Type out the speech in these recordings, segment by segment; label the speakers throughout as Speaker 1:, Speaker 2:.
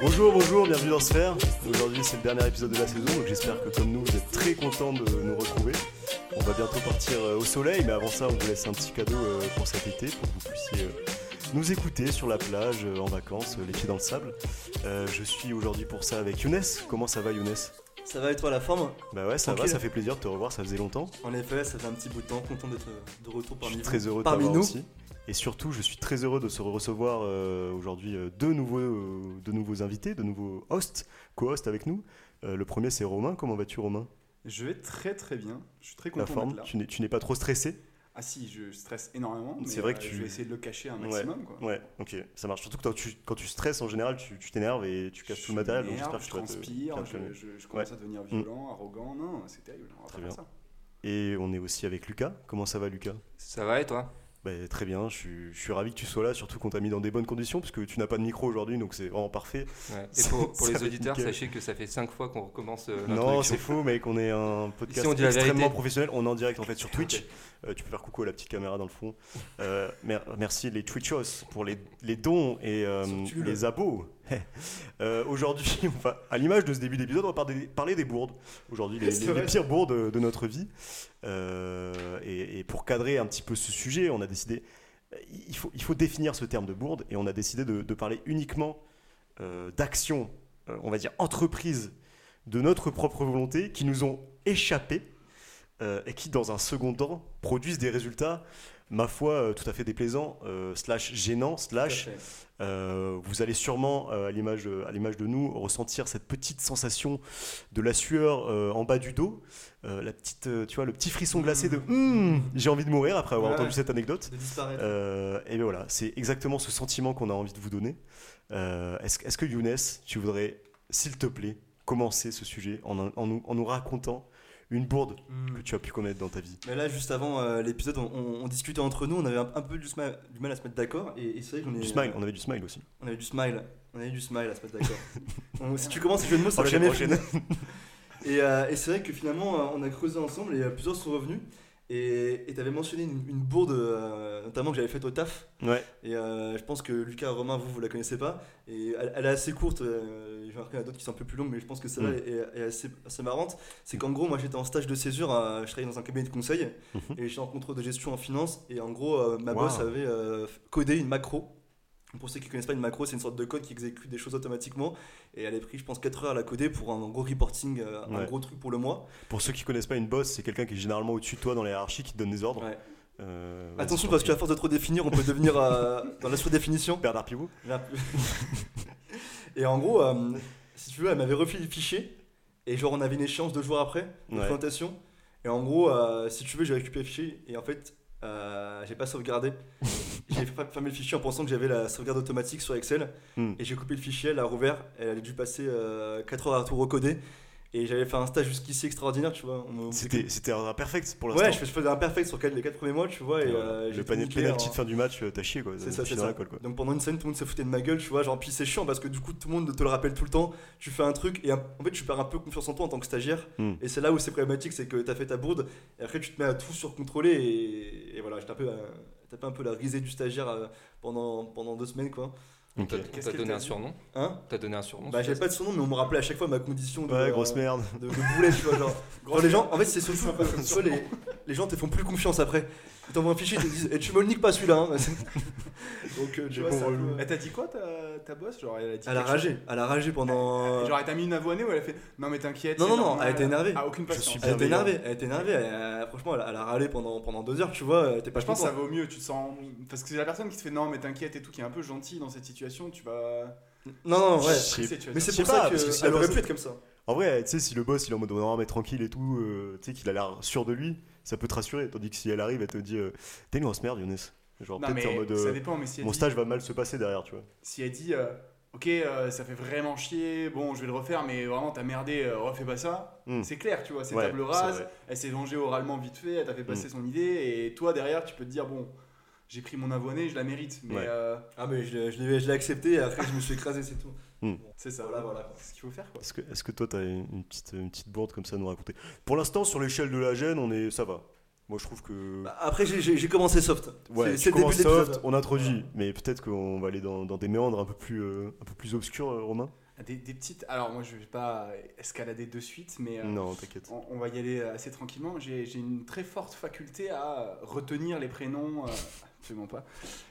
Speaker 1: Bonjour, bonjour, bienvenue dans Sphère. Aujourd'hui, c'est le dernier épisode de la saison, donc j'espère que comme nous, vous êtes très contents de nous retrouver. On va bientôt partir euh, au soleil, mais avant ça, on vous laisse un petit cadeau euh, pour cet été, pour que vous puissiez euh, nous écouter sur la plage, euh, en vacances, euh, les pieds dans le sable. Euh, je suis aujourd'hui pour ça avec Younes. Comment ça va, Younes
Speaker 2: Ça va et toi la forme
Speaker 1: Bah ouais, ça va,
Speaker 2: Tranquille.
Speaker 1: ça fait plaisir de te revoir, ça faisait longtemps.
Speaker 2: En effet, ça fait un petit bout de temps, content d'être euh, de retour
Speaker 1: Je
Speaker 2: parmi
Speaker 1: suis
Speaker 2: vous.
Speaker 1: très heureux de
Speaker 2: Parmi
Speaker 1: t'avoir
Speaker 2: nous.
Speaker 1: aussi. Et surtout, je suis très heureux de se recevoir euh, aujourd'hui euh, deux, nouveaux, euh, deux nouveaux invités, deux nouveaux hosts, co-hosts avec nous. Euh, le premier, c'est Romain. Comment vas-tu, Romain
Speaker 3: Je vais très très bien. Je suis très
Speaker 1: La
Speaker 3: content d'être
Speaker 1: forme
Speaker 3: là.
Speaker 1: Tu n'es- tu n'es pas trop stressé
Speaker 3: Ah si, je stresse énormément. mais,
Speaker 1: C'est vrai que
Speaker 3: euh,
Speaker 1: tu-
Speaker 3: Je vais essayer de le cacher un maximum. Quoi.
Speaker 1: Ouais, ok, ça marche. Surtout que quand tu, quand tu stresses, en général, tu tu t'énerves et tu casses tout le matériel. Donc
Speaker 3: m'énerve,
Speaker 1: j'espère que
Speaker 3: je
Speaker 1: tu vas te-
Speaker 3: transpire,
Speaker 1: tu vas te
Speaker 3: je,
Speaker 1: calmer. Mm.
Speaker 3: je- je commence à devenir violent, arrogant. Non, c'est terrible. On va
Speaker 1: Très
Speaker 3: pas faire
Speaker 1: bien. Ah,
Speaker 3: ça.
Speaker 1: Et on est aussi avec Lucas. Comment ça va, Lucas
Speaker 4: Ça va hein. et toi
Speaker 1: Bah, très bien, je suis, je suis ravi que tu sois là, surtout qu'on t'a mis dans des bonnes conditions, parce que tu n'as pas de micro aujourd'hui, donc c'est vraiment parfait.
Speaker 4: Et pour,
Speaker 1: Ça
Speaker 4: pour
Speaker 1: va
Speaker 4: les
Speaker 1: être
Speaker 4: auditeurs,
Speaker 1: nickel.
Speaker 4: sachez que ça fait 5 fois qu'on recommence euh,
Speaker 1: Non,
Speaker 4: l'introduction.
Speaker 1: c'est faux, mec. On est un podcast
Speaker 4: Ici, on dit la vérité.
Speaker 1: extrêmement professionnel. On est en direct en fait sur Twitch. Euh, tu peux faire coucou à la petite caméra dans le fond. Euh, mer- merci les Twitchos pour les, les dons et euh,
Speaker 2: Surtout le-
Speaker 1: les abos. Euh, Aujourd'hui, on va, à l'image de ce début d'épisode, on va parler, parler des bourdes. Aujourd'hui, les,
Speaker 3: C'est
Speaker 1: les- les
Speaker 3: vrai.
Speaker 1: pires bourdes de, de notre vie. Euh, et, et pour cadrer un petit peu ce sujet, on a décidé. Il faut, il faut définir ce terme de bourde et on a décidé de, de parler uniquement euh, d'actions, euh, on va dire entreprises de notre propre volonté qui nous ont échappé euh, et qui, dans un second temps, produisent des résultats, ma foi, euh, tout à fait déplaisants, euh, slash gênants, slash.
Speaker 3: Tout à fait.
Speaker 1: euh, vous allez sûrement, euh, à l'image de, à l'image de nous, ressentir cette petite sensation de la sueur euh, en bas du dos, euh, la petite, euh, tu vois, le petit frisson glacé
Speaker 3: Mmh.
Speaker 1: de Hmm, j'ai envie de mourir après avoir
Speaker 2: Ouais.
Speaker 1: entendu cette anecdote.
Speaker 2: De disparaître.
Speaker 1: Euh, et bien voilà, c'est exactement ce sentiment qu'on a envie de vous donner. Euh, Est-ce est-ce que Younes, tu voudrais, s'il te plaît, commencer ce sujet en, un- en nous, en nous racontant une bourde
Speaker 2: Hmm.
Speaker 1: que tu as pu commettre dans ta vie
Speaker 2: Mais là, juste avant euh, l'épisode, on, on- on discutait entre nous, on avait un, un peu du, sma- du mal à se mettre d'accord. Et, euh, et c'est vrai que j'en ai-
Speaker 1: Du smile, on avait du smile aussi.
Speaker 2: On avait du smile. On avait du smile à se mettre d'accord. On- si tu commences les jeux de mots, ça va jamais
Speaker 1: Enchaîne,
Speaker 2: finir. Et, euh, et c'est vrai que finalement, euh, on a creusé ensemble et euh, plusieurs sont revenus. Et et t'avais mentionné une, une bourde, euh, notamment que j'avais faite au taf.
Speaker 1: Ouais,
Speaker 2: Et euh, je pense que Lucas, Romain, vous, vous la connaissez pas. Et elle, elle est assez courte. Euh, J'ai remarqué qu'il y en a d'autres qui sont un peu plus longues, mais je pense que celle-là
Speaker 1: Mm.
Speaker 2: est, est assez, assez marrante. C'est qu'en gros, moi j'étais en stage de césure, à- je travaillais dans un cabinet de conseil,
Speaker 1: Mhm.
Speaker 2: et j'étais en contrôle de gestion en finance. Et en gros, euh, ma
Speaker 1: Wow.
Speaker 2: boss avait euh, codé une macro. Pour ceux qui connaissent pas une macro, c'est une sorte de code qui exécute des choses automatiquement. Et elle a pris, je pense, 4 heures à la coder pour un gros reporting, euh, un
Speaker 1: Ouais.
Speaker 2: gros truc pour le mois.
Speaker 1: pour ceux qui connaissent pas une boss, c'est quelqu'un qui est généralement au-dessus de toi dans la hiérarchie qui te donne des ordres.
Speaker 2: Ouais.
Speaker 1: Euh, vas-y,
Speaker 2: Attention,
Speaker 1: je
Speaker 2: parce
Speaker 1: t'en
Speaker 2: qu'à force de trop définir, on peut devenir euh, dans la surdéfinition.
Speaker 1: prie. Bernard Pivot
Speaker 2: Là. et en gros, euh, si tu veux, elle m'avait refilé le fichier. Et genre, on avait une échéance deux jours après, une
Speaker 1: Ouais.
Speaker 2: présentation. Et en gros, euh, si tu veux, j'ai récupéré le fichier. Et en fait, euh, j'ai pas sauvegardé. j'ai fa- fermé le fichier en pensant que j'avais la sauvegarde automatique sur Excel.
Speaker 1: Hmm.
Speaker 2: Et j'ai coupé le fichier, elle l'a rouvert. Elle a dû passer 4 heures à tout recoder. Et j'avais fait un stage jusqu'ici extraordinaire, tu vois. On me-
Speaker 1: C'était c'était un perfect pour l'instant.
Speaker 2: Ouais, je fais- je faisais un perfect sur quatre- les 4 premiers mois, tu vois. Et, euh, j'ai
Speaker 1: le
Speaker 2: tout
Speaker 1: panel
Speaker 2: niqué
Speaker 1: pénalty
Speaker 2: en-
Speaker 1: de fin du match, euh, t'as chié quoi.
Speaker 2: c'est
Speaker 1: T'as
Speaker 2: ça,
Speaker 1: chié
Speaker 2: c'est
Speaker 1: dans
Speaker 2: ça.
Speaker 1: la colle, quoi.
Speaker 2: Donc pendant une scène, tout le monde se foutait de ma gueule, tu vois. Genre, puis c'est chiant parce que du coup, tout le monde te le rappelle tout le temps. Tu fais un truc et en fait, tu perds un peu confiance en toi en tant que stagiaire.
Speaker 1: Hmm.
Speaker 2: Et c'est là où c'est problématique, c'est que t'as fait ta bourde et après, tu te mets à tout surcontrôler. Et, et voilà, je tapais, euh, tapais un peu la risée du stagiaire euh, pendant, pendant deux semaines, quoi.
Speaker 4: On t'a-
Speaker 1: Ok.
Speaker 4: on
Speaker 3: Qu'est-ce
Speaker 4: t'a
Speaker 3: qu'elle
Speaker 4: donné
Speaker 3: t'a
Speaker 4: un
Speaker 3: dit
Speaker 4: surnom
Speaker 2: Hein
Speaker 4: T'as donné un surnom
Speaker 2: Bah,
Speaker 4: sur
Speaker 2: j'avais pas de surnom, mais on me rappelait à chaque fois ma condition de,
Speaker 1: Ouais,
Speaker 2: euh,
Speaker 1: grosse merde.
Speaker 2: de, de boulet, tu vois. Genre, genre, les gens, en fait, c'est surtout tu vois, les, les gens te font plus confiance après. Ils t'envoient un fichier, ils te disent, Eh, tu me le niques pas celui-là. hein. Donc, euh,
Speaker 3: Tu
Speaker 2: tu
Speaker 3: vois,
Speaker 2: vois,
Speaker 3: c'est
Speaker 2: c'est un
Speaker 3: un
Speaker 2: peu-
Speaker 3: peu- Elle t'a dit quoi ta, ta boss Genre elle a dit
Speaker 2: Elle a
Speaker 3: quelque chose
Speaker 2: ragé, elle a ragé pendant.
Speaker 3: Genre elle t'a mis une avoinée ou elle a fait Non mais t'inquiète.
Speaker 2: Non,
Speaker 3: c'est
Speaker 2: non, non,
Speaker 3: normal.
Speaker 2: elle était énervée.
Speaker 3: Ah aucune
Speaker 1: Je
Speaker 3: patience.
Speaker 1: suis
Speaker 2: Elle était
Speaker 1: bienveillante.
Speaker 2: énervée, elle était énervée. elle- elle- franchement, elle, a- elle a râlé pendant, pendant deux heures, tu vois. Elle était pas
Speaker 3: Je pense que ça
Speaker 2: contente.
Speaker 3: vaut mieux, tu te sens. Parce que c'est la personne qui te fait non mais t'inquiète et tout, qui est un peu gentille dans cette situation, tu vas.
Speaker 2: Non, non, ouais.
Speaker 1: Je sais
Speaker 3: stresser, tu vas
Speaker 2: Mais
Speaker 3: te
Speaker 2: c'est
Speaker 1: Je sais
Speaker 2: pour
Speaker 1: pas,
Speaker 2: ça
Speaker 1: parce que si
Speaker 2: qu'elle
Speaker 1: la
Speaker 2: aurait
Speaker 1: personne-
Speaker 2: pu être comme ça.
Speaker 1: En vrai, tu sais, si le boss il est en mode oh non, mais tranquille et tout, euh, tu sais, qu'il a l'air sûr de lui, ça peut te rassurer. Tandis que si elle arrive, elle te dit, euh, t'es une grosse merde, Younes. Genre,
Speaker 3: Non,
Speaker 1: peut-être t'es en
Speaker 3: mais
Speaker 1: mode, euh,
Speaker 3: ça dépend, mais si elle
Speaker 1: mon
Speaker 3: dit-
Speaker 1: stage va mal se passer derrière, tu vois.
Speaker 3: si elle dit euh, ok euh, ça fait vraiment chier bon je vais le refaire mais vraiment t'as merdé euh, refais pas ça
Speaker 1: Hmm.
Speaker 3: c'est clair tu vois c'est
Speaker 1: Ouais,
Speaker 3: table
Speaker 1: c'est
Speaker 3: rase
Speaker 1: vrai. Hmm.
Speaker 3: elle s'est vengée oralement vite fait elle t'a fait passer son idée et toi derrière tu peux te dire bon j'ai pris mon avoiné je la mérite mais
Speaker 1: Ouais.
Speaker 3: euh,
Speaker 2: Ah, mais je, l'ai- je l'ai je l'ai accepté et après, je me suis écrasé, c'est tout.
Speaker 3: c'est ça
Speaker 2: Voilà, voilà.
Speaker 3: c'est ce qu'il faut faire quoi
Speaker 1: Est-ce que, est-ce que toi, t'as une une petite, une petite bourde comme ça à nous raconter Pour l'instant, sur l'échelle de la gêne, on est, ça va. Moi, je trouve que.
Speaker 2: Bah, Après, j'ai- j'ai j'ai commencé soft.
Speaker 1: ouais,
Speaker 2: C'est-
Speaker 1: tu
Speaker 2: c'est le début
Speaker 1: commences
Speaker 2: de l'épisode.
Speaker 1: soft, on introduit. Mais peut-être qu'on va aller dans, dans des méandres un peu plus, euh, un peu plus obscurs, euh, Romain.
Speaker 3: Des, des petites. Alors, moi, je vais pas escalader de suite, mais euh,
Speaker 1: Non, t'inquiète.
Speaker 3: on, on va y aller assez tranquillement. J'ai j'ai une très forte faculté à retenir les prénoms. euh, absolument pas.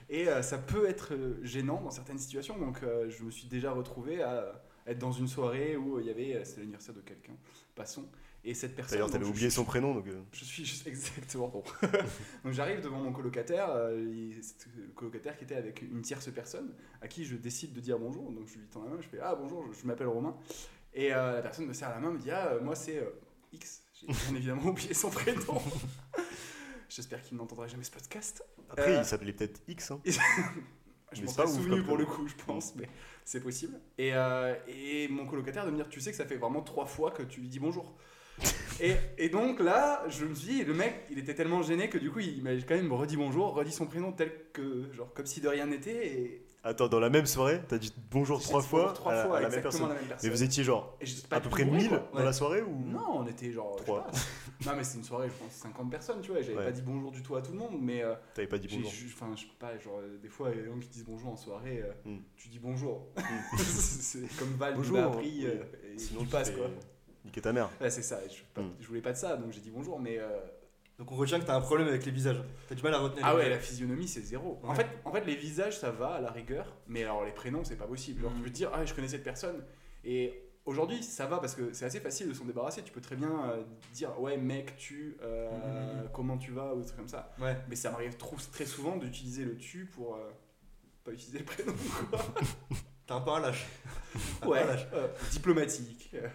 Speaker 3: Et euh, ça peut être euh, gênant dans certaines situations. Donc, euh, je me suis déjà retrouvé à être dans une soirée où il y avait. euh, C'était l'anniversaire de quelqu'un. Passons. Et cette personne.
Speaker 1: D'ailleurs, t'avais
Speaker 3: donc, je-
Speaker 1: oublié son prénom, donc. euh,
Speaker 3: je suis juste exactement bon. Donc j'arrive devant mon colocataire, euh, il- c'est le colocataire qui était avec une tierce personne, à qui je décide de dire bonjour. Donc je lui tends la main, je fais ah bonjour, je, je m'appelle Romain. Et euh, la personne me serre la main, me dit ah euh, moi c'est euh, X. J'ai bien évidemment oublié son prénom. J'espère qu'il n'entendra jamais ce podcast.
Speaker 1: Après,
Speaker 3: Euh,
Speaker 1: il s'appelait peut-être X. hein.
Speaker 3: Je
Speaker 1: Mais
Speaker 3: m'en
Speaker 1: c'est pas
Speaker 3: serais
Speaker 1: ouf
Speaker 3: souvenu
Speaker 1: comme
Speaker 3: pour le
Speaker 1: prénom.
Speaker 3: coup, je pense, mais c'est possible. Et, euh, et mon colocataire de me dire, tu sais que ça fait vraiment trois fois que tu lui dis bonjour. et, et donc là, je me suis dit, le mec, il était tellement gêné que du coup, il m'a quand même redit bonjour, redit son prénom tel que, genre, comme si de rien n'était. Et
Speaker 1: Attends, dans la même soirée, t'as dit bonjour
Speaker 3: j'ai
Speaker 1: trois
Speaker 3: dit
Speaker 1: fois,
Speaker 3: bonjour trois
Speaker 1: à,
Speaker 3: fois
Speaker 1: à la même personne.
Speaker 3: exactement la même
Speaker 1: Mais
Speaker 3: personne.
Speaker 1: vous étiez genre
Speaker 3: Et j'étais pas
Speaker 1: à peu
Speaker 3: du tout
Speaker 1: près
Speaker 3: bourré,
Speaker 1: 1000
Speaker 3: quoi.
Speaker 1: dans la soirée ou
Speaker 3: Non, on était genre. je sais
Speaker 1: Trois.
Speaker 3: pas. non, mais c'est une soirée, je pense, 50 personnes, tu vois. et J'avais
Speaker 1: Ouais.
Speaker 3: pas dit bonjour du tout à tout le monde, mais. euh,
Speaker 1: T'avais pas dit
Speaker 3: J'ai-
Speaker 1: bonjour.
Speaker 3: j'ai- Enfin, je sais pas, genre, euh, des fois, il y a des gens qui disent bonjour en soirée, euh,
Speaker 1: Mm.
Speaker 3: tu dis bonjour. c'est comme Val
Speaker 1: Bonjour.
Speaker 3: nous l'a appris, euh, et
Speaker 1: Sinon,
Speaker 3: tu
Speaker 1: tu
Speaker 3: passes,
Speaker 1: fais
Speaker 3: quoi.
Speaker 1: Niquer ta mère.
Speaker 3: Ouais, c'est ça, je, pas-
Speaker 1: Mm.
Speaker 3: je voulais pas de ça, donc j'ai dit bonjour, mais... euh,
Speaker 2: Donc on retient que t'as un problème avec les visages. T'as du mal à retenir
Speaker 3: Ah
Speaker 2: les
Speaker 3: ouais, la
Speaker 2: visages.
Speaker 3: physionomie, c'est zéro. En,
Speaker 2: Ouais.
Speaker 3: fait, en fait, les visages, ça va, à la rigueur, mais alors les prénoms, c'est pas possible. Genre,
Speaker 2: Mm.
Speaker 3: tu peux te dire, ah, je connais cette personne, et... Aujourd'hui, ça va parce que c'est assez facile de s'en débarrasser. Tu peux très bien euh, dire ouais mec, tu, euh, comment tu vas ou des trucs comme ça.
Speaker 2: Ouais.
Speaker 3: Mais ça m'arrive trop- très souvent d'utiliser le tu pour euh, pas utiliser le prénom.
Speaker 2: T'as un peu un lâche. T'as un peu
Speaker 3: Ouais,
Speaker 2: un lâche.
Speaker 3: euh, diplomatique. Euh,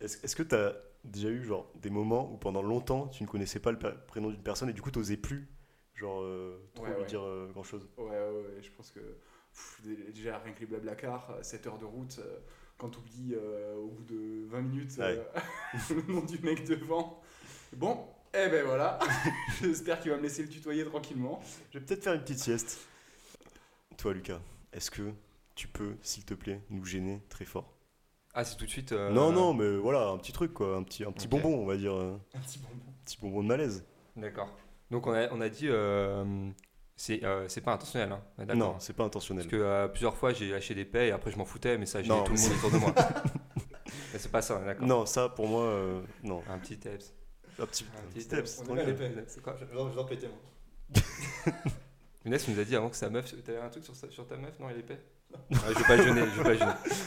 Speaker 1: Est-ce est-ce que t'as déjà eu genre des moments où pendant longtemps tu ne connaissais pas le pa- prénom d'une personne et du coup t'osais plus genre euh, trop
Speaker 3: Ouais,
Speaker 1: lui
Speaker 3: ouais.
Speaker 1: dire grand chose
Speaker 3: Ouais, ouais, ouais, je pense que pff, dé- déjà rien que les blabla cars, 7 heures de route, euh, quand t'oublies euh, au bout de 20 minutes euh, le nom du mec devant. Bon, eh ben voilà, j'espère qu'il va me laisser le tutoyer tranquillement.
Speaker 1: Je vais peut-être faire une petite sieste. Toi Lucas, est-ce que tu peux s'il te plaît nous gêner très fort
Speaker 4: Ah, c'est tout de suite. euh,
Speaker 1: Non non mais voilà un petit truc quoi, un petit un petit
Speaker 4: Ok.
Speaker 1: bonbon on va dire, euh,
Speaker 2: Un petit bonbon.
Speaker 1: un petit bonbon de malaise.
Speaker 4: D'accord. Donc, on a, on a dit. euh, c'est euh, c'est pas intentionnel, hein. on est d'accord.
Speaker 1: Non c'est pas intentionnel.
Speaker 4: Parce que euh, plusieurs fois, j'ai lâché des paix et après, je m'en foutais, mais ça, j'ai
Speaker 1: Non,
Speaker 4: tout le
Speaker 1: mais
Speaker 4: monde autour de moi. mais c'est pas ça, on est d'accord.
Speaker 1: Non ça pour moi euh, non.
Speaker 4: Un petit tips.
Speaker 1: Un petit,
Speaker 4: Un
Speaker 1: un
Speaker 4: petit
Speaker 1: petit steps,
Speaker 2: on est
Speaker 1: tranquille.
Speaker 2: pas épais.
Speaker 4: C'est quoi
Speaker 2: Ah, Je hein. vais en péter moi.
Speaker 4: Younes nous a dit avant que sa meuf. T'avais un truc sur, sa- sur ta meuf Non, il est paix Je vais pas jeûner, je vais pas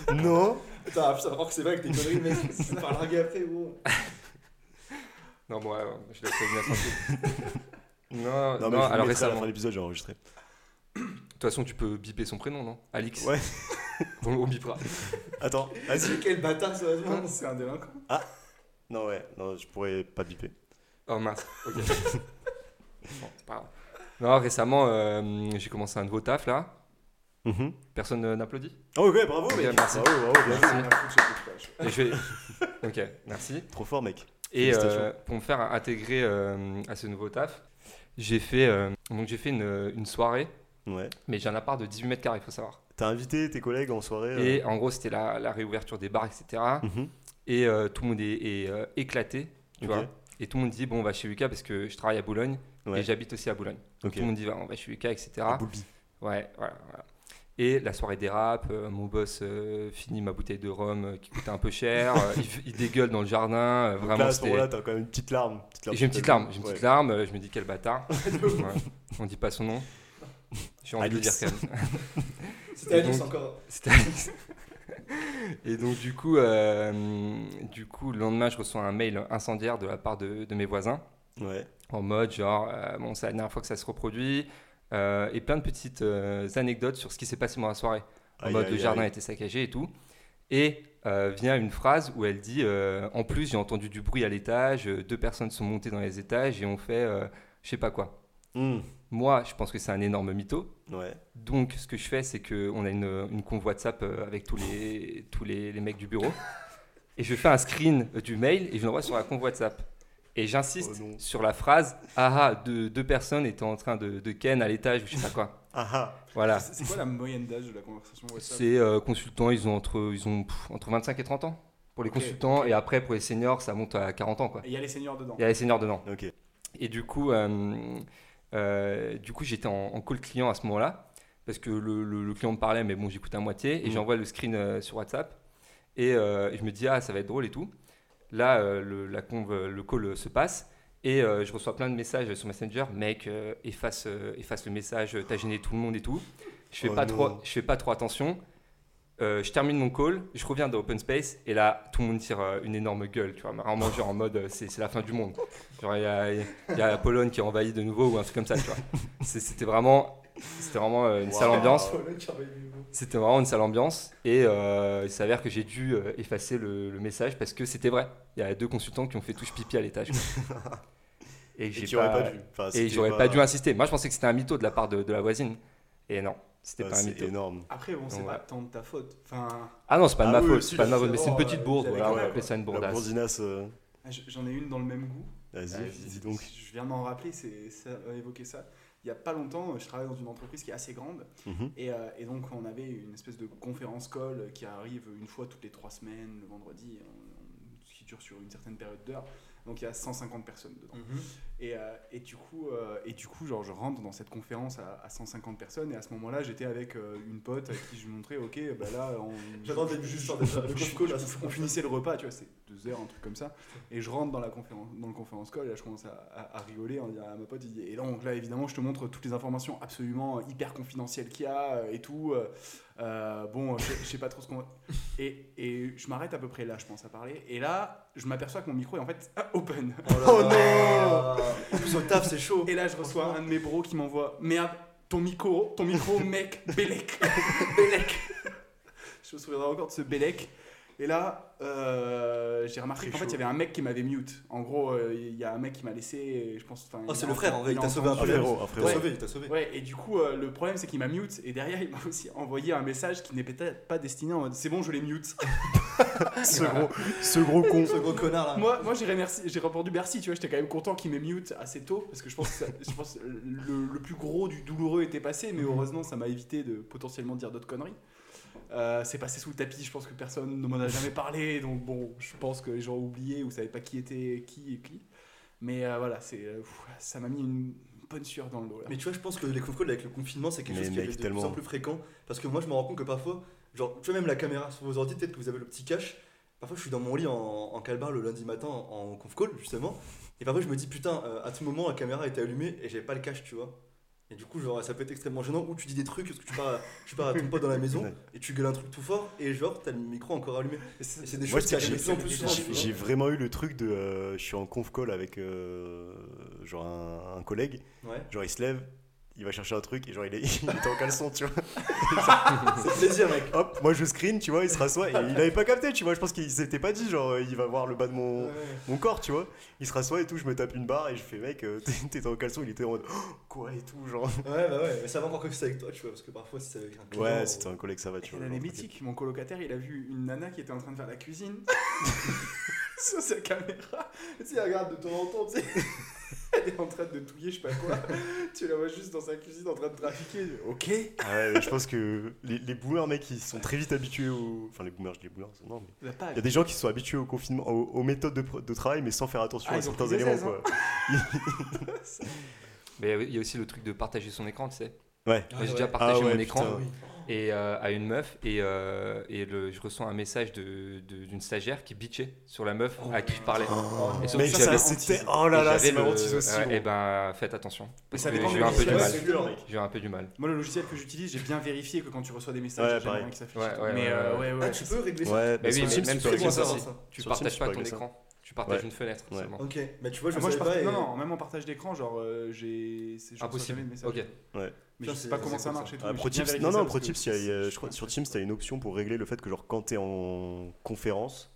Speaker 4: jeûner.
Speaker 1: Non
Speaker 2: Putain, ah, putain, alors que c'est vrai que t'es conneries, mais ça parle ringué après, bon.
Speaker 4: Non, bon, alors, je laisse Younes tranquille.
Speaker 1: Non mais
Speaker 4: Non, non,
Speaker 1: je vous
Speaker 4: alors
Speaker 1: mettrai à la
Speaker 4: récemment.
Speaker 1: fin de l'épisode j'ai enregistré.
Speaker 4: De toute façon, tu peux biper son prénom, non Alix
Speaker 1: Ouais.
Speaker 4: On, on bipera.
Speaker 1: Attends vas-y.
Speaker 2: Vas-y, quel bâtard, sérieusement.
Speaker 3: Hein, C'est un délinquant.
Speaker 1: Non ouais non je pourrais pas biper.
Speaker 4: Oh mince, ok. Bon, pardon. Non, récemment, euh, j'ai commencé un nouveau taf là.
Speaker 1: Mhm.
Speaker 4: Personne euh, n'applaudit
Speaker 1: Oh, ok, bravo,
Speaker 4: Ok,
Speaker 1: mec.
Speaker 4: merci.
Speaker 1: Bravo, bravo, bien.
Speaker 4: Merci.
Speaker 3: Ah, faut que je fasse quelque chose.
Speaker 4: Et je vais... Ok, merci.
Speaker 1: Trop fort, mec.
Speaker 4: Et euh,
Speaker 1: Félicitations.
Speaker 4: pour me faire intégrer euh, à ce nouveau taf, j'ai fait, euh, donc j'ai fait une, une soirée,
Speaker 1: Ouais.
Speaker 4: mais j'ai un appart de 18 mètres carrés, il faut savoir.
Speaker 1: T'as invité tes collègues en soirée.
Speaker 4: Et en gros, c'était la, la réouverture des bars, etc.
Speaker 1: euh, mhm.
Speaker 4: Et euh, tout le monde est, est, euh, éclaté, tu
Speaker 1: Ok.
Speaker 4: vois. Et tout le monde dit, bon, on va chez Lucas parce que je travaille à Boulogne
Speaker 1: Ouais.
Speaker 4: et j'habite aussi à Boulogne. Donc
Speaker 1: Ok.
Speaker 4: tout le monde dit, va, on va chez Lucas, etc.
Speaker 1: Ah, Bobby.
Speaker 4: Ouais, voilà, voilà. Et la soirée dérape, euh, mon boss euh, finit ma bouteille de rhum euh, qui coûtait un peu cher, euh, il, f- il dégueule dans le jardin, euh,
Speaker 1: Donc là,
Speaker 4: vraiment
Speaker 1: à ce
Speaker 4: c'était...
Speaker 1: moment-là, t'as quand même une petite larme. petite larme
Speaker 4: J'ai une
Speaker 1: qui
Speaker 4: petite
Speaker 1: t'a-
Speaker 4: larme, j'ai une petite
Speaker 1: Ouais.
Speaker 4: larme, euh, je me dis quel bâtard. Ouais. On dit pas son nom. J'ai envie de le dire
Speaker 1: Alice.
Speaker 4: quand même.
Speaker 2: C'était Alice
Speaker 4: donc-
Speaker 2: encore.
Speaker 4: C'était Alice. Et donc du coup, euh, du coup, le lendemain, je reçois un mail incendiaire de la part de- de mes voisins.
Speaker 1: Ouais.
Speaker 4: en mode genre, euh, bon, c'est la dernière fois que ça se reproduit, euh, et plein de petites euh, anecdotes sur ce qui s'est passé pendant la soirée. En
Speaker 1: Aïe,
Speaker 4: mode,
Speaker 1: aïe,
Speaker 4: le jardin
Speaker 1: aïe.
Speaker 4: était saccagé et tout. Et euh, vient une phrase où elle dit, euh, en plus, j'ai entendu du bruit à l'étage, euh, deux personnes sont montées dans les étages et ont fait euh, je sais pas quoi.
Speaker 1: Hmm,
Speaker 4: Moi, je pense que c'est un énorme mytho.
Speaker 1: Ouais.
Speaker 4: Donc, ce que je fais, c'est qu'on a une, une convoi WhatsApp euh, avec tous les, tous les, les mecs du bureau. Et je fais un screen euh, du mail et je l'envoie sur la convoi WhatsApp. Et j'insiste
Speaker 1: Oh non.
Speaker 4: sur la phrase Ah ah, deux, deux personnes étaient en train de, de ken à l'étage ou je sais pas quoi.
Speaker 1: Ah ah.
Speaker 4: Voilà.
Speaker 3: C'est c'est quoi la moyenne d'âge de la conversation WhatsApp
Speaker 4: C'est euh, consultants, ils ont, entre, ils ont pff, entre 25 et 30 ans pour les
Speaker 3: Ok,
Speaker 4: consultants et après pour les seniors, ça monte à 40 ans quoi.
Speaker 3: Et Il y a les seniors dedans.
Speaker 4: Il y a les seniors dedans.
Speaker 1: Ok.
Speaker 4: Et du coup, euh, euh, du coup j'étais en, en call client à ce moment-là, parce que le, le- le client me parlait, mais bon, j'écoute à moitié, et
Speaker 1: Mm.
Speaker 4: j'envoie le screen euh, sur WhatsApp. Et, euh, et je me dis, ah, ça va être drôle et tout. Là, euh, le, la conve- le call euh, se passe. Et euh, je reçois plein de messages sur Messenger. Mec, euh, efface, euh, efface le message, euh, t'as gêné tout le monde et tout. Je fais,
Speaker 1: Oh
Speaker 4: pas,
Speaker 1: non.
Speaker 4: trop, je fais pas trop attention. Euh, je termine mon call, je reviens dans Open Space. Et là, tout le monde tire euh, une énorme gueule. Tu vois, mais vraiment genre en mode, euh, c'est c'est la fin du monde. Genre, il y a, il y a la Pologne qui est envahie de nouveau ou un truc comme ça. Tu vois. C'est- C'était vraiment, c'était vraiment euh, une sale ambiance. C'était vraiment une sale ambiance et euh, il s'avère que j'ai dû euh, effacer le, le message parce que c'était vrai. Il y a deux consultants qui ont fait touche pipi à l'étage. quoi. et
Speaker 1: Et
Speaker 4: j'ai
Speaker 1: qui aurait pas dû. Enfin,
Speaker 4: et
Speaker 1: c'était
Speaker 4: j'aurais pas... dû insister. Moi, je pensais que c'était un mytho de la part de, de la voisine. Et non, c'était
Speaker 1: Ouais,
Speaker 4: pas un
Speaker 1: C'est
Speaker 4: mytho.
Speaker 1: énorme.
Speaker 3: Après, bon, c'est
Speaker 4: Ouais.
Speaker 3: pas tant de ta faute. Enfin,
Speaker 4: Ah non, c'est pas de
Speaker 1: Ah
Speaker 4: ma
Speaker 1: oui,
Speaker 4: faute,
Speaker 1: si,
Speaker 4: c'est pas de
Speaker 1: là,
Speaker 4: ma faute, mais c'est une
Speaker 3: savoir,
Speaker 4: petite
Speaker 3: euh,
Speaker 4: bourse.
Speaker 3: vous avez
Speaker 4: Voilà, on
Speaker 3: quand
Speaker 4: va
Speaker 3: même-
Speaker 4: appeler ça une
Speaker 1: La
Speaker 4: bourdasse.
Speaker 1: bourdinasse, euh,
Speaker 3: j- j'en ai une dans le même goût.
Speaker 1: vas-y,
Speaker 3: Euh,
Speaker 1: dis donc.
Speaker 3: Je viens de m'en rappeler, c'est, ça a évoqué ça. Il y a pas longtemps, euh, je travaille dans une entreprise qui est assez grande.
Speaker 1: Mhm.
Speaker 3: Et, euh, et donc, on avait une espèce de conférence call qui arrive une fois toutes les trois semaines, le vendredi, on- on- qui dure sur une certaine période d'heure. Donc, il y a 150 personnes dedans. Et, euh, et du coup, euh, et du coup genre, je rentre dans cette conférence à, à 150 personnes. Et à ce moment-là, j'étais avec euh, une pote à qui je montrais, ok, bah là, on,
Speaker 2: J'attends le début juste ça, déjà. Le
Speaker 3: je-
Speaker 2: coach-coach, là,
Speaker 3: je-
Speaker 2: ça sera-
Speaker 3: on finissait le repas, tu vois, c'est deux heures, un truc comme ça. Et je rentre dans, la conférence, dans le conférence call et là, je commence à, à- à rigoler en disant à ma pote, il dit, et donc là, évidemment, je te montre toutes les informations absolument hyper confidentielles qu'il y a euh, et tout. Euh, euh, bon, je, je sais pas trop ce qu'on... va- Et, et je m'arrête à peu près là, je pense, à parler. Et là, je m'aperçois que mon micro est en fait open.
Speaker 2: Oh non En plus, au taf, c'est chaud.
Speaker 3: Et là, je reçois un de mes bros qui m'envoie Mais ah, ton micro, ton micro, mec, Bélec. Bélec. Je me souviendrai encore de ce Bélec. Et là, euh, j'ai remarqué
Speaker 2: Très
Speaker 3: qu'en fait,
Speaker 2: chaud.
Speaker 3: il y avait un mec qui m'avait mute. En gros, euh, il y a un mec qui m'a laissé, je pense. enfin,
Speaker 2: Oh,
Speaker 3: il
Speaker 2: c'est
Speaker 3: a
Speaker 2: le frère, en vrai,
Speaker 3: entendu-
Speaker 2: il t'a sauvé un
Speaker 1: Un
Speaker 2: peu.
Speaker 1: Ah, frérot, un
Speaker 2: Il
Speaker 1: frérot.
Speaker 2: t'a sauvé, il t'a sauvé.
Speaker 3: Ouais, et du coup, euh, le problème, c'est qu'il m'a mute. Et derrière, il m'a aussi envoyé un message qui n'est peut-être pas destiné en mode C'est bon, je l'ai mute.
Speaker 1: Ce gros, ce gros con.
Speaker 2: Ce gros connard là.
Speaker 3: Moi, moi j'ai remercié- j'ai répondu merci, tu vois, j'étais quand même content qu'il m'ait mute assez tôt, parce que je pense que, ça- je pense que le, le plus gros du douloureux était passé,
Speaker 2: Mhm.
Speaker 3: mais heureusement, ça m'a évité de potentiellement dire d'autres conneries. Euh, c'est passé sous le tapis, je pense que personne ne m'en a jamais parlé, donc bon, je pense que les gens ont oublié ou savaient pas qui était qui et qui. Mais euh, voilà, c'est, euh, pff, ça m'a mis une bonne sueur dans le dos. Là.
Speaker 2: Mais tu vois, je pense que les conf calls avec le confinement, c'est quelque
Speaker 1: Mais
Speaker 2: chose qui
Speaker 1: mec,
Speaker 2: est de
Speaker 1: tellement.
Speaker 2: plus en plus fréquent. Parce que moi, je me rends compte que parfois, genre, tu vois, même la caméra sur vos ordi, peut-être que vous avez le petit cache. Parfois, je suis dans mon lit en, en calbar le lundi matin en, en conf call, justement. Et parfois, je me dis, putain, euh, à tout moment, la caméra était allumée et j'avais pas le cache, tu vois. Et du coup, genre, ça peut être extrêmement gênant. Ou tu dis des trucs, parce que tu pars, à- tu pars à ton pote dans la maison
Speaker 1: Ouais.
Speaker 2: et tu gueules un truc tout fort et genre, t'as le micro encore allumé.
Speaker 3: Et c'est-
Speaker 2: Et c'est des
Speaker 1: Moi,
Speaker 2: choses qui
Speaker 1: c'est que
Speaker 2: arrivent de plus en plus souvent, tu
Speaker 1: J'ai
Speaker 2: vois.
Speaker 1: j'ai vraiment eu le truc de. euh, je suis en conf call avec euh, genre un, un collègue.
Speaker 2: Ouais.
Speaker 1: Genre, il se lève, il va chercher un truc et genre, il est, il est en caleçon, tu vois.
Speaker 2: C'est plaisir, mec.
Speaker 1: Hop, moi je screen, tu vois, il se rassoit et il avait pas capté, tu vois. Je pense qu'il s'était pas dit, genre, euh, il va voir le bas de mon, mon corps, tu vois. Il se rassoit et tout, je me tape une barre et je fais, mec, euh, t'es- t'étais en caleçon, il était en mode, Oh, quoi et tout, genre.
Speaker 2: Ouais, bah ouais, mais ça va encore que c'est avec toi, tu vois, parce que parfois, si c'est avec un client, euh,
Speaker 1: Ouais, c'était un collègue, ça va, tu
Speaker 3: Elle
Speaker 1: vois.
Speaker 3: est
Speaker 1: genre,
Speaker 3: mythique. Mon colocataire, il a vu une nana qui était en train de faire la cuisine sur sa caméra. Tu sais, elle regarde de temps en temps, tu sais. Elle est en train de touiller, je sais pas quoi. tu la vois juste dans sa cuisine en train de trafiquer. oh, Ok.
Speaker 1: Ah ouais, mais je pense que les, les boomers, mec, ils sont très vite habitués au. Enfin, les boomers, je dis les boomers, non, mais.
Speaker 3: Il a pas
Speaker 1: Il y a des gens qui sont habitués au confinement, aux, aux méthodes de, pr- de travail, mais sans faire attention
Speaker 3: Ah,
Speaker 1: à
Speaker 3: ils ont
Speaker 1: certains
Speaker 3: pris des
Speaker 1: éléments,
Speaker 3: aises, hein.
Speaker 1: quoi.
Speaker 4: Mais il y a aussi le truc de partager son écran, tu sais.
Speaker 1: Ouais.
Speaker 4: Moi, J'ai
Speaker 2: ouais.
Speaker 4: déjà partagé
Speaker 1: Ah ouais,
Speaker 4: mon écran.
Speaker 1: putain.
Speaker 4: et euh, à une meuf et, euh, et le- je reçois un message de- de- d'une stagiaire qui bitchait sur la meuf à qui je parlais.
Speaker 3: Oh
Speaker 4: Et surtout,
Speaker 1: Mec, ça,
Speaker 4: j'avais-
Speaker 1: c'était. Oh là
Speaker 4: et
Speaker 1: là, c'est
Speaker 4: j'avais
Speaker 1: ma
Speaker 4: le-
Speaker 1: hantise aussi.
Speaker 4: ouais,
Speaker 1: gros.
Speaker 4: Eh ben, faites attention. Parce
Speaker 3: ça
Speaker 4: que
Speaker 3: dépend
Speaker 4: j'ai
Speaker 3: du
Speaker 4: eu un peu du
Speaker 3: logiciel,
Speaker 4: mal.
Speaker 3: c'est
Speaker 2: dur, mec.
Speaker 4: J'ai eu un peu du mal.
Speaker 3: Moi, le logiciel que j'utilise, j'ai bien vérifié que quand tu reçois des
Speaker 1: Ouais,
Speaker 3: messages, il y a
Speaker 1: pareil.
Speaker 3: rien qui s'affiche.
Speaker 4: Ouais,
Speaker 3: et tout.
Speaker 4: ouais,
Speaker 3: mais
Speaker 4: ouais,
Speaker 3: euh,
Speaker 4: ouais.
Speaker 3: ouais, ouais.
Speaker 2: Ah, tu peux régler ça
Speaker 1: Ouais, bah,
Speaker 4: Mais oui,
Speaker 1: sur
Speaker 4: mais
Speaker 1: Teams,
Speaker 4: même
Speaker 1: tu
Speaker 4: sur
Speaker 1: peux
Speaker 4: Teams,
Speaker 1: régler
Speaker 4: ça, hein.
Speaker 1: ça.
Speaker 4: c'est- Tu
Speaker 1: Sur Teams,
Speaker 4: partages
Speaker 1: tu
Speaker 4: pas
Speaker 1: peux
Speaker 4: ton
Speaker 1: régler ça.
Speaker 4: écran. Tu partages
Speaker 1: Ouais.
Speaker 4: une fenêtre
Speaker 1: Ouais.
Speaker 4: seulement.
Speaker 2: Ok, bah tu vois, je
Speaker 3: Ah, moi, je
Speaker 2: savais
Speaker 3: partage-
Speaker 2: pas. et-
Speaker 3: Non, non, même en partage d'écran, genre, euh, j'ai. c'est- je reçois
Speaker 4: Impossible.
Speaker 3: jamais de message.
Speaker 4: Ok.
Speaker 3: Mais je
Speaker 2: Ça,
Speaker 3: sais
Speaker 2: c'est-
Speaker 3: pas comment
Speaker 2: c'est
Speaker 3: ça
Speaker 2: comme
Speaker 3: marche et tout.
Speaker 1: Ah,
Speaker 3: mais
Speaker 1: Pro
Speaker 3: j'ai bien
Speaker 1: Tips-
Speaker 3: vérifié
Speaker 1: non,
Speaker 3: ça
Speaker 1: non,
Speaker 3: parce
Speaker 1: Pro
Speaker 3: que
Speaker 1: Tips, il y a- il y a-
Speaker 3: c'est-
Speaker 1: je crois, sur Teams, t'as une option pour régler le fait que, genre, quand t'es en conférence,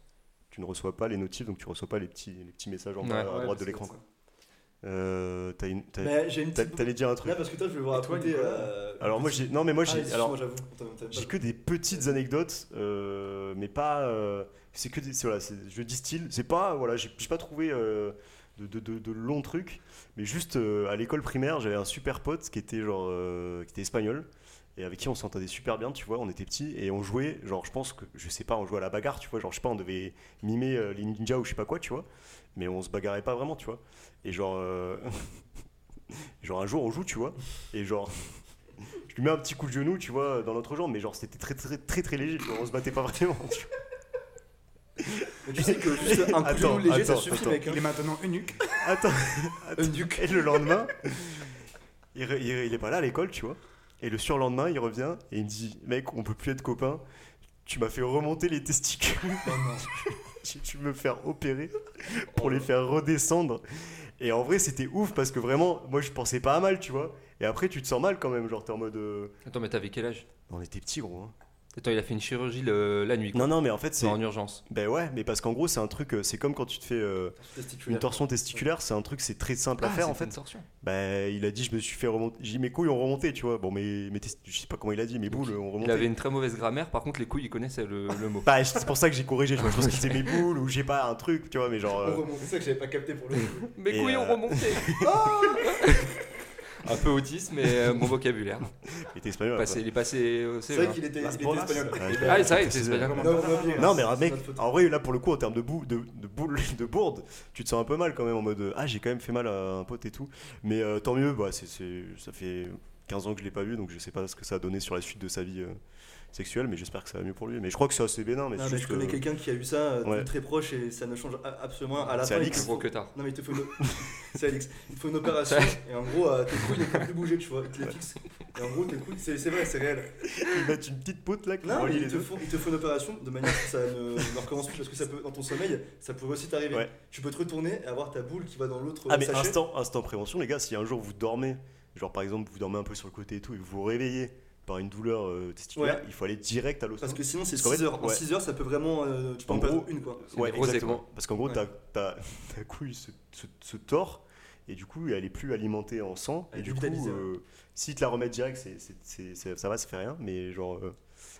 Speaker 1: tu ne reçois pas les notifs, donc tu reçois pas les petits, les petits messages en
Speaker 4: Ouais,
Speaker 1: bas à droite
Speaker 3: Ouais,
Speaker 1: de
Speaker 3: parce que
Speaker 1: l'écran.
Speaker 3: ça- Bah,
Speaker 1: Euh, t'as une- t'as-
Speaker 2: Mais Bah, j'ai une
Speaker 1: t'a-
Speaker 2: petite.
Speaker 1: T'allais dire un
Speaker 2: Là,
Speaker 1: truc.
Speaker 2: parce que toi, je vais voir
Speaker 3: Et toi,
Speaker 2: à côté.
Speaker 3: Nicolas
Speaker 2: euh,
Speaker 1: Alors, moi, j'ai. Non, mais moi,
Speaker 2: Ah,
Speaker 1: j'ai.
Speaker 2: excuse-moi,
Speaker 1: Alors,
Speaker 2: j'avoue. t'aimes- t'aimes
Speaker 1: J'ai
Speaker 2: pas.
Speaker 1: que des petites anecdotes, euh, mais pas. euh, c'est que des. c'est- Voilà, c'est- je distille. C'est pas. Voilà, j'ai j'ai pas trouvé euh, de, de, de- de longs trucs. Mais juste euh, à l'école primaire, j'avais un super pote qui était genre. euh, qui était espagnol. Et avec qui on s'entendait super bien, tu vois. On était petits et on jouait. Genre, je pense que. Je sais pas, on jouait à la bagarre, tu vois. Genre, je sais pas, on devait mimer euh, les ninjas ou je sais pas quoi, tu vois. Mais on se bagarrait pas vraiment, tu vois. Et genre. euh, genre, un jour, on joue, tu vois. Et genre je lui mets un petit coup de genou, tu vois, dans l'autre jambe, mais genre c'était très très très très léger, tu vois, on se battait pas vraiment. tu vois.
Speaker 2: Mais Tu sais que juste un coup de
Speaker 1: Attends,
Speaker 2: genou léger, ça
Speaker 1: attends,
Speaker 2: suffit,
Speaker 1: attends.
Speaker 2: mec. hein.
Speaker 3: Il est maintenant eunuque.
Speaker 1: Attends,
Speaker 3: Euh,
Speaker 1: attends.
Speaker 2: Eunuque.
Speaker 1: Et le lendemain, il, re- il- il est pas là à l'école, tu vois. Et le surlendemain, il revient et il me dit Mec, on peut plus être copains. Tu m'as fait remonter les testicules.
Speaker 2: Oh non. Oh.
Speaker 1: J'ai dû me faire opérer pour les faire redescendre. Et en vrai, c'était ouf parce que vraiment, moi, je pensais pas à mal, tu vois. Et après, tu te sens mal quand même. Genre, t'es en mode. euh,
Speaker 4: Attends, mais t'avais quel âge
Speaker 1: On était petits, gros. hein.
Speaker 4: Attends, il a fait une chirurgie le- la nuit. quoi.
Speaker 1: Non, non, mais en fait, c'est.
Speaker 4: en urgence.
Speaker 1: Ben ouais, mais parce qu'en gros, c'est un truc. euh, C'est comme quand tu te fais euh,
Speaker 2: Testiculaire.
Speaker 1: une torsion testiculaire, c'est un truc, c'est très simple à
Speaker 4: Ah,
Speaker 1: faire en
Speaker 4: c'était
Speaker 1: fait.
Speaker 4: une torsion.
Speaker 1: Bah, il a dit, je me suis fait remonter. J'ai dit, mes couilles ont remonté, tu vois. Bon, mais, mais je sais pas comment il a dit, mes boules ont
Speaker 4: Il
Speaker 1: remonté.
Speaker 4: avait une très mauvaise grammaire, par contre, les couilles, il connaissait le, le mot.
Speaker 1: Bah, c'est pour ça que j'ai corrigé. tu vois. Je pense que c'était mes boules ou j'ai pas un truc, tu vois, mais genre.
Speaker 2: On
Speaker 1: euh,
Speaker 2: remonte, c'est ça que j'avais pas capté pour le coup.
Speaker 4: Mes
Speaker 1: Et
Speaker 4: couilles
Speaker 1: euh,
Speaker 4: ont remonté Un peu autiste, mais euh, mon vocabulaire.
Speaker 1: il était espagnol.
Speaker 4: Passé- il est passé au E, hein.
Speaker 2: C'est
Speaker 4: CE1.
Speaker 2: vrai qu'il était, il
Speaker 1: quoi.
Speaker 2: était
Speaker 1: Bon,
Speaker 2: espagnol.
Speaker 1: ouais,
Speaker 2: Il est-
Speaker 4: Bah, Ah, c'est vrai, c'est
Speaker 1: précisé.
Speaker 4: espagnol.
Speaker 2: Non, on l'a oublié,
Speaker 1: Non,
Speaker 2: c'est-
Speaker 1: mais un
Speaker 2: c'est
Speaker 1: mec,
Speaker 2: notre faute.
Speaker 1: en vrai, là pour le coup, en termes de, boue, de, de boules, de bourde, tu te sens un peu mal quand même en mode euh, Ah, j'ai quand même fait mal à un pote et tout. Mais euh, tant mieux, bah, c'est c'est- ça fait 15 ans que je l'ai pas vu, donc je sais pas ce que ça a donné sur la suite de sa vie euh, sexuelle, mais j'espère que ça va mieux pour lui. Mais je crois que c'est assez bénin. Mais
Speaker 2: Non,
Speaker 1: c'est
Speaker 2: mais
Speaker 1: juste,
Speaker 2: je connais
Speaker 1: euh,
Speaker 2: quelqu'un qui a eu ça euh, de
Speaker 1: ouais.
Speaker 2: très proche et ça ne change a- absolument rien. à la
Speaker 1: C'est
Speaker 2: fin. il
Speaker 1: Alix.
Speaker 2: te
Speaker 4: Gros
Speaker 2: faut-
Speaker 4: que tard.
Speaker 2: Non, mais il te faut une... c'est Alix. Il te faut une opération et en gros, euh, tes couilles ne peuvent plus bouger, tu vois. Ils te les fixent. Et en gros, tes couilles, c'est c'est vrai, c'est réel.
Speaker 1: ils mettent une petite poutre là qui
Speaker 2: Non, mais
Speaker 1: relie
Speaker 2: il
Speaker 1: les
Speaker 2: te,
Speaker 1: deux.
Speaker 2: faut, il te faut une opération de manière que ça ne, ne recommence plus parce que ça peut, dans ton sommeil, ça pourrait aussi t'arriver.
Speaker 1: Ouais.
Speaker 2: Tu peux te retourner et avoir ta boule qui va dans l'autre
Speaker 1: Ah mais
Speaker 2: sachet.
Speaker 1: instant, instant prévention les gars, si un jour vous dormez, genre par exemple vous dormez un peu sur le côté et tout et vous vous réveillez par une douleur euh, testiculaire,
Speaker 2: Ouais.
Speaker 1: il faut aller direct à
Speaker 2: Parce
Speaker 1: l'hôpital.
Speaker 2: que sinon, c'est
Speaker 1: Parce qu'en
Speaker 2: 6
Speaker 1: fait,
Speaker 2: heures. En
Speaker 1: ouais.
Speaker 2: 6 heures, ça peut vraiment. euh, tu peux
Speaker 1: En
Speaker 2: en perdre
Speaker 1: gros,
Speaker 2: une, quoi.
Speaker 4: c'est des rosés,
Speaker 1: exactement. Parce qu'en gros
Speaker 2: Ouais.
Speaker 1: ta, ta- ta couille se, se- se tord et du coup elle est plus alimentée en sang et
Speaker 2: Elle est
Speaker 1: du coup
Speaker 2: vitalisée, ouais.
Speaker 1: euh, si te la remettent direct c'est, c'est- c'est- c'est- ça va ça fait rien mais genre euh,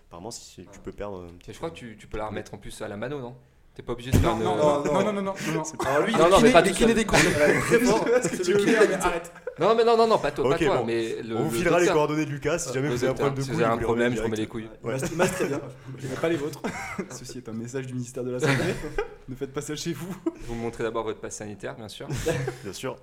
Speaker 1: apparemment si tu peux perdre euh, un
Speaker 4: Et
Speaker 1: petit
Speaker 4: je crois que tu, tu peux la remettre en plus à la mano, non T'es pas obligé de faire
Speaker 3: Non,
Speaker 4: une-
Speaker 2: non,
Speaker 3: non, non, non, non, non, non, non.
Speaker 2: Alors lui, il
Speaker 4: Non,
Speaker 2: est
Speaker 4: non, mais
Speaker 2: kiné-
Speaker 4: pas
Speaker 2: il est
Speaker 4: tout
Speaker 2: kiné
Speaker 4: seul.
Speaker 2: des couilles. Ouais, Très fort. C'est le kiné des-
Speaker 3: Arrête.
Speaker 4: Non, mais non, non, non, pas toi, pas
Speaker 1: Ok,
Speaker 4: toi,
Speaker 1: bon.
Speaker 4: mais le-
Speaker 1: On vous
Speaker 4: le
Speaker 1: filera les
Speaker 4: docteur.
Speaker 1: coordonnées de Lucas si jamais
Speaker 4: Le
Speaker 1: vous avez un
Speaker 4: docteur.
Speaker 1: problème de
Speaker 4: Si
Speaker 1: couille.
Speaker 4: vous avez
Speaker 1: vous
Speaker 4: un
Speaker 1: les
Speaker 4: problème,
Speaker 1: remettez
Speaker 4: je remets les
Speaker 1: direct.
Speaker 4: couilles.
Speaker 2: Il masse- il masse très bien.
Speaker 3: Je n'ai pas les vôtres. Ceci est un message du ministère de la Santé. ne faites pas ça chez vous.
Speaker 4: Vous me montrez d'abord votre passe sanitaire, bien sûr.
Speaker 1: Bien sûr.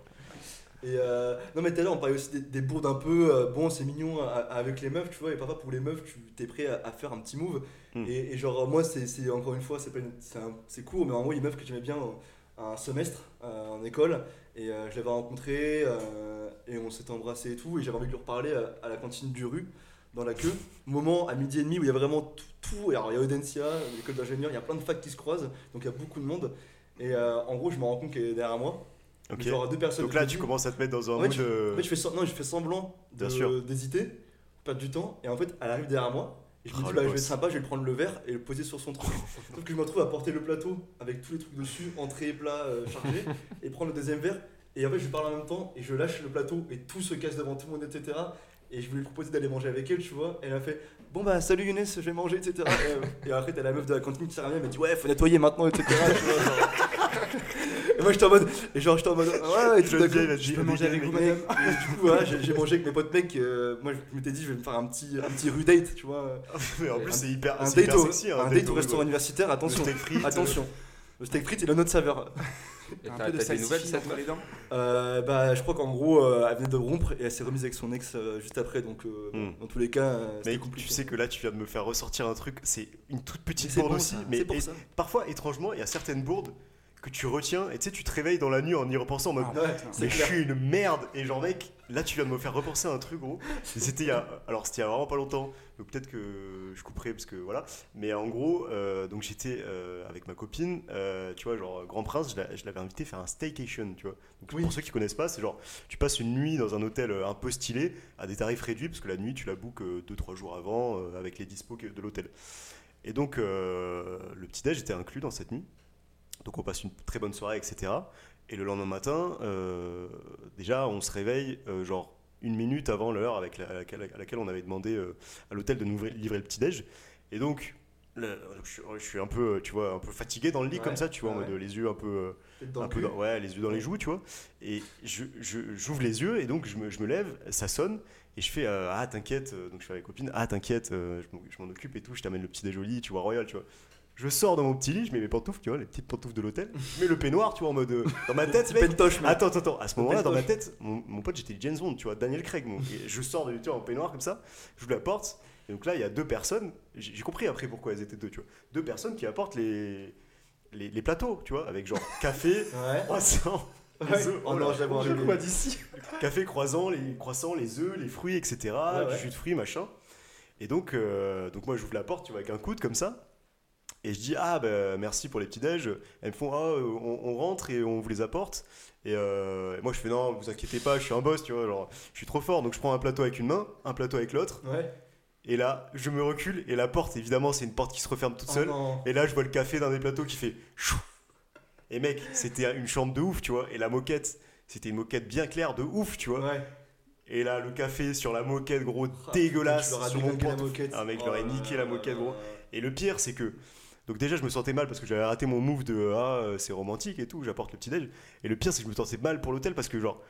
Speaker 2: Et euh, non mais tout à l'heure on parlait aussi des, des bourdes un peu euh, bon c'est mignon à- à- avec les meufs tu vois et parfois pour les meufs tu t'es prêt à, à faire un petit move
Speaker 1: Hmm.
Speaker 2: et, et genre moi c'est c'est- encore une fois c'est pas une- c'est un- c'est court mais en gros une meuf que j'aimais bien euh, un semestre euh, en école et euh, je l'avais rencontrée euh, et on s'était embrassé et tout et j'avais envie de lui reparler euh, à, à la cantine du rue dans la queue moment à midi et demi où il y a vraiment tout, tout. Et alors il y a Audencia l'école d'ingénieurs il y a plein de facs qui se croisent donc il y a beaucoup de monde et euh, en gros je me rends compte qu'elle est derrière moi
Speaker 1: Ok.
Speaker 2: genre deux personnes
Speaker 1: Donc
Speaker 2: je
Speaker 1: là
Speaker 2: me
Speaker 1: tu
Speaker 2: dis,
Speaker 1: commences à te mettre dans un
Speaker 2: Ouais,
Speaker 1: mood. euh,
Speaker 2: en fait, je fais, sem- non, je fais semblant
Speaker 1: Bien sûr.
Speaker 2: de- d'hésiter, perdre du temps, et en fait, elle arrive derrière moi. Et je me
Speaker 1: Oh,
Speaker 2: dis,
Speaker 1: le
Speaker 2: bah, je vais être
Speaker 1: boss.
Speaker 2: sympa, je vais prendre le verre et le poser sur son truc. Sauf que je me retrouve à porter le plateau avec tous les trucs dessus, entrée, plat, euh, chargé, et prendre le deuxième verre. Et en fait, je parle en même temps, et je lâche le plateau, et tout se casse devant tout le monde, etc. Et je voulais lui proposer d'aller manger avec elle, tu vois. Elle a fait, bon bah, salut Younes, je vais manger, etc. Et, euh, et après, t'as la meuf de la cantine qui revient, elle m'a dit, ouais, faut nettoyer maintenant, etc. tu vois, genre. Et moi, j'étais en mode, et genre, j'étais en mode, ouais, ouais, tout
Speaker 1: Geneviève,
Speaker 2: d'accord.
Speaker 1: elle a dit,
Speaker 3: peux manger avec vous,
Speaker 2: Mec, et du coup, voilà, j'ai j'ai mangé avec mes potes mecs. euh, moi, je m'étais dit, je vais me faire un petit, un petit rue date, tu vois.
Speaker 1: Mais en plus, c'est hyper,
Speaker 2: Un
Speaker 1: c'est
Speaker 2: date,
Speaker 1: hyper
Speaker 2: au,
Speaker 1: sexy. hein,
Speaker 2: un date au restaurant
Speaker 1: ouais.
Speaker 2: universitaire, attention.
Speaker 1: Le steak frites,
Speaker 2: attention. Le steak frites, il a notre saveur.
Speaker 4: Et
Speaker 3: Un
Speaker 4: t'as
Speaker 3: peu de
Speaker 4: t'as des nouvelles,
Speaker 3: salsifis
Speaker 4: cette
Speaker 3: entre
Speaker 4: meuf
Speaker 3: les dents.
Speaker 2: Euh, bah, je crois qu'en gros, euh, elle venait de rompre et elle s'est remise avec son ex euh, juste après. Donc, euh,
Speaker 1: Hmm.
Speaker 2: dans tous les cas, euh, c'était
Speaker 1: Mais
Speaker 2: compliqué.
Speaker 1: tu sais que là, tu viens de me faire ressortir un truc. C'est une toute
Speaker 2: Mais
Speaker 1: petite
Speaker 2: c'est
Speaker 1: bourde
Speaker 2: pour
Speaker 1: aussi.
Speaker 2: ça,
Speaker 1: Mais
Speaker 2: c'est pour
Speaker 1: et-
Speaker 2: ça.
Speaker 1: parfois, étrangement, il y a certaines bourdes que tu retiens et tu sais, tu te réveilles dans la nuit en y repensant en mode.
Speaker 3: Ah,
Speaker 2: Ouais.
Speaker 3: putain.
Speaker 1: mais
Speaker 2: c'est
Speaker 1: je
Speaker 2: clair.
Speaker 1: suis une merde et genre mec là tu viens de me faire repenser à un truc gros Et c'était il y a alors c'était il y a vraiment pas longtemps donc peut-être que je couperai parce que voilà mais en gros euh, donc j'étais euh, avec ma copine euh, tu vois genre Grand Prince je l'a- je l'avais invité faire un staycation tu vois donc
Speaker 2: Oui.
Speaker 1: pour ceux qui connaissent pas c'est genre tu passes une nuit dans un hôtel euh, un peu stylé à des tarifs réduits parce que la nuit tu la bookes 2-3 jours avant euh, avec les dispos que- de l'hôtel et donc euh, le petit déj était inclus dans cette nuit donc on passe une très bonne soirée etc et le lendemain matin, euh, déjà, on se réveille euh, genre une minute avant l'heure avec la- à laquelle, à laquelle on avait demandé euh, à l'hôtel de nous livrer- livrer le petit-déj. Et donc, le- je, suis- je suis un peu, euh, tu vois, un peu fatigué dans le lit
Speaker 2: Ouais,
Speaker 1: comme ça, tu vois, en
Speaker 2: ouais.
Speaker 1: mode euh, les yeux un peu... euh,
Speaker 2: Peut-être dans
Speaker 1: un
Speaker 2: le
Speaker 1: peu
Speaker 2: cul.
Speaker 1: dans- ouais, les yeux dans les joues, tu vois. Et j'ouvre je, j'ouvre les yeux et donc je me, je me lève, ça sonne et je fais euh, Ah, t'inquiète, euh, donc je fais à la copine, Ah, t'inquiète, euh, je m'en- je m'en occupe et tout, je t'amène le petit déjoli, tu vois, royal, tu vois. Je sors dans mon petit lit, je mets mes pantoufles, tu vois, les petites pantoufles de l'hôtel, je mets le peignoir, tu vois, en mode euh, dans ma tête, mec.
Speaker 2: Pentoche, mec.
Speaker 1: Attends, attends, attends, à ce
Speaker 2: Le
Speaker 1: moment-là, dans ma
Speaker 2: pentoche.
Speaker 1: tête, mon, mon pote, j'étais James Bond, tu vois, Daniel Craig. Mon, et je sors de tu vois, en peignoir comme ça, j'ouvre la porte, et donc là, il y a deux personnes, j'ai j'ai compris après pourquoi elles étaient deux, tu vois, deux personnes qui apportent les, les, les plateaux, tu vois, avec genre café,
Speaker 2: Ouais.
Speaker 1: croissant, les œufs,
Speaker 2: Oh
Speaker 1: oh là,
Speaker 2: non, j'avais
Speaker 1: je
Speaker 2: oublié.
Speaker 1: crois d'ici. Café, croissant, les croissants, les œufs, les fruits, etc.
Speaker 2: Ouais, ouais.
Speaker 1: Du jus de fruits, machin. Et donc, euh, donc moi, j'ouvre la porte, tu vois, avec un coude comme ça. Et je dis, ah, bah, merci pour les petits-déj. Elles me font, ah, euh, on, on rentre et on vous les apporte. Et, euh, et moi, je fais, non, vous inquiétez pas, je suis un boss, tu vois, genre, je suis trop fort. Donc, je prends un plateau avec une main, un plateau avec l'autre.
Speaker 2: Ouais.
Speaker 1: Et là, je me recule. Et la porte, évidemment, c'est une porte qui se referme toute
Speaker 2: Oh
Speaker 1: seule.
Speaker 2: non.
Speaker 1: Et là, je vois le café d'un des plateaux qui fait chou. Et mec, c'était une chambre de ouf, tu vois. Et la moquette, c'était une moquette bien claire de ouf, tu vois.
Speaker 2: Ouais.
Speaker 1: Et là, le café sur la moquette, gros,
Speaker 2: Ah,
Speaker 1: dégueulasse.
Speaker 2: tu leur as
Speaker 1: sur mon
Speaker 2: déglingué la
Speaker 1: porte-
Speaker 2: moquette.
Speaker 1: Ah, mec, je
Speaker 2: Oh
Speaker 1: leur ai
Speaker 2: là
Speaker 1: niqué
Speaker 2: là
Speaker 1: la moquette,
Speaker 2: là
Speaker 1: gros.
Speaker 2: là.
Speaker 1: Et le pire, c'est que. Donc, déjà, je me sentais mal parce que j'avais raté mon move de Ah, euh, c'est romantique et tout, j'apporte le petit-déj. Et le pire, c'est que je me sentais mal pour l'hôtel parce que, genre.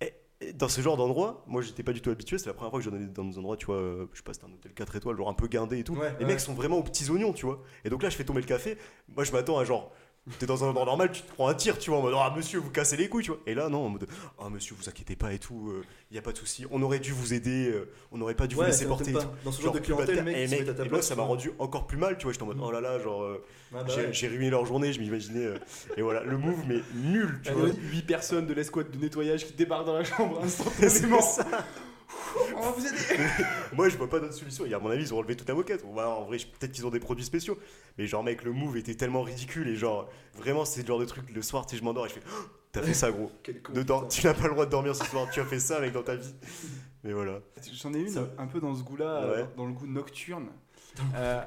Speaker 1: eh, eh, Dans ce genre d'endroit, moi j'étais pas du tout habitué, c'est la première fois que j'en étais dans des endroits, tu vois, euh, je sais pas, c'était un hôtel 4 étoiles, genre un peu guindé et tout.
Speaker 2: Ouais,
Speaker 1: Les
Speaker 2: ouais.
Speaker 1: mecs sont vraiment aux petits oignons, tu vois. Et donc là, je fais tomber le café. Moi, je m'attends à genre, t'es dans un endroit normal, tu te prends un tir, tu vois, en mode, ah monsieur, vous cassez les couilles, tu vois. Et là, non, en mode, ah monsieur, vous inquiétez pas et tout, il y a pas de souci, on aurait dû vous aider, euh, on aurait pas dû vous
Speaker 2: Ouais,
Speaker 1: laisser
Speaker 2: ça
Speaker 1: porter. et
Speaker 2: m'étonne
Speaker 1: tout.
Speaker 2: pas. Dans ce genre de
Speaker 1: plus bâtard.
Speaker 2: clientèle, les mecs,
Speaker 1: et,
Speaker 2: ils se mettent à ta Eh,
Speaker 1: et moi,
Speaker 2: place,
Speaker 1: ça m'a
Speaker 2: ouais.
Speaker 1: rendu encore plus mal, tu vois. J'étais en mode, oh là là, genre, euh,
Speaker 2: Ouais, bah
Speaker 1: j'ai
Speaker 2: ouais.
Speaker 1: j'ai ruiné leur journée, je m'imaginais. euh, et voilà, le move, mais nul,
Speaker 3: Ah
Speaker 1: tu vois.
Speaker 3: 8 personnes de l'escouade de nettoyage qui débarquent dans la chambre instantanément.
Speaker 1: C'est ça.
Speaker 3: On va vous aider.
Speaker 1: Moi, je vois pas d'autre solution. Et à mon avis, ils ont relevé toute la moquette. Bon, bah, en vrai, je- peut-être qu'ils ont des produits spéciaux. Mais genre, mec, le move était tellement ridicule. Et genre, vraiment, c'est le genre de truc. Le soir, tu sais, je m'endors et je fais Oh, T'as fait ça, gros.
Speaker 2: Quel con,
Speaker 1: Dedans,
Speaker 2: putain.
Speaker 1: tu n'as pas le droit de dormir ce soir. Tu as fait ça, mec, dans ta vie. Mais voilà.
Speaker 3: J'en ai une
Speaker 1: Ça-
Speaker 3: un peu dans ce goût-là, euh,
Speaker 1: Ouais.
Speaker 3: dans le goût nocturne. Euh,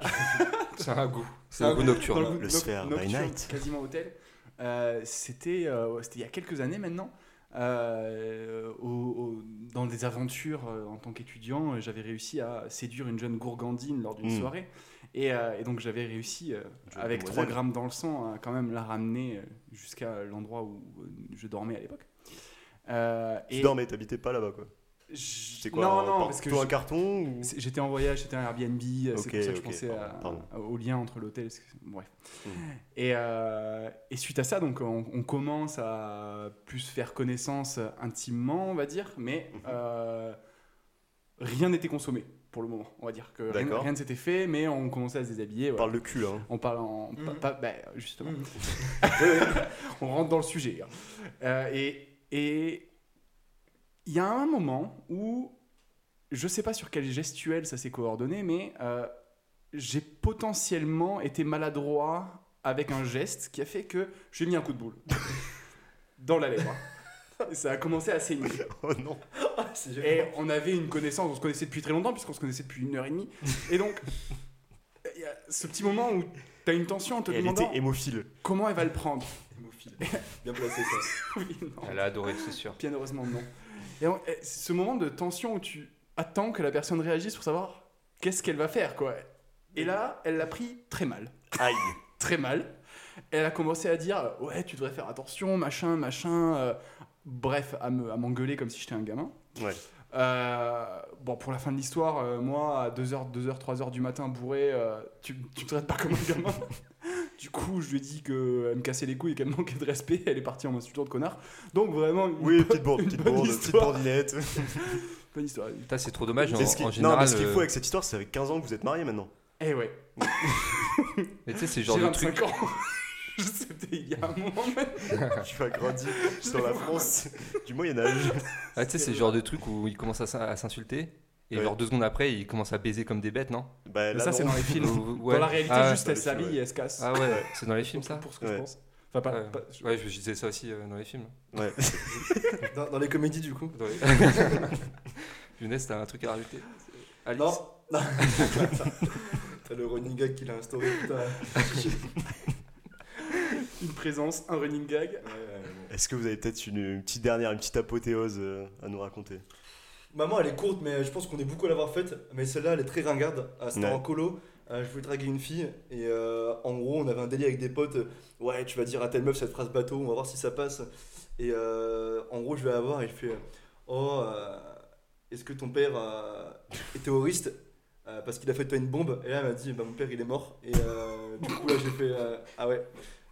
Speaker 4: C'est un goût. C'est
Speaker 3: un
Speaker 4: un goût
Speaker 3: goût- dans
Speaker 4: nocturne.
Speaker 3: goût
Speaker 1: Le
Speaker 3: noc-
Speaker 1: Sphere by
Speaker 3: nocturne,
Speaker 1: Night.
Speaker 3: Quasiment hôtel. Euh, c'était euh, c'était il y a quelques années maintenant. Euh, au- au- dans des aventures euh, en tant qu'étudiant, euh, j'avais réussi à séduire une jeune gourgandine lors d'une
Speaker 1: Mm.
Speaker 3: soirée. Et, euh, et donc j'avais réussi, euh,
Speaker 1: jeune
Speaker 3: avec
Speaker 1: demoiselle.
Speaker 3: 3 grammes dans le sang, à quand même la ramener euh, jusqu'à l'endroit où euh, je dormais à l'époque. Euh,
Speaker 1: Tu
Speaker 3: et
Speaker 1: dormais, t'habitais pas là-bas, quoi.
Speaker 3: je-
Speaker 1: C'est quoi
Speaker 3: Non,
Speaker 1: un-
Speaker 3: non,
Speaker 1: par-
Speaker 3: parce que
Speaker 1: plutôt un
Speaker 3: je-
Speaker 1: carton ou...
Speaker 3: c'est- J'étais en voyage, j'étais à Airbnb,
Speaker 1: Ok,
Speaker 3: euh, c'est pour ça que je
Speaker 1: ok,
Speaker 3: pensais à-
Speaker 1: pardon,
Speaker 3: à- au lien entre l'hôtel. parce que- Bref.
Speaker 1: Mm.
Speaker 3: Et, euh, et suite à ça, donc, on, on commence à plus faire connaissance euh, intimement, on va dire, mais
Speaker 1: Mhm.
Speaker 3: euh, rien n'était consommé pour le moment, on va dire. que Rien,
Speaker 1: D'accord.
Speaker 3: rien ne s'était fait, mais on commençait à se déshabiller.
Speaker 1: On
Speaker 3: voilà.
Speaker 1: parle le cul, là. hein.
Speaker 3: On parle en.
Speaker 2: Mhm.
Speaker 3: pas- pas- bah, justement.
Speaker 2: Mhm.
Speaker 3: on rentre dans le sujet. hein. Euh, et et il y a un moment où, je sais pas sur quelle gestuelle ça s'est coordonné, mais euh, j'ai potentiellement été maladroit avec un geste qui a fait que j'ai mis un coup de boule dans la lèvre. Et ça a commencé à saigner.
Speaker 1: Oh non.
Speaker 2: Ah, c'est génial.
Speaker 3: Et on avait une connaissance, on se connaissait depuis très longtemps, puisqu'on se connaissait depuis une heure et demie. Et donc, il y a ce petit moment où tu as une tension en te
Speaker 1: Et elle
Speaker 3: demandant
Speaker 1: était hémophile.
Speaker 3: comment elle va le prendre.
Speaker 2: Hémophile. Bien placé ça.
Speaker 3: Oui, non.
Speaker 4: Elle a adoré, c'est sûr.
Speaker 3: Bien heureusement, non. Et on- et c'est ce moment de tension où tu attends que la personne réagisse pour savoir qu'est-ce qu'elle va faire, quoi. Et là, elle l'a pris très mal.
Speaker 1: Aïe.
Speaker 3: Très mal. Elle a commencé à dire euh, Ouais, tu devrais faire attention, machin, machin. euh, bref, à me- à m'engueuler comme si j'étais un gamin.
Speaker 1: Ouais.
Speaker 3: Euh, bon, pour la fin de l'histoire, euh, moi, à 2h, 2h, 3h du matin, bourré, euh, tu, tu me traites pas comme un gamin. du coup, je lui ai dit qu'elle me cassait les couilles et qu'elle me manquait de respect. Elle est partie en m'insultant de connard. Donc, vraiment, une
Speaker 1: Oui,
Speaker 3: bonne-
Speaker 1: petite bourde,
Speaker 3: une
Speaker 1: petite
Speaker 3: bonne
Speaker 1: bourde, petite
Speaker 3: histoire.
Speaker 1: bourdinette.
Speaker 3: Bonne histoire.
Speaker 4: Putain, c'est trop dommage. En,
Speaker 1: Mais ce qui-
Speaker 4: en
Speaker 1: non, mais
Speaker 4: général,
Speaker 1: ce qu'il
Speaker 4: euh,
Speaker 1: faut avec cette histoire, c'est avec 15 ans que vous êtes mariés maintenant.
Speaker 3: Eh ouais,
Speaker 4: mais tu sais, c'est
Speaker 3: j'ai
Speaker 4: le genre de truc.
Speaker 3: 25 ans. Je sais, peut-être il y a un moment même.
Speaker 1: tu vas grandir dans la France du Moyen-Âge.
Speaker 4: Ah, tu sais, c'est le genre de truc où ils commencent à s'in- à s'insulter. Et
Speaker 1: Ouais.
Speaker 4: genre deux secondes après, ils commencent à baiser comme des bêtes, non
Speaker 1: Bah,
Speaker 3: Mais ça, c'est dans les films.
Speaker 4: Ou- ouais.
Speaker 3: Dans la réalité,
Speaker 4: Ah,
Speaker 3: juste,
Speaker 1: dans
Speaker 3: elle
Speaker 1: les films,
Speaker 3: s'habille
Speaker 1: ouais.
Speaker 3: et elle se casse.
Speaker 4: Ah ouais, c'est dans les films ça
Speaker 3: Pour ce que
Speaker 1: Ouais.
Speaker 3: je pense. Enfin, pas.
Speaker 4: Ouais.
Speaker 3: pas-
Speaker 4: Ouais, je, je disais ça aussi euh, dans les films.
Speaker 1: Ouais.
Speaker 2: Dans, dans les comédies du coup.
Speaker 4: Dans les... Younes, t'as un truc à rajouter Alice
Speaker 2: Non. non. T'as le running gag qu'il a instauré. Putain.
Speaker 3: Une présence, un running gag.
Speaker 2: Ouais, ouais, bon.
Speaker 1: Est-ce que vous avez peut-être une, une petite dernière, une petite apothéose euh, à nous raconter
Speaker 2: Maman, elle est courte, mais je pense qu'on est beaucoup à l'avoir faite. Mais celle-là, elle est très ringarde. Ah, C'était
Speaker 1: Ouais.
Speaker 2: en colo. Euh, je voulais draguer une fille. Et euh, en gros, on avait un délire avec des potes. Euh, Ouais, tu vas dire à telle meuf cette phrase bateau. On va voir si ça passe. Et euh, en gros, je vais avoir et je fais Oh, euh, est-ce que ton père euh, est terroriste Euh, Parce qu'il a fait de toi une bombe. Et là, elle m'a dit Bah, mon père, il est mort. Et euh, du coup, là, j'ai fait euh, Ah ouais.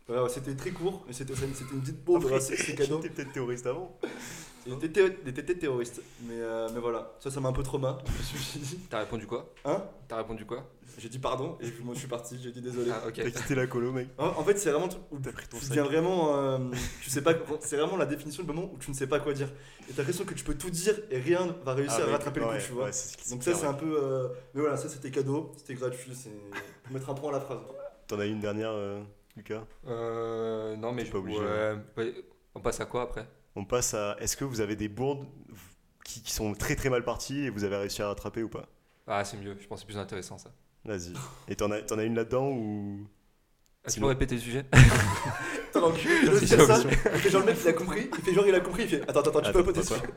Speaker 2: Voilà, c'était très court, mais c'était c'était une petite pause.
Speaker 1: Après,
Speaker 2: voilà, c'est c'est cadeau.
Speaker 1: J'étais peut-être terroriste avant. Hein
Speaker 2: Des tétés- des tétés terroristes. Mais, euh, mais voilà, ça, ça m'a un peu trauma. Je me suis dit,
Speaker 4: T'as répondu quoi
Speaker 2: hein
Speaker 4: T'as répondu quoi
Speaker 2: J'ai dit pardon et puis moi je suis parti, j'ai dit désolé.
Speaker 4: Ah, ok.
Speaker 1: T'as quitté la colo, mec.
Speaker 2: En, en fait, c'est vraiment le truc où
Speaker 1: T'as pris ton
Speaker 2: tu
Speaker 1: sac.
Speaker 2: deviens vraiment. euh, tu sais pas, c'est vraiment la définition du moment où tu ne sais pas quoi dire. Et t'as l'impression que tu peux tout dire et rien va réussir
Speaker 1: Ah,
Speaker 2: à
Speaker 1: mec,
Speaker 2: rattraper le
Speaker 1: ouais,
Speaker 2: coup, tu vois.
Speaker 1: ouais, c'est-
Speaker 2: Donc, ça,
Speaker 1: clair,
Speaker 2: c'est un peu. euh, Mais voilà, ça c'était cadeau, c'était gratuit, c'est. Pour mettre un point à la phrase.
Speaker 1: T'en as une dernière, euh, Lucas
Speaker 4: Euh, non, mais
Speaker 1: T'es pas obligé.
Speaker 4: ouais, ouais. On passe à quoi après
Speaker 1: On passe à. Est-ce que vous avez des bourdes qui, qui sont très très mal parties et vous avez réussi à rattraper ou pas
Speaker 4: Ah, c'est mieux. Je pense que c'est plus intéressant ça.
Speaker 1: Vas-y. Et t'en as, t'en as une là-dedans ou.
Speaker 4: Ah, tu
Speaker 1: Sinon-
Speaker 4: peux répéter le sujet
Speaker 2: Putain, l'enculé, le
Speaker 4: C'est
Speaker 2: dire ça.
Speaker 4: sûr.
Speaker 2: Il fait genre le mec il a compris, il fait genre il a compris, il fait attends, attends, tu peux
Speaker 1: Attends,
Speaker 2: poter
Speaker 1: attends, attends.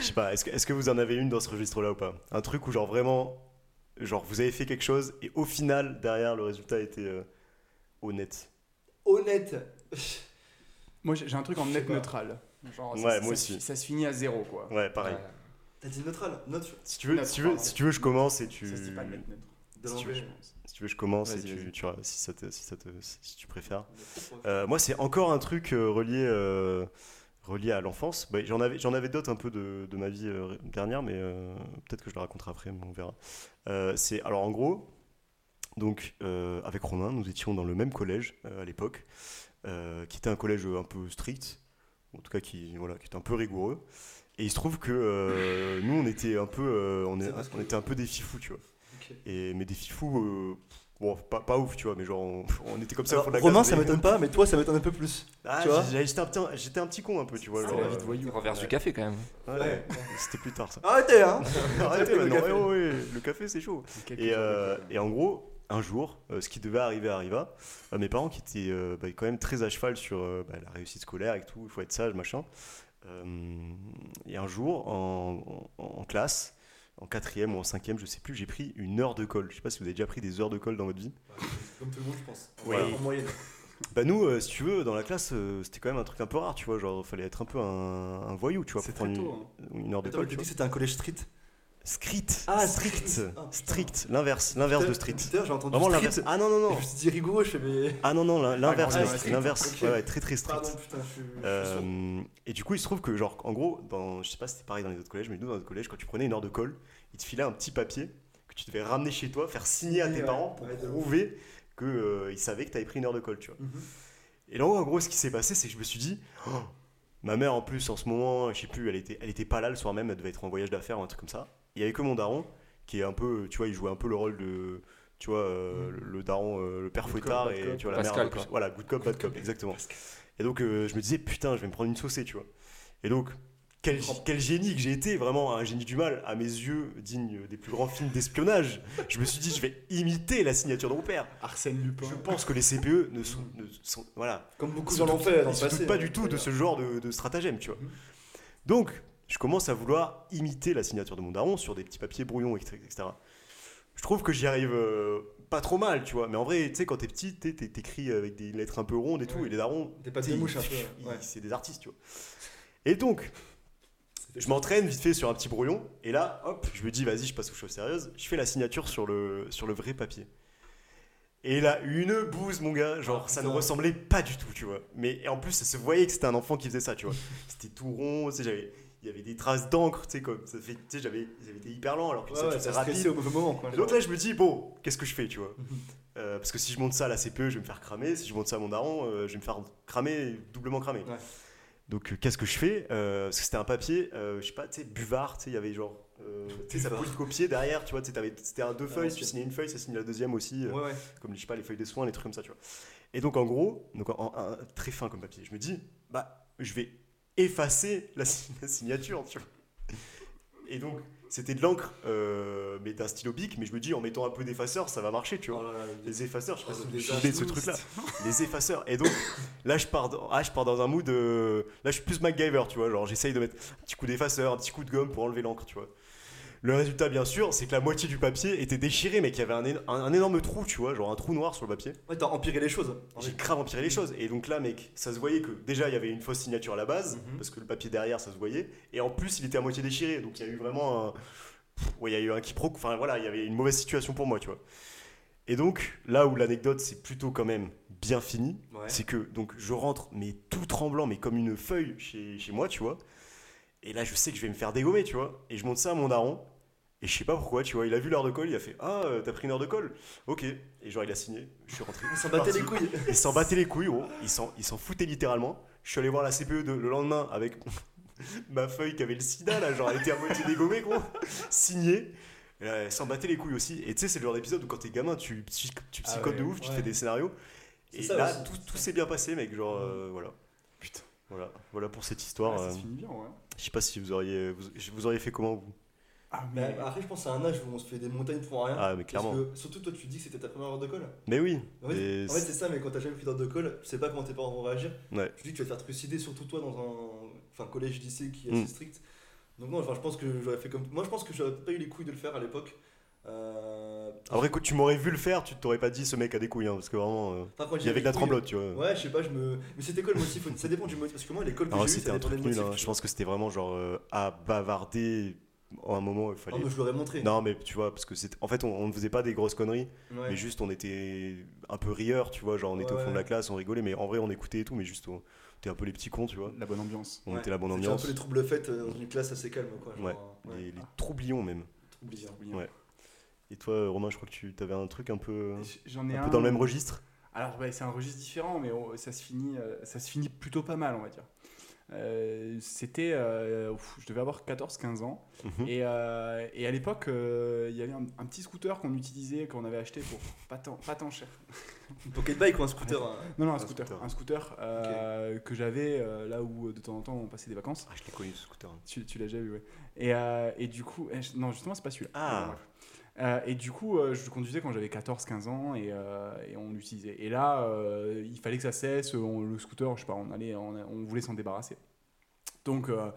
Speaker 1: Je sais pas, est-ce que, est-ce que vous en avez une dans ce registre-là ou pas Un truc où genre vraiment. Genre vous avez fait quelque chose et au final, derrière, le résultat était euh, honnête.
Speaker 2: Honnête.
Speaker 3: Moi, j'ai j'ai un truc en
Speaker 2: Je sais
Speaker 3: net
Speaker 2: pas.
Speaker 3: neutral. Genre, ça,
Speaker 1: Ouais,
Speaker 3: ça-
Speaker 1: moi
Speaker 3: ça se-
Speaker 1: aussi.
Speaker 3: Ça se finit à zéro, quoi.
Speaker 1: Ouais, pareil.
Speaker 4: Ouais.
Speaker 2: T'as dit neutral, neutre.
Speaker 1: Si tu veux, si tu veux, si tu veux je commence et tu.
Speaker 3: Ça se dit pas net neutre.
Speaker 2: De
Speaker 1: Si tu veux,
Speaker 2: l'anglais.
Speaker 1: Si tu veux, je commence et
Speaker 3: Vas-y,
Speaker 1: tu,
Speaker 3: vas-y.
Speaker 1: tu- si, ça te- si, ça te- si tu préfères. Euh, moi, c'est encore un truc euh, relié, euh, relié à l'enfance. Bah, j'en avais, j'en avais d'autres un peu de, de ma vie euh, dernière, mais euh, peut-être que je le raconterai après, mais on verra. Euh, c'est alors en gros, donc euh, avec Romain, nous étions dans le même collège euh, à l'époque, euh, qui était un collège un peu strict, en tout cas qui voilà, qui était un peu rigoureux. Et il se trouve que euh, nous, on était un peu, euh, on, est-
Speaker 2: C'est parce que-
Speaker 1: on était un peu des fifous, tu vois.
Speaker 2: Ok.
Speaker 1: Et mais des fifous, euh, bon, pas, pas ouf, tu vois, mais genre on, on était comme ça. au
Speaker 2: Alors,
Speaker 1: fond de la
Speaker 2: Romain,
Speaker 1: classe,
Speaker 2: ça
Speaker 1: mais-
Speaker 2: m'étonne pas, mais toi, ça m'étonne un peu plus.
Speaker 1: Ah,
Speaker 2: tu vois
Speaker 1: j'ai- j'étais un, petit- j'étais un petit con un peu, tu vois.
Speaker 2: C'est
Speaker 1: genre,
Speaker 2: la vie de
Speaker 1: euh,
Speaker 4: Voyou. Renverse du café quand même.
Speaker 1: ouais, ouais, C'était plus tard ça.
Speaker 2: Arrêtez, hein
Speaker 1: Arrêtez
Speaker 2: le
Speaker 1: maintenant.
Speaker 2: café.
Speaker 1: ouais, ouais, ouais, le café, c'est chaud. Et, euh, et en gros, un jour, euh, ce qui devait arriver arriva. Euh, mes parents qui étaient euh, bah, quand même très à cheval sur euh, bah, la réussite scolaire et tout, il faut être sage, machin. Euh, et un jour, en, en- en classe, en quatrième ou en cinquième, je sais plus, j'ai pris une heure de colle. Je sais pas si vous avez déjà pris des heures de colle dans votre vie.
Speaker 2: Comme tout le monde, je pense.
Speaker 1: Oui.
Speaker 2: En moyenne.
Speaker 1: Bah nous, euh, si tu veux, dans la classe, euh, c'était quand même un truc un peu rare, tu vois, genre fallait être un peu un, un voyou, tu vois,
Speaker 3: C'est
Speaker 1: pour
Speaker 3: très
Speaker 1: prendre
Speaker 3: tôt. hein.
Speaker 1: euh, une, une heure
Speaker 2: Attends,
Speaker 1: d'école, tu
Speaker 2: t'as dit que
Speaker 1: vois.
Speaker 2: c'était un collège street.
Speaker 1: Strict.
Speaker 2: Ah,
Speaker 1: strict.
Speaker 2: strict. Ah, putain.
Speaker 1: strict. L'inverse, l'inverse de street.
Speaker 2: Putain, j'ai entendu
Speaker 1: Vraiment
Speaker 2: street.
Speaker 1: l'inverse. Ah non non
Speaker 2: Et
Speaker 1: non.
Speaker 2: je me suis dit rigoureux, je fais mais.
Speaker 1: Ah non non, l'in- l'inverse,
Speaker 3: Ah,
Speaker 1: de
Speaker 3: ouais,
Speaker 1: street,
Speaker 3: strict.
Speaker 1: l'inverse.
Speaker 2: Ok.
Speaker 1: Ouais, ouais, très très strict.
Speaker 2: Pardon, putain, je suis. je suis
Speaker 1: Euh, et du coup, il se trouve que, genre, en gros, dans, je sais pas si c'était pareil dans les autres collèges, mais nous, dans notre collège, quand tu prenais une heure de colle, il te filait un petit papier que tu devais ramener chez toi, faire signer à
Speaker 2: Oui,
Speaker 1: tes
Speaker 2: ouais.
Speaker 1: parents pour
Speaker 2: Ouais, de ouf.
Speaker 1: prouver qu'ils savaient que tu avais pris une heure de colle, tu vois.
Speaker 2: Mhm.
Speaker 1: Et là, en gros, ce qui s'est passé, c'est que je me suis dit, Oh, ma mère, en plus, en ce moment, je sais plus, elle était, elle était pas là le soir même, elle devait être en voyage d'affaires ou un truc comme ça. Il y avait que mon daron, qui est un peu, tu vois, il jouait un peu le rôle de. Tu vois, euh, le, le daron, euh, le père
Speaker 3: Good cop,
Speaker 1: fouettard
Speaker 3: bad
Speaker 1: et
Speaker 3: cop.
Speaker 1: tu vois, la
Speaker 4: Pascal,
Speaker 1: mère. un peu
Speaker 4: quoi.
Speaker 1: plus- Voilà, good cop, bad cop, exactement. Et donc, euh, je me disais, putain, je vais me prendre une saucée, tu vois. Et donc, quel, quel génie que j'ai été, vraiment, un génie du mal, à mes yeux, digne des plus grands films d'espionnage. Je me suis dit, je vais imiter la signature de mon père.
Speaker 3: Arsène Lupin.
Speaker 1: Je pense que les CPE ne sont. ne sont- voilà.
Speaker 2: Comme beaucoup
Speaker 1: Ils
Speaker 2: gens
Speaker 1: se
Speaker 2: l'ont
Speaker 1: doutent-
Speaker 2: fait dans
Speaker 1: Ils
Speaker 2: le
Speaker 1: se
Speaker 2: passé.
Speaker 1: doutent pas
Speaker 2: hein, Mhm.
Speaker 1: du tout de ce genre de, de stratagème, tu vois. Donc, je commence à vouloir imiter la signature de mon daron sur des petits papiers brouillons, etc. etc. Je trouve que j'y arrive euh, pas trop mal, tu vois. Mais en vrai, tu sais, quand t'es petit, t'es- t'es- t'écris avec des lettres un peu rondes et tout,
Speaker 2: Ouais.
Speaker 1: et les darons,
Speaker 2: Des pattes
Speaker 1: tu sais,
Speaker 2: de
Speaker 1: ils-
Speaker 2: mouche un
Speaker 1: ils-
Speaker 2: peu. ouais.
Speaker 1: C'est des artistes, tu vois. Et donc, je m'entraîne vite fait sur un petit brouillon, et là, hop, je me dis, vas-y, je passe aux choses sérieuses, je fais la signature sur le, sur le vrai papier. Et là, une bouse, mon gars, genre,
Speaker 2: Ah,
Speaker 1: ça ne
Speaker 2: putain.
Speaker 1: ressemblait pas du tout, tu vois. Mais et en plus, ça se voyait que c'était un enfant qui faisait ça, tu vois. C'était tout rond, tu sais, j'avais- il y avait des traces d'encre, tu sais, comme, ça fait, tu sais, j'avais j'avais été hyper lent, alors que
Speaker 2: Ouais,
Speaker 1: ça,
Speaker 2: ouais,
Speaker 1: tu vois,
Speaker 2: t'as
Speaker 1: c'est rapide.
Speaker 2: stressé au mauvais moment. quoi,
Speaker 1: Et
Speaker 2: genre.
Speaker 1: donc là, je me dis, bon, qu'est-ce que je fais, tu vois
Speaker 2: Mhm.
Speaker 1: Euh, Parce que si je monte ça à la CPE, je vais me faire cramer. Si je monte ça à mon daron, euh, je vais me faire cramer, doublement cramer.
Speaker 2: Ouais.
Speaker 1: Donc, euh, qu'est-ce que je fais Euh, Parce que c'était un papier, euh, je sais pas, tu sais, buvard, tu sais, il y avait genre. euh, tu sais, ça
Speaker 2: Buvard.
Speaker 1: pouvait copier derrière, tu vois, tu sais, t'avais- c'était un deux
Speaker 2: Ah,
Speaker 1: feuilles,
Speaker 2: ok.
Speaker 1: si tu signais une feuille, ça signait la deuxième aussi, euh,
Speaker 2: Ouais, ouais.
Speaker 1: comme je sais pas, les feuilles des soins, les trucs comme ça, tu vois. Et donc, en gros, donc en- en- un- très fin comme papier, je me dis, bah, je vais effacer la, si- la signature, tu vois. Et donc, c'était de l'encre, euh, mais d'un stylo bic, mais je me dis, en mettant un peu d'effaceur, ça va marcher, tu vois.
Speaker 2: Oh là là,
Speaker 1: Les effaceurs, je sais pas
Speaker 2: Oh,
Speaker 1: si vous
Speaker 2: des
Speaker 1: vous souvenez de ce
Speaker 2: artistes.
Speaker 1: truc-là. Les effaceurs. Et donc, là, je pars dans, ah, je pars dans un mood. euh, là, je suis plus MacGyver, tu vois. Genre, j'essaye de mettre un petit coup d'effaceur, un petit coup de gomme pour enlever l'encre, tu vois. Le résultat, bien sûr, c'est que la moitié du papier était déchiré, mais qu'il y avait un, éno- un- un énorme trou, tu vois, genre un trou noir sur le papier.
Speaker 2: Ouais, t'as empiré les choses. hein.
Speaker 1: J'ai grave empiré les choses. Et donc là, mec, ça se voyait que déjà, il y avait une fausse signature à la base,
Speaker 2: Mhm.
Speaker 1: parce que le papier derrière, ça se voyait. Et en plus, il était à moitié déchiré. Donc il y a eu vraiment un. Pff, ouais, il y a eu un quiproquo. Enfin voilà, il y avait une mauvaise situation pour moi, tu vois. Et donc, là où l'anecdote, c'est plutôt quand même bien fini,
Speaker 2: Ouais.
Speaker 1: c'est que donc je rentre mais tout tremblant, mais comme une feuille chez, chez moi, tu vois. Et là, je sais que je vais me faire dégommer, tu vois. Et je monte ça à mon daron. Et je sais pas pourquoi, tu vois, il a vu l'heure de colle, il a fait Ah, euh, t'as pris une heure de colle Ok. Et genre, il a signé, je suis rentré.
Speaker 2: On s'en battait
Speaker 1: Parti.
Speaker 2: les couilles.
Speaker 1: Il s'en battait les couilles, gros. Il s'en, il s'en foutait littéralement. Je suis allé voir la CPE de- le lendemain avec ma feuille qui avait le sida, là. Genre, elle était à moitié dégommée, gros. Signée. Et là, Elle s'en battait les couilles aussi. Et tu sais, c'est le genre d'épisode où quand t'es gamin, tu, psy- tu
Speaker 3: Ah
Speaker 1: psychotes de
Speaker 3: ouais,
Speaker 1: ouf, tu te
Speaker 2: ouais.
Speaker 1: fais des scénarios.
Speaker 2: C'est
Speaker 1: Et
Speaker 2: ça
Speaker 1: là,
Speaker 2: aussi.
Speaker 1: tout, tout s'est bien passé, mec. Genre, euh, voilà.
Speaker 3: Putain.
Speaker 1: Voilà. Voilà pour cette histoire.
Speaker 3: ça
Speaker 1: euh,
Speaker 3: se finit bien, ouais.
Speaker 1: je sais pas si vous auriez, vous, vous auriez fait comment, vous
Speaker 3: Ah,
Speaker 2: Mais Bah, après, je pense que c'est un âge où on se fait des montagnes pour rien.
Speaker 1: Ah, mais
Speaker 2: Parce
Speaker 1: clairement.
Speaker 2: que, surtout, toi, tu dis que c'était ta première heure de colle.
Speaker 1: Mais oui.
Speaker 2: En fait,
Speaker 1: Et
Speaker 2: en fait, c'est ça, mais quand t'as jamais pris d'heure de colle, tu sais pas comment tes parents vont réagir.
Speaker 1: Ouais.
Speaker 2: Tu dis que tu vas te faire trucider, surtout toi, dans un enfin, collège-lycée qui est
Speaker 1: Mm.
Speaker 2: assez strict. Donc, non, enfin, je pense que j'aurais fait comme. Moi, je pense que j'aurais pas eu les couilles de le faire à l'époque. Euh...
Speaker 1: Après, écoute, tu m'aurais vu le faire, tu t'aurais pas dit ce mec a des couilles, hein, parce que vraiment, euh,
Speaker 2: enfin, quand
Speaker 1: il
Speaker 2: j'ai
Speaker 1: y avait de la
Speaker 2: les couilles-
Speaker 1: tremblote, tu vois.
Speaker 2: Ouais, je sais pas, je me. Mais c'était quoi le motif Ça dépend du motif. Parce que moi, l'école que
Speaker 1: Alors,
Speaker 2: j'ai eue,
Speaker 1: c'était
Speaker 2: ça
Speaker 1: un
Speaker 2: dépendait
Speaker 1: truc
Speaker 2: du
Speaker 1: nul,
Speaker 2: motif.
Speaker 1: hein. je pense que c'était vraiment genre euh, à bavarder en un moment, il
Speaker 2: Ah,
Speaker 1: fallait.
Speaker 2: mais je l'aurais montré.
Speaker 1: non, mais tu vois, parce que c'est. En fait, on on ne faisait pas des grosses conneries,
Speaker 2: Ouais.
Speaker 1: mais juste on était un peu rieurs, tu vois. Genre, on était au
Speaker 2: Ouais,
Speaker 1: fond de la
Speaker 2: ouais.
Speaker 1: classe, on rigolait, mais en vrai, on écoutait et tout, mais juste on était un peu les petits cons, tu vois.
Speaker 3: La bonne ambiance.
Speaker 1: On
Speaker 2: Ouais,
Speaker 1: était la bonne
Speaker 2: C'était un
Speaker 1: ambiance.
Speaker 2: peu les troubles faits euh, dans une classe assez calme, quoi. Genre,
Speaker 1: Ouais.
Speaker 2: euh, ouais.
Speaker 1: Les, les troublions, même.
Speaker 2: troubles, hein.
Speaker 1: Ouais. Et toi, euh, Romain, je crois que tu avais un truc un peu,
Speaker 3: J'en ai
Speaker 1: un peu dans le même registre.
Speaker 3: Alors, ouais, c'est un registre différent, mais on- ça, se finit, euh, ça se finit plutôt pas mal, on va dire. Euh, C'était. euh, ouf, je devais avoir 14-15 ans.
Speaker 1: Mhm.
Speaker 3: Et, euh, et à l'époque, euh, il y avait un, un petit scooter qu'on utilisait, qu'on avait acheté pour pas tant, pas tant cher.
Speaker 2: Une pocket bike ou un scooter hein.
Speaker 3: Non, non, un,
Speaker 1: Un
Speaker 3: scooter,
Speaker 1: scooter.
Speaker 3: Un scooter euh, que j'avais euh, là où euh, de temps en temps on passait des vacances.
Speaker 1: Ah, je l'ai connu ce scooter.
Speaker 3: Tu, tu l'as déjà vu, ouais. Et, euh, et du coup, eh, je- non, justement, c'est pas celui-là.
Speaker 1: Ah.
Speaker 3: Bon, bref. Euh, et du coup, euh, je le conduisais quand j'avais 14-15 ans et, euh, et on l'utilisait. Et là, euh, il fallait que ça cesse. on- le scooter, je sais pas, on, allait, on, on voulait s'en débarrasser. Donc, euh,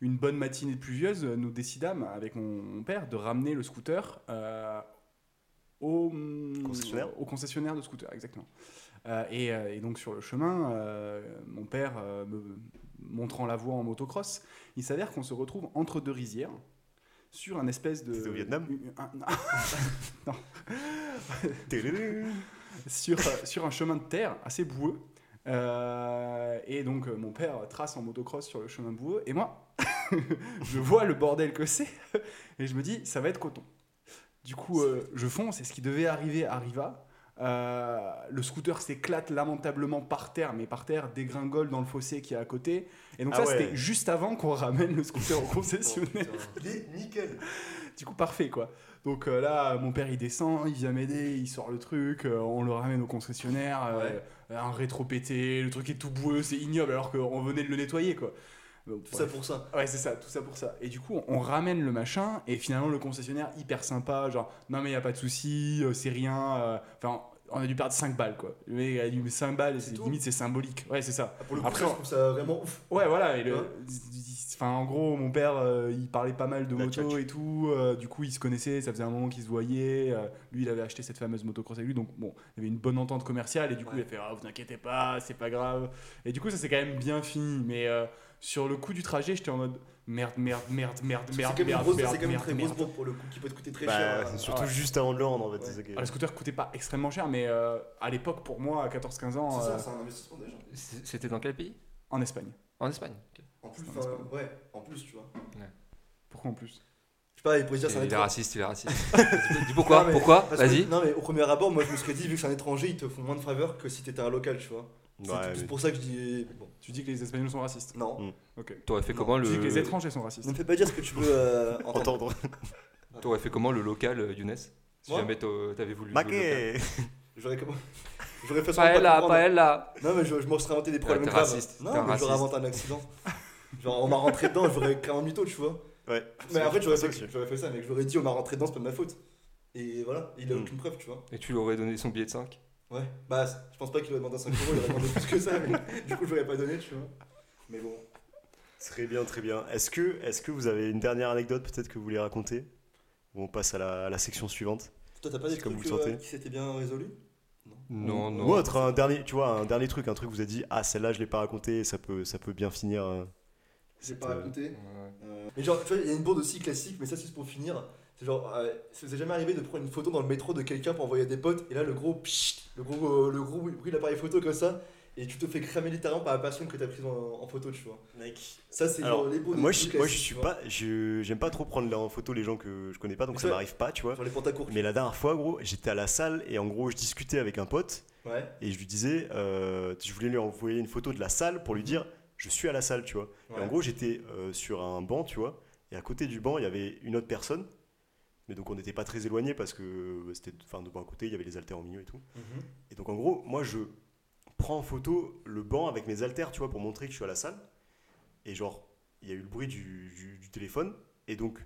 Speaker 3: une bonne matinée pluvieuse, euh, nous décidâmes avec mon, mon père de ramener le scooter euh, au
Speaker 1: Concessionnaire
Speaker 3: au concessionnaire de scooter, exactement. Euh, et, euh, et donc sur le chemin, euh, mon père euh, me montrant la voie en motocross, il s'avère qu'on se retrouve entre deux rizières sur un espèce de
Speaker 1: C'était au Vietnam
Speaker 3: un-
Speaker 1: Tadadam.
Speaker 3: sur, euh, sur un chemin de terre assez boueux. Euh, et donc euh, mon père trace en motocross sur le chemin boueux et moi je vois le bordel que c'est et je me dis ça va être coton. Du coup euh, je fonce et ce qui devait arriver arriva. Euh, le scooter s'éclate lamentablement par terre, mais par terre dégringole dans le fossé qui est à côté. Et donc
Speaker 1: Ah
Speaker 3: ça
Speaker 1: ouais.
Speaker 3: c'était juste avant qu'on ramène le scooter au
Speaker 2: Oh,
Speaker 3: concessionnaire.
Speaker 2: putain.
Speaker 1: Il est nickel.
Speaker 3: Du coup, parfait, quoi. Donc euh, là, mon père, il descend, il vient m'aider, il sort le truc, euh, on le ramène au concessionnaire, euh, un rétro pété, le truc est tout boueux, c'est ignoble, alors qu'on venait de le nettoyer, quoi. Donc,
Speaker 2: Tout
Speaker 3: bref.
Speaker 2: ça pour ça.
Speaker 3: Ouais, c'est ça, tout ça pour ça. Et du coup, on ramène le machin, et finalement, le concessionnaire, hyper sympa, genre, non, mais y a pas de souci, euh, c'est rien. euh, Enfin, on a dû perdre 5 balles, quoi. Le mec a dû 5 balles, et
Speaker 2: C'est
Speaker 3: c'est-
Speaker 2: tout
Speaker 3: limite, c'est symbolique. Ouais, c'est ça.
Speaker 2: Ah, pour le coup,
Speaker 3: Après,
Speaker 2: ça, je trouve ça vraiment ouf.
Speaker 3: Ouais, voilà. et le-
Speaker 2: Hein
Speaker 3: enfin, en gros, mon père, euh, il parlait pas mal de
Speaker 1: La
Speaker 3: moto
Speaker 1: tchatche.
Speaker 3: et tout. euh, du coup, il se connaissait, ça faisait un moment qu'il se voyait. euh, lui, il avait acheté cette fameuse motocross avec lui. Donc, bon, il y avait une bonne entente commerciale. Et du coup,
Speaker 2: Ouais.
Speaker 3: il a fait Ah, vous inquiétez pas, c'est pas grave. Et du coup, ça s'est quand même bien fini. Mais euh, sur le coup du trajet, j'étais en mode Merde, merde, merde, merde,
Speaker 2: Parce que
Speaker 3: merde,
Speaker 2: C'est quand même une
Speaker 3: merde,
Speaker 2: grosse-
Speaker 3: merde,
Speaker 2: c'est quand même une
Speaker 3: merde,
Speaker 2: très
Speaker 3: merde.
Speaker 2: grosse bombe pour le coup qui peut te coûter très
Speaker 1: Bah,
Speaker 2: cher.
Speaker 1: c'est
Speaker 2: euh,
Speaker 1: surtout
Speaker 3: ouais.
Speaker 1: juste avant de le rendre en fait. c'est ça qui est-
Speaker 3: Ah, le scooter coûtait pas extrêmement cher, mais euh, à l'époque, pour moi, à 14-15 ans,
Speaker 2: C'est ça,
Speaker 3: euh,
Speaker 2: c'est un investissement déjà.
Speaker 4: C- C'était dans quel pays
Speaker 3: en Espagne.
Speaker 4: En Espagne. ok.
Speaker 2: En plus,
Speaker 3: C'est un
Speaker 2: enfin,
Speaker 3: investissement.
Speaker 2: ouais, en plus, tu vois.
Speaker 3: Pourquoi en plus
Speaker 2: Je sais pas, il pourrait se dire c'est un
Speaker 4: Il est
Speaker 2: étranger.
Speaker 4: raciste, il est raciste. Dis- Dis pourquoi
Speaker 2: Non, mais-
Speaker 4: Pourquoi
Speaker 2: Parce que-
Speaker 4: Vas-y.
Speaker 2: Non, mais au premier abord, moi je me serais dit, vu que c'est un étranger, ils te font moins de faveur que si t'étais un local, tu vois. C'est
Speaker 1: Ouais,
Speaker 2: tout- c'est
Speaker 1: mais-
Speaker 2: pour ça que je dis. Bon,
Speaker 3: Tu dis que les Espagnols sont racistes.
Speaker 2: non.
Speaker 1: Mm.
Speaker 4: T'aurais fait
Speaker 2: Non,
Speaker 4: comment
Speaker 3: Tu dis que les
Speaker 4: le
Speaker 3: étrangers sont racistes.
Speaker 2: Ne me fais pas dire ce que tu veux euh, entendre.
Speaker 1: Entendre.
Speaker 4: T'aurais fait comment le local euh, Younes Si
Speaker 2: Moi
Speaker 4: jamais t'a- t'avais voulu. jouer au local.
Speaker 1: Maquet
Speaker 2: J'aurais comment J'aurais fait ça.
Speaker 4: Pas elle là, pas elle là.
Speaker 2: Non, mais je, je m'en serais inventé des problèmes
Speaker 4: t'es
Speaker 2: graves.
Speaker 4: raciste, t'es
Speaker 2: Non,
Speaker 4: un
Speaker 2: mais j'aurais
Speaker 4: raciste.
Speaker 2: inventé un accident. Genre, on m'a rentré dedans, j'aurais créé un mytho, tu vois.
Speaker 1: Ouais.
Speaker 2: Mais en fait, j'aurais fait,
Speaker 1: C'est
Speaker 2: j'aurais fait ça, mais que j'aurais dit, on m'a rentré dedans, c'est pas de ma faute. Et voilà, il a
Speaker 4: Hmm.
Speaker 1: Mm.
Speaker 2: aucune preuve, tu vois.
Speaker 4: Et tu lui aurais donné son billet de 5
Speaker 2: Ouais, bah, c- je pense pas qu'il aurait demandé un 5 euros, il aurait demandé plus que ça, mais du coup, j'aurais pas donné, tu vois. Mais bon.
Speaker 1: Très bien, très bien. Est-ce que, est que vous avez une dernière anecdote peut-être que vous voulez raconter Ou on passe à la, à la section suivante
Speaker 2: Toi, t'as pas des
Speaker 1: C'est comme
Speaker 2: trucs
Speaker 1: vous le
Speaker 2: euh,
Speaker 1: sentez.
Speaker 2: qui s'étaient bien résolus
Speaker 4: Non, non.
Speaker 1: Ou autre, un dernier, tu vois, un dernier truc, un truc que vous avez dit, ah celle-là je l'ai pas raconté, ça peut, ça peut bien finir. euh,
Speaker 2: J'ai
Speaker 1: cette,
Speaker 2: pas
Speaker 1: euh,
Speaker 2: raconté.
Speaker 4: Ouais.
Speaker 2: Mais genre, tu vois, il y a une bourde aussi classique, mais ça, c'est pour finir. C'est genre, euh, ça vous est jamais arrivé de prendre une photo dans le métro de quelqu'un pour envoyer à des potes, et là le gros pchit, le gros, euh, le gros bruit de l'appareil photo comme ça, et tu te fais cramer littéralement par la personne que t'as prise en, en photo, tu vois.
Speaker 1: Mec.
Speaker 2: Ça, c'est
Speaker 1: Alors,
Speaker 2: genre les beaux
Speaker 1: Moi,
Speaker 2: trucs
Speaker 1: je, moi, je
Speaker 2: classiques,
Speaker 1: suis
Speaker 2: tu vois.
Speaker 1: pas. je- J'aime pas trop prendre en photo les gens que je connais pas, donc
Speaker 2: Mais
Speaker 1: ça
Speaker 2: ça-
Speaker 1: m'arrive pas, tu vois.
Speaker 2: Genre les pantacourts.
Speaker 1: Mais la dernière fois, gros, j'étais à la salle et en gros, je discutais avec un pote
Speaker 2: Ouais.
Speaker 1: et je lui disais, euh, je voulais lui envoyer une photo de la salle pour lui dire, je suis à la salle, tu vois. Et
Speaker 2: Ouais.
Speaker 1: en gros, j'étais euh, sur un banc, tu vois, et à côté du banc, il y avait une autre personne. Mais donc, on n'était pas très éloignés parce que euh, c'était enfin, de banc à côté, il y avait les haltères au milieu et tout.
Speaker 2: Mhm.
Speaker 1: Et donc, en gros, moi, je prends en photo le banc avec mes haltères, tu vois, pour montrer que je suis à la salle. Et genre, il y a eu le bruit du, du- du téléphone. Et donc,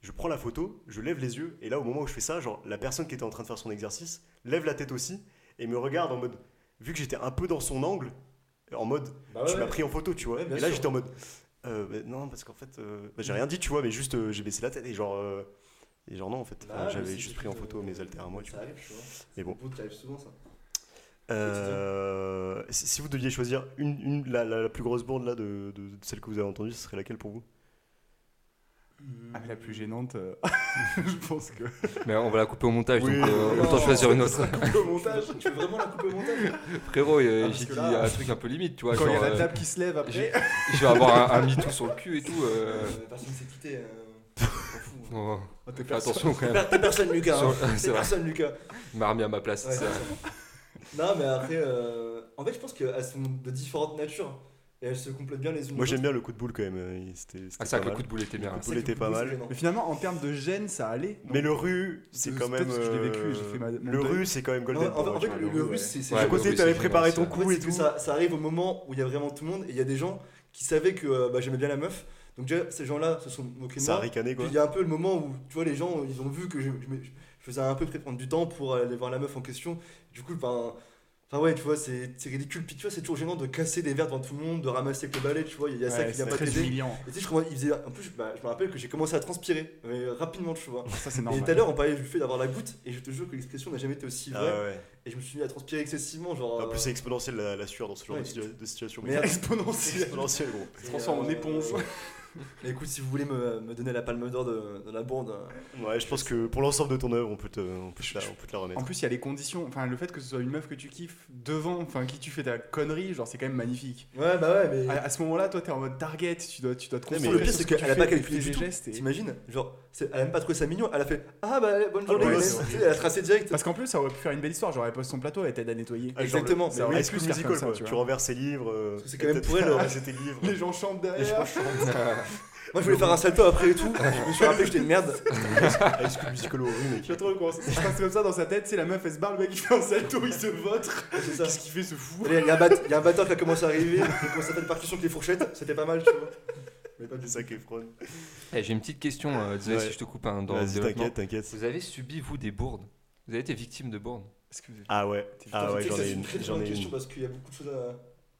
Speaker 1: je prends la photo, je lève les yeux. Et là, au moment où je fais ça, genre, la personne qui était en train de faire son exercice lève la tête aussi et me regarde en mode, vu que j'étais un peu dans son angle, en mode,
Speaker 2: Bah
Speaker 1: tu
Speaker 2: ouais,
Speaker 1: m'as pris en photo, tu vois.
Speaker 2: Ouais, bien
Speaker 1: et là,
Speaker 2: sûr.
Speaker 1: j'étais en mode. euh, bah, non, parce qu'en fait, euh, bah, j'ai rien dit, tu vois, mais juste euh, j'ai baissé la tête et genre. euh, et genre, non, en fait,
Speaker 2: Bah,
Speaker 1: enfin,
Speaker 2: mais
Speaker 1: j'avais
Speaker 2: c'est
Speaker 1: juste
Speaker 2: des
Speaker 1: pris en
Speaker 2: choses,
Speaker 1: photo
Speaker 2: euh,
Speaker 1: mes haltères à moi, tu
Speaker 2: Ça
Speaker 1: vois.
Speaker 2: arrive, tu vois.
Speaker 1: Mais bon.
Speaker 2: C'est des beaux- ça arrive souvent, ça.
Speaker 1: Euh, si si vous deviez choisir une, une- la, la- la plus grosse bande là de, de- de celle que vous avez entendue, ce serait laquelle pour vous
Speaker 3: Ah, mais la plus gênante, euh, je pense que.
Speaker 4: Mais on va la couper au montage,
Speaker 1: Oui,
Speaker 4: donc euh,
Speaker 2: non,
Speaker 4: autant choisir une
Speaker 2: ça
Speaker 4: autre.
Speaker 3: au montage
Speaker 2: Tu veux vraiment la couper au montage
Speaker 4: Frérot, euh,
Speaker 3: Ah, parce
Speaker 4: j'ai
Speaker 3: que
Speaker 4: dit
Speaker 3: là-
Speaker 4: un truc un peu limite, tu vois.
Speaker 3: Quand il y a
Speaker 4: genre,
Speaker 3: la
Speaker 4: euh,
Speaker 3: table qui se lève après.
Speaker 4: j'ai- je vais avoir un, un MeToo sur le cul et tout. euh,
Speaker 2: Euh, Personne s'est quitté. euh, on s'en fout. hein.
Speaker 4: bon,
Speaker 3: Oh, t'es
Speaker 4: fais
Speaker 3: perso-
Speaker 4: attention quand même.
Speaker 2: Per- T'es personne, Lucas. hein.
Speaker 4: Sur- c'est
Speaker 2: T'es
Speaker 4: vrai.
Speaker 2: personne, Lucas.
Speaker 4: Il m'a remis à ma place.
Speaker 2: Ouais,
Speaker 4: c'est
Speaker 2: c'est
Speaker 4: vrai.
Speaker 2: ça. non, mais après, euh, en fait, je pense qu'elles sont de différentes natures et elles se complètent bien les unes.
Speaker 1: Moi, j'aime bien le coup de boule quand même. euh, il- C'était c'était
Speaker 4: Ah, ça,
Speaker 1: pas
Speaker 4: le
Speaker 1: mal.
Speaker 4: coup de boule était bien.
Speaker 1: Le coup de boule était pas mal.
Speaker 3: Mais finalement, en termes de gêne, ça allait.
Speaker 1: Mais le rue, c'est
Speaker 3: Peut-être
Speaker 1: quand même.
Speaker 3: parce que je l'ai
Speaker 1: euh,
Speaker 3: vécu et j'ai fait ma- mon
Speaker 1: le
Speaker 3: deuil.
Speaker 1: rue, c'est quand même golden. pour
Speaker 2: en, fait,
Speaker 1: moi,
Speaker 2: en
Speaker 1: tu
Speaker 2: fait,
Speaker 1: vois.
Speaker 2: le, le
Speaker 3: ouais.
Speaker 2: russe, c'est. c'est-
Speaker 4: Ouais,
Speaker 1: à
Speaker 4: le
Speaker 1: côté,
Speaker 4: rue,
Speaker 1: t'avais
Speaker 4: c'est
Speaker 1: préparé
Speaker 4: génial,
Speaker 1: ton
Speaker 2: En
Speaker 4: ça.
Speaker 2: fait,
Speaker 1: coup et
Speaker 2: c'est que
Speaker 1: tout.
Speaker 2: ça, ça arrive au moment où il y a vraiment tout le monde et il y a des gens qui savaient que euh, bah, j'aimais bien la meuf. Donc, déjà, ces gens-là se sont moqués de
Speaker 1: Ça a
Speaker 2: moi.
Speaker 1: ricané
Speaker 2: Puis
Speaker 1: quoi.
Speaker 2: il y a un peu le moment où, tu vois, les gens, ils ont vu que je, je me- je faisais un peu près prendre du temps pour aller voir la meuf en question. Du coup, ben. Enfin, ouais, tu vois, c'est c'est ridicule. Puis tu vois, c'est toujours gênant de casser des verres devant tout le monde, de ramasser avec le balai, tu vois. Il y a ça
Speaker 3: Ouais,
Speaker 2: qui vient
Speaker 3: c'est
Speaker 2: pas
Speaker 3: très
Speaker 2: t'aider.
Speaker 3: humiliant.
Speaker 2: Et tu sais, je, commence- il faisait- en plus, je, bah, je me rappelle que j'ai commencé à transpirer, mais rapidement, tu vois.
Speaker 3: Ça, c'est
Speaker 2: Et tout à
Speaker 3: normal.
Speaker 2: l'heure, on parlait du fait d'avoir la goutte, et je te jure que l'expression n'a jamais été aussi
Speaker 1: Ah
Speaker 2: vraie.
Speaker 1: ouais.
Speaker 2: Et je me suis mis à transpirer excessivement, genre.
Speaker 3: Ah,
Speaker 1: En plus,
Speaker 2: euh,
Speaker 1: c'est exponentiel la, la sueur dans ce genre
Speaker 2: Ouais.
Speaker 1: de, situa- de situation.
Speaker 2: Merde.
Speaker 1: c'est
Speaker 3: Exponentiel.
Speaker 1: exponentiel, gros.
Speaker 3: se transforme en éponge.
Speaker 2: Mais écoute, si vous voulez me, me donner la palme d'or de, de la bande, euh,
Speaker 1: Ouais, je pense que pour l'ensemble de ton œuvre, on peut te, on peut te la, on peut te la remettre.
Speaker 3: En plus, il y a les conditions. Enfin, le fait que ce soit une meuf que tu kiffes devant, enfin, qui tu fais ta connerie, genre, c'est quand même magnifique.
Speaker 2: ouais, bah ouais, mais.
Speaker 3: À, à ce moment-là, toi, t'es en mode target, tu dois, tu dois te
Speaker 1: Non, mais le
Speaker 3: concentrer.
Speaker 2: pire,
Speaker 3: sur
Speaker 2: c'est
Speaker 3: ce que
Speaker 2: qu'elle
Speaker 3: tu
Speaker 2: a pas
Speaker 3: fais,
Speaker 2: calculé
Speaker 3: tes
Speaker 2: du tout.
Speaker 3: gestes et-
Speaker 2: T'imagines Genre, c'est- elle a même pas trouvé ça mignon, elle a fait Ah bah bonne
Speaker 1: ouais,
Speaker 2: journée, Inès.
Speaker 1: c'est
Speaker 2: Tu sais, elle a tracé direct.
Speaker 3: Parce qu'en plus, ça aurait pu faire une belle histoire. Genre, elle poste son plateau, elle t'aide à nettoyer.
Speaker 1: Ah, genre
Speaker 2: Exactement,
Speaker 1: le-
Speaker 3: ça aurait
Speaker 1: High
Speaker 3: pu
Speaker 1: School
Speaker 3: se faire
Speaker 1: Musical,
Speaker 3: comme ça,
Speaker 1: quoi.
Speaker 3: tu
Speaker 1: Tu,
Speaker 3: vois.
Speaker 1: renverses ses livres. euh,
Speaker 2: Parce que c'est quand même
Speaker 1: peut-être
Speaker 2: pour elle,
Speaker 1: ramasser
Speaker 2: euh,
Speaker 1: tes livres.
Speaker 3: Les gens chantent
Speaker 1: Et je
Speaker 3: derrière.
Speaker 1: pense que
Speaker 2: Moi je voulais faire un salto après et tout, je me suis rappelé que j'étais une merde.
Speaker 1: High School Musical au rue, mec.
Speaker 3: J'ai trop le courant. Ça se passe comme ça dans sa tête. C'est la meuf, elle se barre, le mec, il fait un salto, il se vote.
Speaker 2: C'est ça.
Speaker 3: Qu'est-ce qu'il fait, ce fou
Speaker 2: Il y, a un bat- y a un batteur qui a commencé à arriver, on s'appelle Percussion avec les fourchettes, c'était pas mal, tu vois. Mais pas
Speaker 1: C'est
Speaker 2: du tout.
Speaker 1: ça qui est froid.
Speaker 4: Eh, J'ai une petite question, euh, désolé
Speaker 1: Ouais.
Speaker 4: si je te coupe hein, dans le
Speaker 1: Vas-y,
Speaker 4: développement.
Speaker 1: t'inquiète, t'inquiète.
Speaker 4: Vous avez subi, vous, des bourdes Vous avez été victime de bourdes
Speaker 1: Ah ouais, ah ouais,
Speaker 2: Tu sais que
Speaker 1: j'en
Speaker 2: ça,
Speaker 1: ai
Speaker 2: c'est
Speaker 1: une.
Speaker 2: une très
Speaker 1: J'en
Speaker 2: bonne
Speaker 1: ai
Speaker 2: question
Speaker 1: une.
Speaker 2: parce qu'il y a beaucoup de choses à.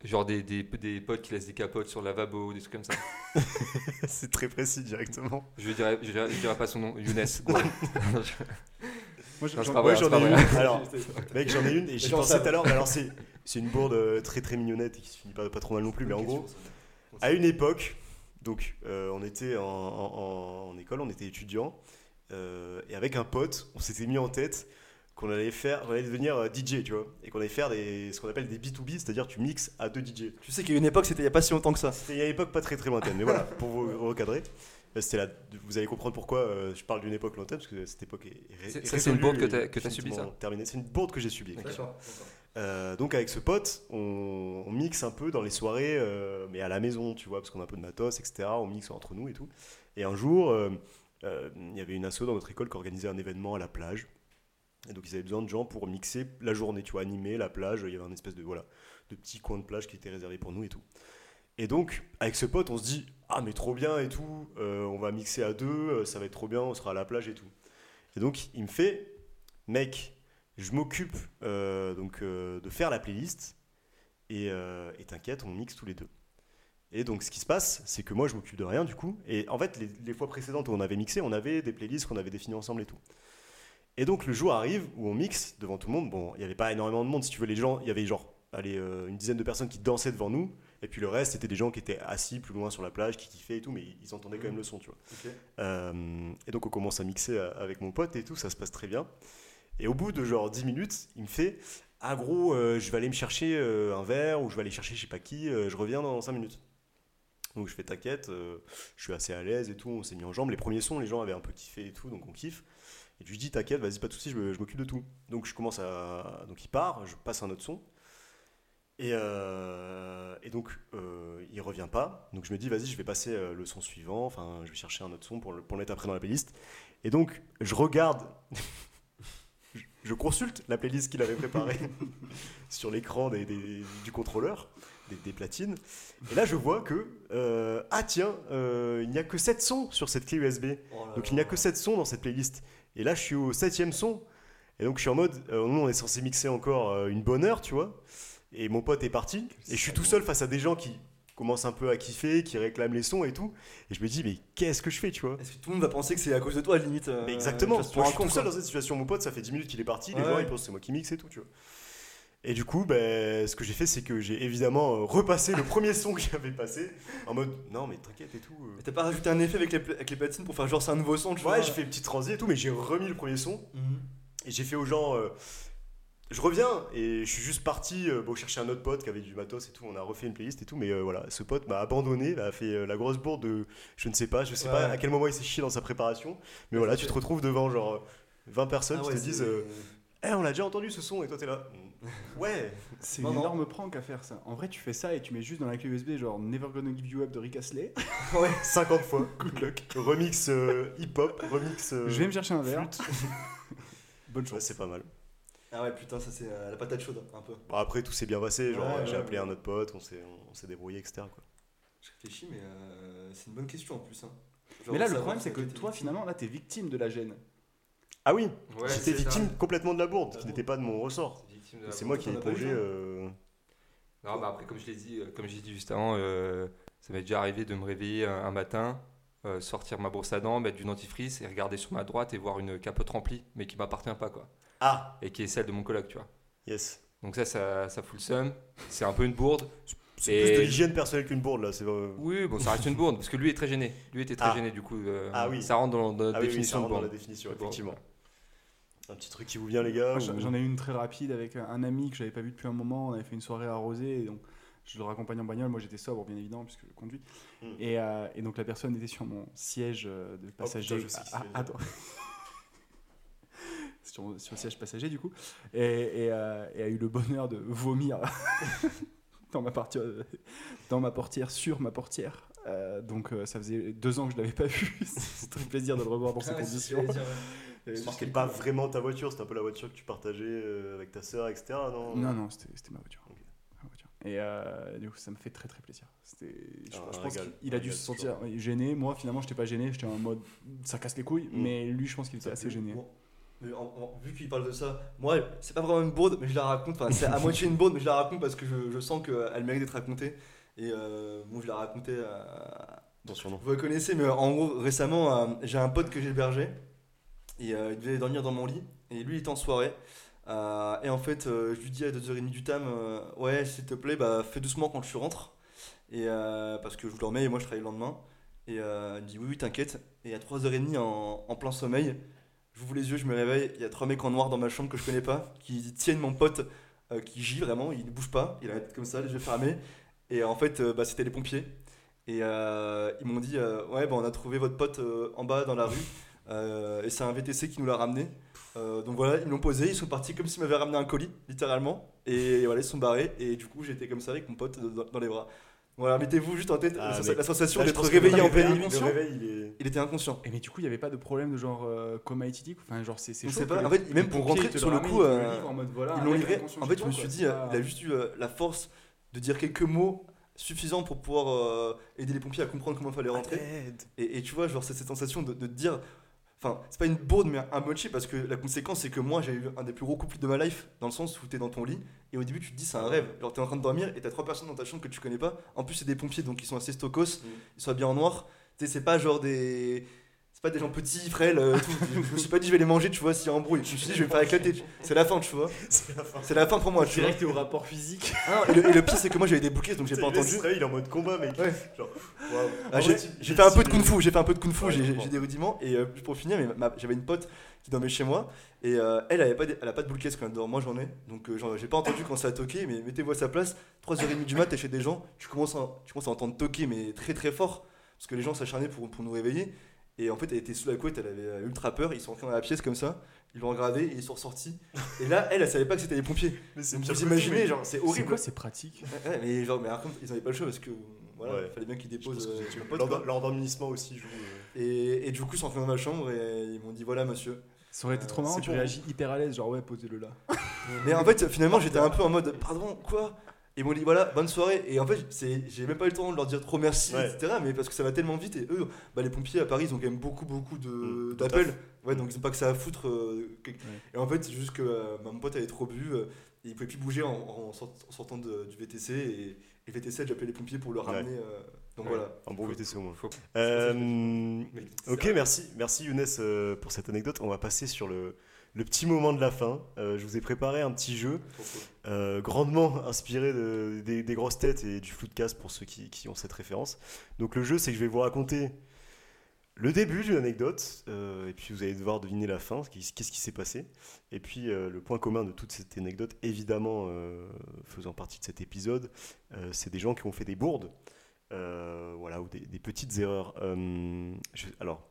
Speaker 4: Genre des, des, des potes qui laissent des capotes sur le lavabo, des trucs comme ça.
Speaker 1: C'est très précis directement.
Speaker 4: Je dirais, je dirais, je dirais pas son nom, Younes. quoi.
Speaker 3: Moi, je-
Speaker 4: Non, c'est
Speaker 3: j'en-
Speaker 4: pas
Speaker 1: Moi,
Speaker 4: vrai, Ah c'est
Speaker 1: j'en
Speaker 4: pas
Speaker 1: ai
Speaker 4: vrai.
Speaker 1: une. Alors, mec, j'en ai une et j'y
Speaker 2: gens
Speaker 1: pensais
Speaker 2: savent.
Speaker 1: tout à l'heure. mais Alors, c'est c'est une bourde euh, très très mignonnette et qui se finit pas, pas trop mal non plus, mais en gros. À une époque, donc euh, on était en, en- en- en école, on était étudiant, euh, et avec un pote, on s'était mis en tête qu'on allait faire, on allait devenir euh, DJ, tu vois, et qu'on allait faire des, ce qu'on appelle des B2B, c'est-à-dire tu mixes à deux DJ.
Speaker 2: Tu sais qu'il y a une époque, c'était il y a pas si longtemps que ça.
Speaker 1: C'était à l'époque pas très très lointaine, mais voilà, pour vous recadrer. euh, C'était là, vous allez comprendre pourquoi euh, je parle d'une époque lointaine, parce que cette époque est. est-
Speaker 4: C'est-
Speaker 1: est
Speaker 4: ça, c'est une
Speaker 1: résolue
Speaker 4: bourde que
Speaker 1: et
Speaker 4: t'as- que t'as subie,
Speaker 1: définitivement terminée. C'est une bourde que j'ai subie.
Speaker 4: D'accord.
Speaker 2: D'accord.
Speaker 1: Euh, donc avec ce pote, on, on mixe un peu dans les soirées, euh, mais à la maison, tu vois, parce qu'on a un peu de matos, etc. On mixe entre nous et tout. Et un jour, euh, euh, il y avait une asso dans notre école qui organisait un événement à la plage. Et donc ils avaient besoin de gens pour mixer la journée, tu vois, animer la plage. Il y avait un espèce de voilà, de petit coin de plage qui était réservé pour nous et tout. Et donc avec ce pote, on se dit ah mais trop bien et tout, euh, on va mixer à deux, euh, ça va être trop bien, on sera à la plage et tout. Et donc il me fait mec, je m'occupe euh, donc euh, de faire la playlist et euh, et t'inquiète, on mixe tous les deux. Et donc ce qui se passe, c'est que moi je m'occupe de rien du coup. Et en fait, les, les fois précédentes où on avait mixé, on avait des playlists qu'on avait définies ensemble et tout. Et donc le jour arrive où on mixe devant tout le monde. Bon, il n'y avait pas énormément de monde, si tu veux, les gens, il y avait genre allez, euh, une dizaine de personnes qui dansaient devant nous. Et puis le reste, c'était des gens qui étaient assis plus loin sur la plage, qui kiffaient et tout, mais ils, ils entendaient quand même le son, tu vois.
Speaker 2: Ok.
Speaker 1: Euh, et donc on commence à mixer euh, avec mon pote et tout, ça se passe très bien. Et au bout de genre 10 minutes, il me fait Ah gros, euh, je vais aller me chercher euh, un verre ou je vais aller chercher je sais pas qui, euh, je reviens dans 5 minutes. Donc je fais t'inquiète, euh, je suis assez à l'aise et tout, on s'est mis en jambes. Les premiers sons, les gens avaient un peu kiffé et tout, donc on kiffe. Et je lui dis t'inquiète, vas-y, pas de soucis, je me- je m'occupe de tout. Donc je commence à. Donc il part, je passe un autre son. Et, euh, et donc, euh, il revient pas. Donc, je me dis, vas-y, je vais passer euh, le son suivant. Enfin, je vais chercher un autre son pour le, pour le mettre après dans la playlist. Et donc, je regarde, je, je consulte la playlist qu'il avait préparée sur l'écran des- des- du contrôleur, des, des platines. Et là, je vois que, euh, ah tiens, euh, il n'y a que 7 sons sur cette clé USB.
Speaker 2: Oh là
Speaker 1: Donc il n'y a
Speaker 2: là.
Speaker 1: que 7 sons dans cette playlist. Et là, je suis au 7 son. Et donc je suis en mode, euh, nous on est censé mixer encore euh, une bonne heure, tu vois. Et mon pote est parti. Et je suis tout seul face à des gens qui commencent un peu à kiffer, qui réclament les sons et tout. Et je me dis, mais qu'est-ce que je fais, tu vois
Speaker 2: Est-ce que tout le monde va penser que c'est à cause de toi, à la limite euh,
Speaker 1: mais exactement,
Speaker 2: tu
Speaker 1: moi,
Speaker 2: vas te
Speaker 1: je suis
Speaker 2: prendre un
Speaker 1: tout
Speaker 2: con,
Speaker 1: seul
Speaker 2: quoi.
Speaker 1: dans cette situation. Mon pote, ça fait 10 minutes qu'il est parti, les
Speaker 2: Ouais,
Speaker 1: gens
Speaker 2: ouais.
Speaker 1: ils pensent que c'est moi qui mixe et tout, tu vois. Et du coup, ben, ce que j'ai fait, c'est que j'ai évidemment euh, repassé le premier son que j'avais passé en mode non, mais t'inquiète et tout. euh,
Speaker 2: Mais T'as pas rajouté un effet avec les, pla- avec les platines pour faire genre c'est un nouveau son, tu vois
Speaker 1: Ouais, j'ai fait une petite transi et tout, mais j'ai remis le premier son
Speaker 2: Mhm.
Speaker 1: Et j'ai fait aux gens, euh, je reviens et je suis juste parti euh, bon, chercher un autre pote qui avait du matos et tout. On a refait une playlist et tout, mais euh, voilà, ce pote m'a abandonné, m'a fait euh, la grosse bourde de je ne sais pas, je sais
Speaker 2: Ouais.
Speaker 1: pas à quel moment il s'est chié dans sa préparation, mais voilà, tu te retrouves devant genre euh, 20 personnes
Speaker 2: Ah
Speaker 1: qui
Speaker 2: ouais,
Speaker 1: te disent
Speaker 2: c'est-
Speaker 1: euh, Eh, on l'a déjà entendu ce son et toi t'es là. Mm. Ouais,
Speaker 3: C'est
Speaker 2: Non,
Speaker 3: une
Speaker 2: non.
Speaker 3: énorme prank à faire ça. En vrai, tu fais ça et tu mets juste dans la clé USB genre Never Gonna Give You Up de Rick Astley.
Speaker 1: 50 fois.
Speaker 3: Good luck.
Speaker 1: Remix euh, hip-hop, remix. euh,
Speaker 3: Je vais me chercher un verre. Bonne
Speaker 1: ouais,
Speaker 3: chance.
Speaker 1: c'est pas mal.
Speaker 2: Ah ouais, putain, ça c'est euh, la patate chaude, un peu.
Speaker 1: Bon, après, tout s'est bien passé. Genre,
Speaker 2: Ouais,
Speaker 1: j'ai
Speaker 2: ouais,
Speaker 1: appelé
Speaker 2: ouais.
Speaker 1: un autre pote, on s'est on s'est débrouillé, etc. Quoi.
Speaker 2: Je réfléchis, mais euh, c'est une bonne question en plus. hein. Genre,
Speaker 3: Mais là, le
Speaker 2: savoir
Speaker 3: problème,
Speaker 2: si
Speaker 3: c'est
Speaker 2: t'as
Speaker 3: que
Speaker 2: été
Speaker 3: toi,
Speaker 2: victime.
Speaker 3: finalement, là, t'es victime de la gêne.
Speaker 1: Ah oui, J'étais
Speaker 4: Ouais, c'est ça.
Speaker 1: victime complètement de la bourde,
Speaker 2: Ah
Speaker 1: qui
Speaker 2: bon
Speaker 1: n'était pas de mon ressort.
Speaker 4: C'est victime de la
Speaker 1: C'est
Speaker 4: bourde.
Speaker 1: moi qui ai
Speaker 2: t'en as pas eu,
Speaker 1: épongé.
Speaker 2: toi
Speaker 1: euh,
Speaker 4: Non, bah après, comme je l'ai dit, euh, comme j'ai dit juste avant, euh, ça m'est déjà arrivé de me réveiller un, un matin, euh, sortir ma brosse à dents, mettre du dentifrice et regarder sur ma droite et voir une capote remplie, mais qui m'appartient pas, quoi.
Speaker 1: Ah,
Speaker 4: Et qui est celle de mon coloc, tu vois.
Speaker 1: yes.
Speaker 4: Donc ça, ça, ça fout le seum. C'est un peu une bourde.
Speaker 1: C'est
Speaker 4: Et-
Speaker 1: plus de l'hygiène personnelle qu'une bourde là. c'est euh,
Speaker 4: Oui, bon, ça reste une bourde, parce que lui est très gêné. Lui était très
Speaker 1: Ah.
Speaker 4: gêné, du coup. euh,
Speaker 1: Ah oui.
Speaker 4: Ça rentre dans, dans la
Speaker 1: Ah oui, oui, ça
Speaker 4: définition
Speaker 1: rentre dans
Speaker 4: de
Speaker 1: la
Speaker 4: bourde.
Speaker 1: définition,
Speaker 4: De bourde.
Speaker 1: effectivement. Un petit truc qui vous vient, les gars.
Speaker 3: Moi, j'en-
Speaker 1: ou-
Speaker 3: J'en ai une très rapide avec un ami que j'avais pas vu depuis un moment. On avait fait une soirée arrosée. Et donc, je le raccompagnais en bagnole. Moi, j'étais sobre, bien évidemment, puisque je conduis.
Speaker 1: Mm.
Speaker 3: Et, euh, et donc, la personne était sur mon siège euh, de passager.
Speaker 1: Oh, putain, je sais qui
Speaker 3: à-
Speaker 1: c'est.
Speaker 3: à- à droite. sur, sur le siège passager, du coup. Et, et, euh, et a eu le bonheur de vomir dans, ma partie- euh, dans ma portière, sur ma portière. Euh, donc, euh, ça faisait deux ans que je l'avais pas vu. C'est très plaisir de le revoir dans ces
Speaker 2: Ah ouais, c'est ce que
Speaker 3: conditions.
Speaker 2: j'allais dire, ouais.
Speaker 1: C'est
Speaker 3: Et juste-
Speaker 1: marqué pas vraiment ta voiture, c'est un peu la voiture que tu partageais euh, avec ta sœur, etc. Non,
Speaker 3: Non, non, c'était c'était ma voiture.
Speaker 1: Euh, Ok.
Speaker 3: Ma voiture. Et euh, du coup, ça me fait très très plaisir. C'était- Je,
Speaker 1: Ah,
Speaker 3: je
Speaker 1: un
Speaker 3: pense
Speaker 1: régal,
Speaker 3: qu'il
Speaker 1: un
Speaker 3: a dû
Speaker 1: régal,
Speaker 3: se sentir gêné. Moi, finalement, j'étais pas gêné. J'étais en mode ça casse les couilles.
Speaker 1: Mm.
Speaker 3: Mais lui, je pense qu'il était assez gêné.
Speaker 2: Bon, mais en- en- vu qu'il parle de ça, moi, c'est pas vraiment une bourde, mais je la raconte. Enfin, c'est à moitié une bourde, mais je la raconte parce que je, je sens qu'elle mérite d'être racontée. Et euh, bon, je la racontais à,
Speaker 1: Dans son nom.
Speaker 2: Vous le connaissez, mais en gros, récemment, euh, j'ai un pote que j'hébergeais. Et euh, il devait dormir dans mon lit. Et lui, il était en soirée. Euh, et en fait, euh, je lui dis à 2h30 du tam euh, Ouais, s'il te plaît, bah, fais doucement quand tu rentres. Et, euh, parce que je dormais et moi, je travaillais le lendemain. Et euh, il me dit Oui, oui, t'inquiète. Et à 3h30, en, en plein sommeil, j'ouvre les yeux, je me réveille. Il y a trois mecs en noir dans ma chambre que je connais pas qui tiennent mon pote euh, qui gît vraiment. Il ne bouge pas. Il a la tête comme ça, les yeux fermés. Et en fait, euh, bah, c'était les pompiers. Et euh, ils m'ont dit euh, Ouais, bah, on a trouvé votre pote euh, en bas dans la rue. Euh, et c'est un VTC qui nous l'a ramené. Euh, donc voilà, ils me l'ont posé. Ils sont partis comme s'ils m'avaient ramené un colis, littéralement. Et voilà, ils se sont barrés. Et du coup, j'étais comme ça avec mon pote dans, dans les bras. Voilà, mettez-vous juste en tête
Speaker 1: Ah,
Speaker 2: la, sens-
Speaker 1: mais-
Speaker 2: la sensation
Speaker 1: Là, je
Speaker 2: d'être
Speaker 1: pense que
Speaker 2: réveillé
Speaker 1: le
Speaker 2: en
Speaker 1: réveil-
Speaker 2: pleine nuit.
Speaker 1: Le réveil, il est.
Speaker 2: Il était inconscient.
Speaker 3: Et mais du coup, il n'y avait pas de problème de genre euh, coma éthitique. Enfin, genre, c'est c'est
Speaker 2: On
Speaker 3: chaud
Speaker 2: sait
Speaker 3: que
Speaker 2: pas.
Speaker 3: les-
Speaker 2: En fait,
Speaker 3: les
Speaker 2: même pour
Speaker 3: pompiers
Speaker 2: rentrer,
Speaker 3: te
Speaker 2: sur
Speaker 3: le
Speaker 2: le
Speaker 3: ramènent,
Speaker 2: coup,
Speaker 3: ils te le
Speaker 2: euh,
Speaker 3: livrent en mode, voilà,
Speaker 2: Ils
Speaker 3: un
Speaker 2: l'ont
Speaker 3: mec
Speaker 2: livré.
Speaker 3: inconscient
Speaker 2: En
Speaker 3: chez
Speaker 2: fait, je
Speaker 3: toi,
Speaker 2: me
Speaker 3: quoi.
Speaker 2: suis dit,
Speaker 3: C'est
Speaker 2: euh,
Speaker 3: pas-
Speaker 2: il a juste eu euh, la force de dire quelques mots suffisants pour pouvoir euh, aider les pompiers à comprendre comment il fallait rentrer.
Speaker 1: Arrête.
Speaker 2: Et, et tu vois, genre, c'est cette sensation de, de te dire. Enfin, c'est pas une bourde, mais un mochi, parce que la conséquence, c'est que moi, j'ai eu un des plus gros couples de ma life, dans le sens où t'es dans ton lit, et au début, tu te dis, c'est un rêve. Genre, t'es en train de dormir, et t'as trois personnes dans ta chambre que tu connais pas. En plus, c'est des pompiers, donc ils sont assez stocos, ils sont bien en noir. Tu sais, c'est pas genre des. C'est pas des gens petits, frêles, euh, tout. je me suis pas dit je vais les manger, tu vois, s'il y a embrouille. Je me suis dit je vais me faire éclater. tu- C'est la fin, tu vois.
Speaker 1: C'est la fin.
Speaker 2: C'est la fin pour moi, tu vois.
Speaker 5: Direct et au rapport physique.
Speaker 2: Ah, et, le, et le pire, c'est que moi j'avais des boucliers donc j'ai pas
Speaker 1: Il est
Speaker 2: entendu.
Speaker 1: straight, Il est en mode combat, mec.
Speaker 2: Ouais.
Speaker 1: Genre,
Speaker 2: Ah,
Speaker 1: En
Speaker 2: j'ai
Speaker 1: vrai, tu-
Speaker 2: j'ai fait un peu de
Speaker 1: tu-
Speaker 2: kung fu, j'ai fait un peu de kung fu,
Speaker 1: Ouais,
Speaker 2: j'ai-
Speaker 1: je
Speaker 2: j'ai
Speaker 1: comprends.
Speaker 2: j'ai des rudiments. Et euh, pour finir, mais ma- j'avais une pote qui dormait chez moi et euh, elle, avait pas des- elle a pas de boule caisse quand elle dort. Moi j'en ai, donc euh, genre, j'ai pas entendu quand ça a toqué. Mais mettez-vous à sa place, 3h30 du mat, t'es chez des gens, tu commences, à, tu commences à entendre toquer, mais très très fort parce que les gens s'acharnaient pour, pour nous réveiller. Et en fait, elle était sous la couette, elle avait euh, ultra peur. Ils sont rentrés dans la pièce comme ça, ils l'ont regardé et ils sont ressortis. Et là, elle, elle savait pas que c'était les pompiers.
Speaker 1: Mais c'est
Speaker 2: Donc,
Speaker 1: pire
Speaker 2: vous
Speaker 1: que
Speaker 2: imaginez,
Speaker 1: tout,
Speaker 2: genre, c'est
Speaker 5: C'est
Speaker 2: horrible.
Speaker 5: quoi ces pratiques
Speaker 2: Ouais, ouais, mais genre, mais par contre, ils n'avaient pas le choix parce que voilà,
Speaker 1: Ouais.
Speaker 2: fallait bien qu'ils
Speaker 1: Je pense
Speaker 2: déposent.
Speaker 1: que
Speaker 2: euh,
Speaker 1: j'ai tué.
Speaker 2: un pote,
Speaker 1: L'endor-
Speaker 2: quoi.
Speaker 1: L'endormissement aussi joue. euh,
Speaker 2: et, et du coup, ils sont rentrés dans ma chambre et ils m'ont dit voilà, monsieur.
Speaker 5: Ça aurait été trop
Speaker 2: Euh,
Speaker 5: marrant,
Speaker 2: c'est
Speaker 5: tu
Speaker 2: bon.
Speaker 5: réagis hyper à l'aise, genre ouais, posez-le là.
Speaker 2: Mais en fait,
Speaker 1: Ah,
Speaker 2: finalement, j'étais un peu en mode pardon, quoi Ils m'ont dit voilà, bonne soirée. Et en fait, c'est- j'ai même pas eu le temps de leur dire trop merci,
Speaker 1: Ouais.
Speaker 2: etc. Mais parce que ça va tellement vite et eux, bah, les pompiers à Paris, ils ont quand même beaucoup, beaucoup de-
Speaker 1: Mm,
Speaker 2: d'appels.
Speaker 1: tout
Speaker 2: ouais, donc ils ont pas que ça à foutre. euh, que- Et en fait, c'est juste que euh, bah, mon pote avait trop bu. euh, et il pouvait plus bouger en, en sort- en sortant de- du VTC. Et, et VTC, j'appelais les pompiers pour le
Speaker 1: Ouais.
Speaker 2: ramener. euh, donc
Speaker 4: Ouais.
Speaker 2: voilà.
Speaker 1: Un bon VTC au moins.
Speaker 4: Faut-
Speaker 1: Euh,
Speaker 4: Mais-
Speaker 1: ok, merci, merci Younes euh, pour cette anecdote. On va passer sur le, le petit moment de la fin. Euh, je vous ai préparé un petit jeu euh, grandement inspiré de- des, des grosses têtes et du flou de casse pour ceux qui, qui ont cette référence. Donc le jeu, c'est que je vais vous raconter le début d'une anecdote euh, et puis vous allez devoir deviner la fin, ce qui- qu'est-ce qui s'est passé. Et puis euh, le point commun de toute cette anecdote, évidemment euh, faisant partie de cet épisode, euh, c'est des gens qui ont fait des bourdes, euh, voilà, ou des, des petites erreurs. Euh, je- alors,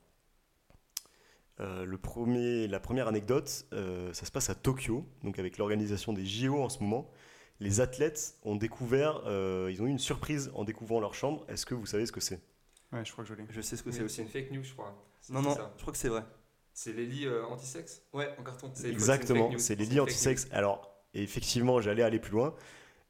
Speaker 1: euh, le premier, la première anecdote, euh, ça se passe à Tokyo, donc avec l'organisation des JO en ce moment. Les athlètes ont découvert, euh, ils ont eu une surprise en découvrant leur chambre. Est-ce que vous savez ce que c'est
Speaker 3: Ouais, je crois que je l'ai.
Speaker 2: Je sais ce que c'est
Speaker 4: Mais
Speaker 2: aussi.
Speaker 4: C'est une fake news, je crois. C'est
Speaker 2: Non, non,
Speaker 4: ça.
Speaker 2: je crois que c'est vrai.
Speaker 4: C'est les lits euh, anti-sexe
Speaker 2: Ouais, en carton.
Speaker 4: C'est-
Speaker 1: Exactement,
Speaker 4: une fake news.
Speaker 1: c'est les
Speaker 4: C'est
Speaker 1: lits
Speaker 4: une fake
Speaker 1: anti-sexe. Alors, effectivement, j'allais aller plus loin.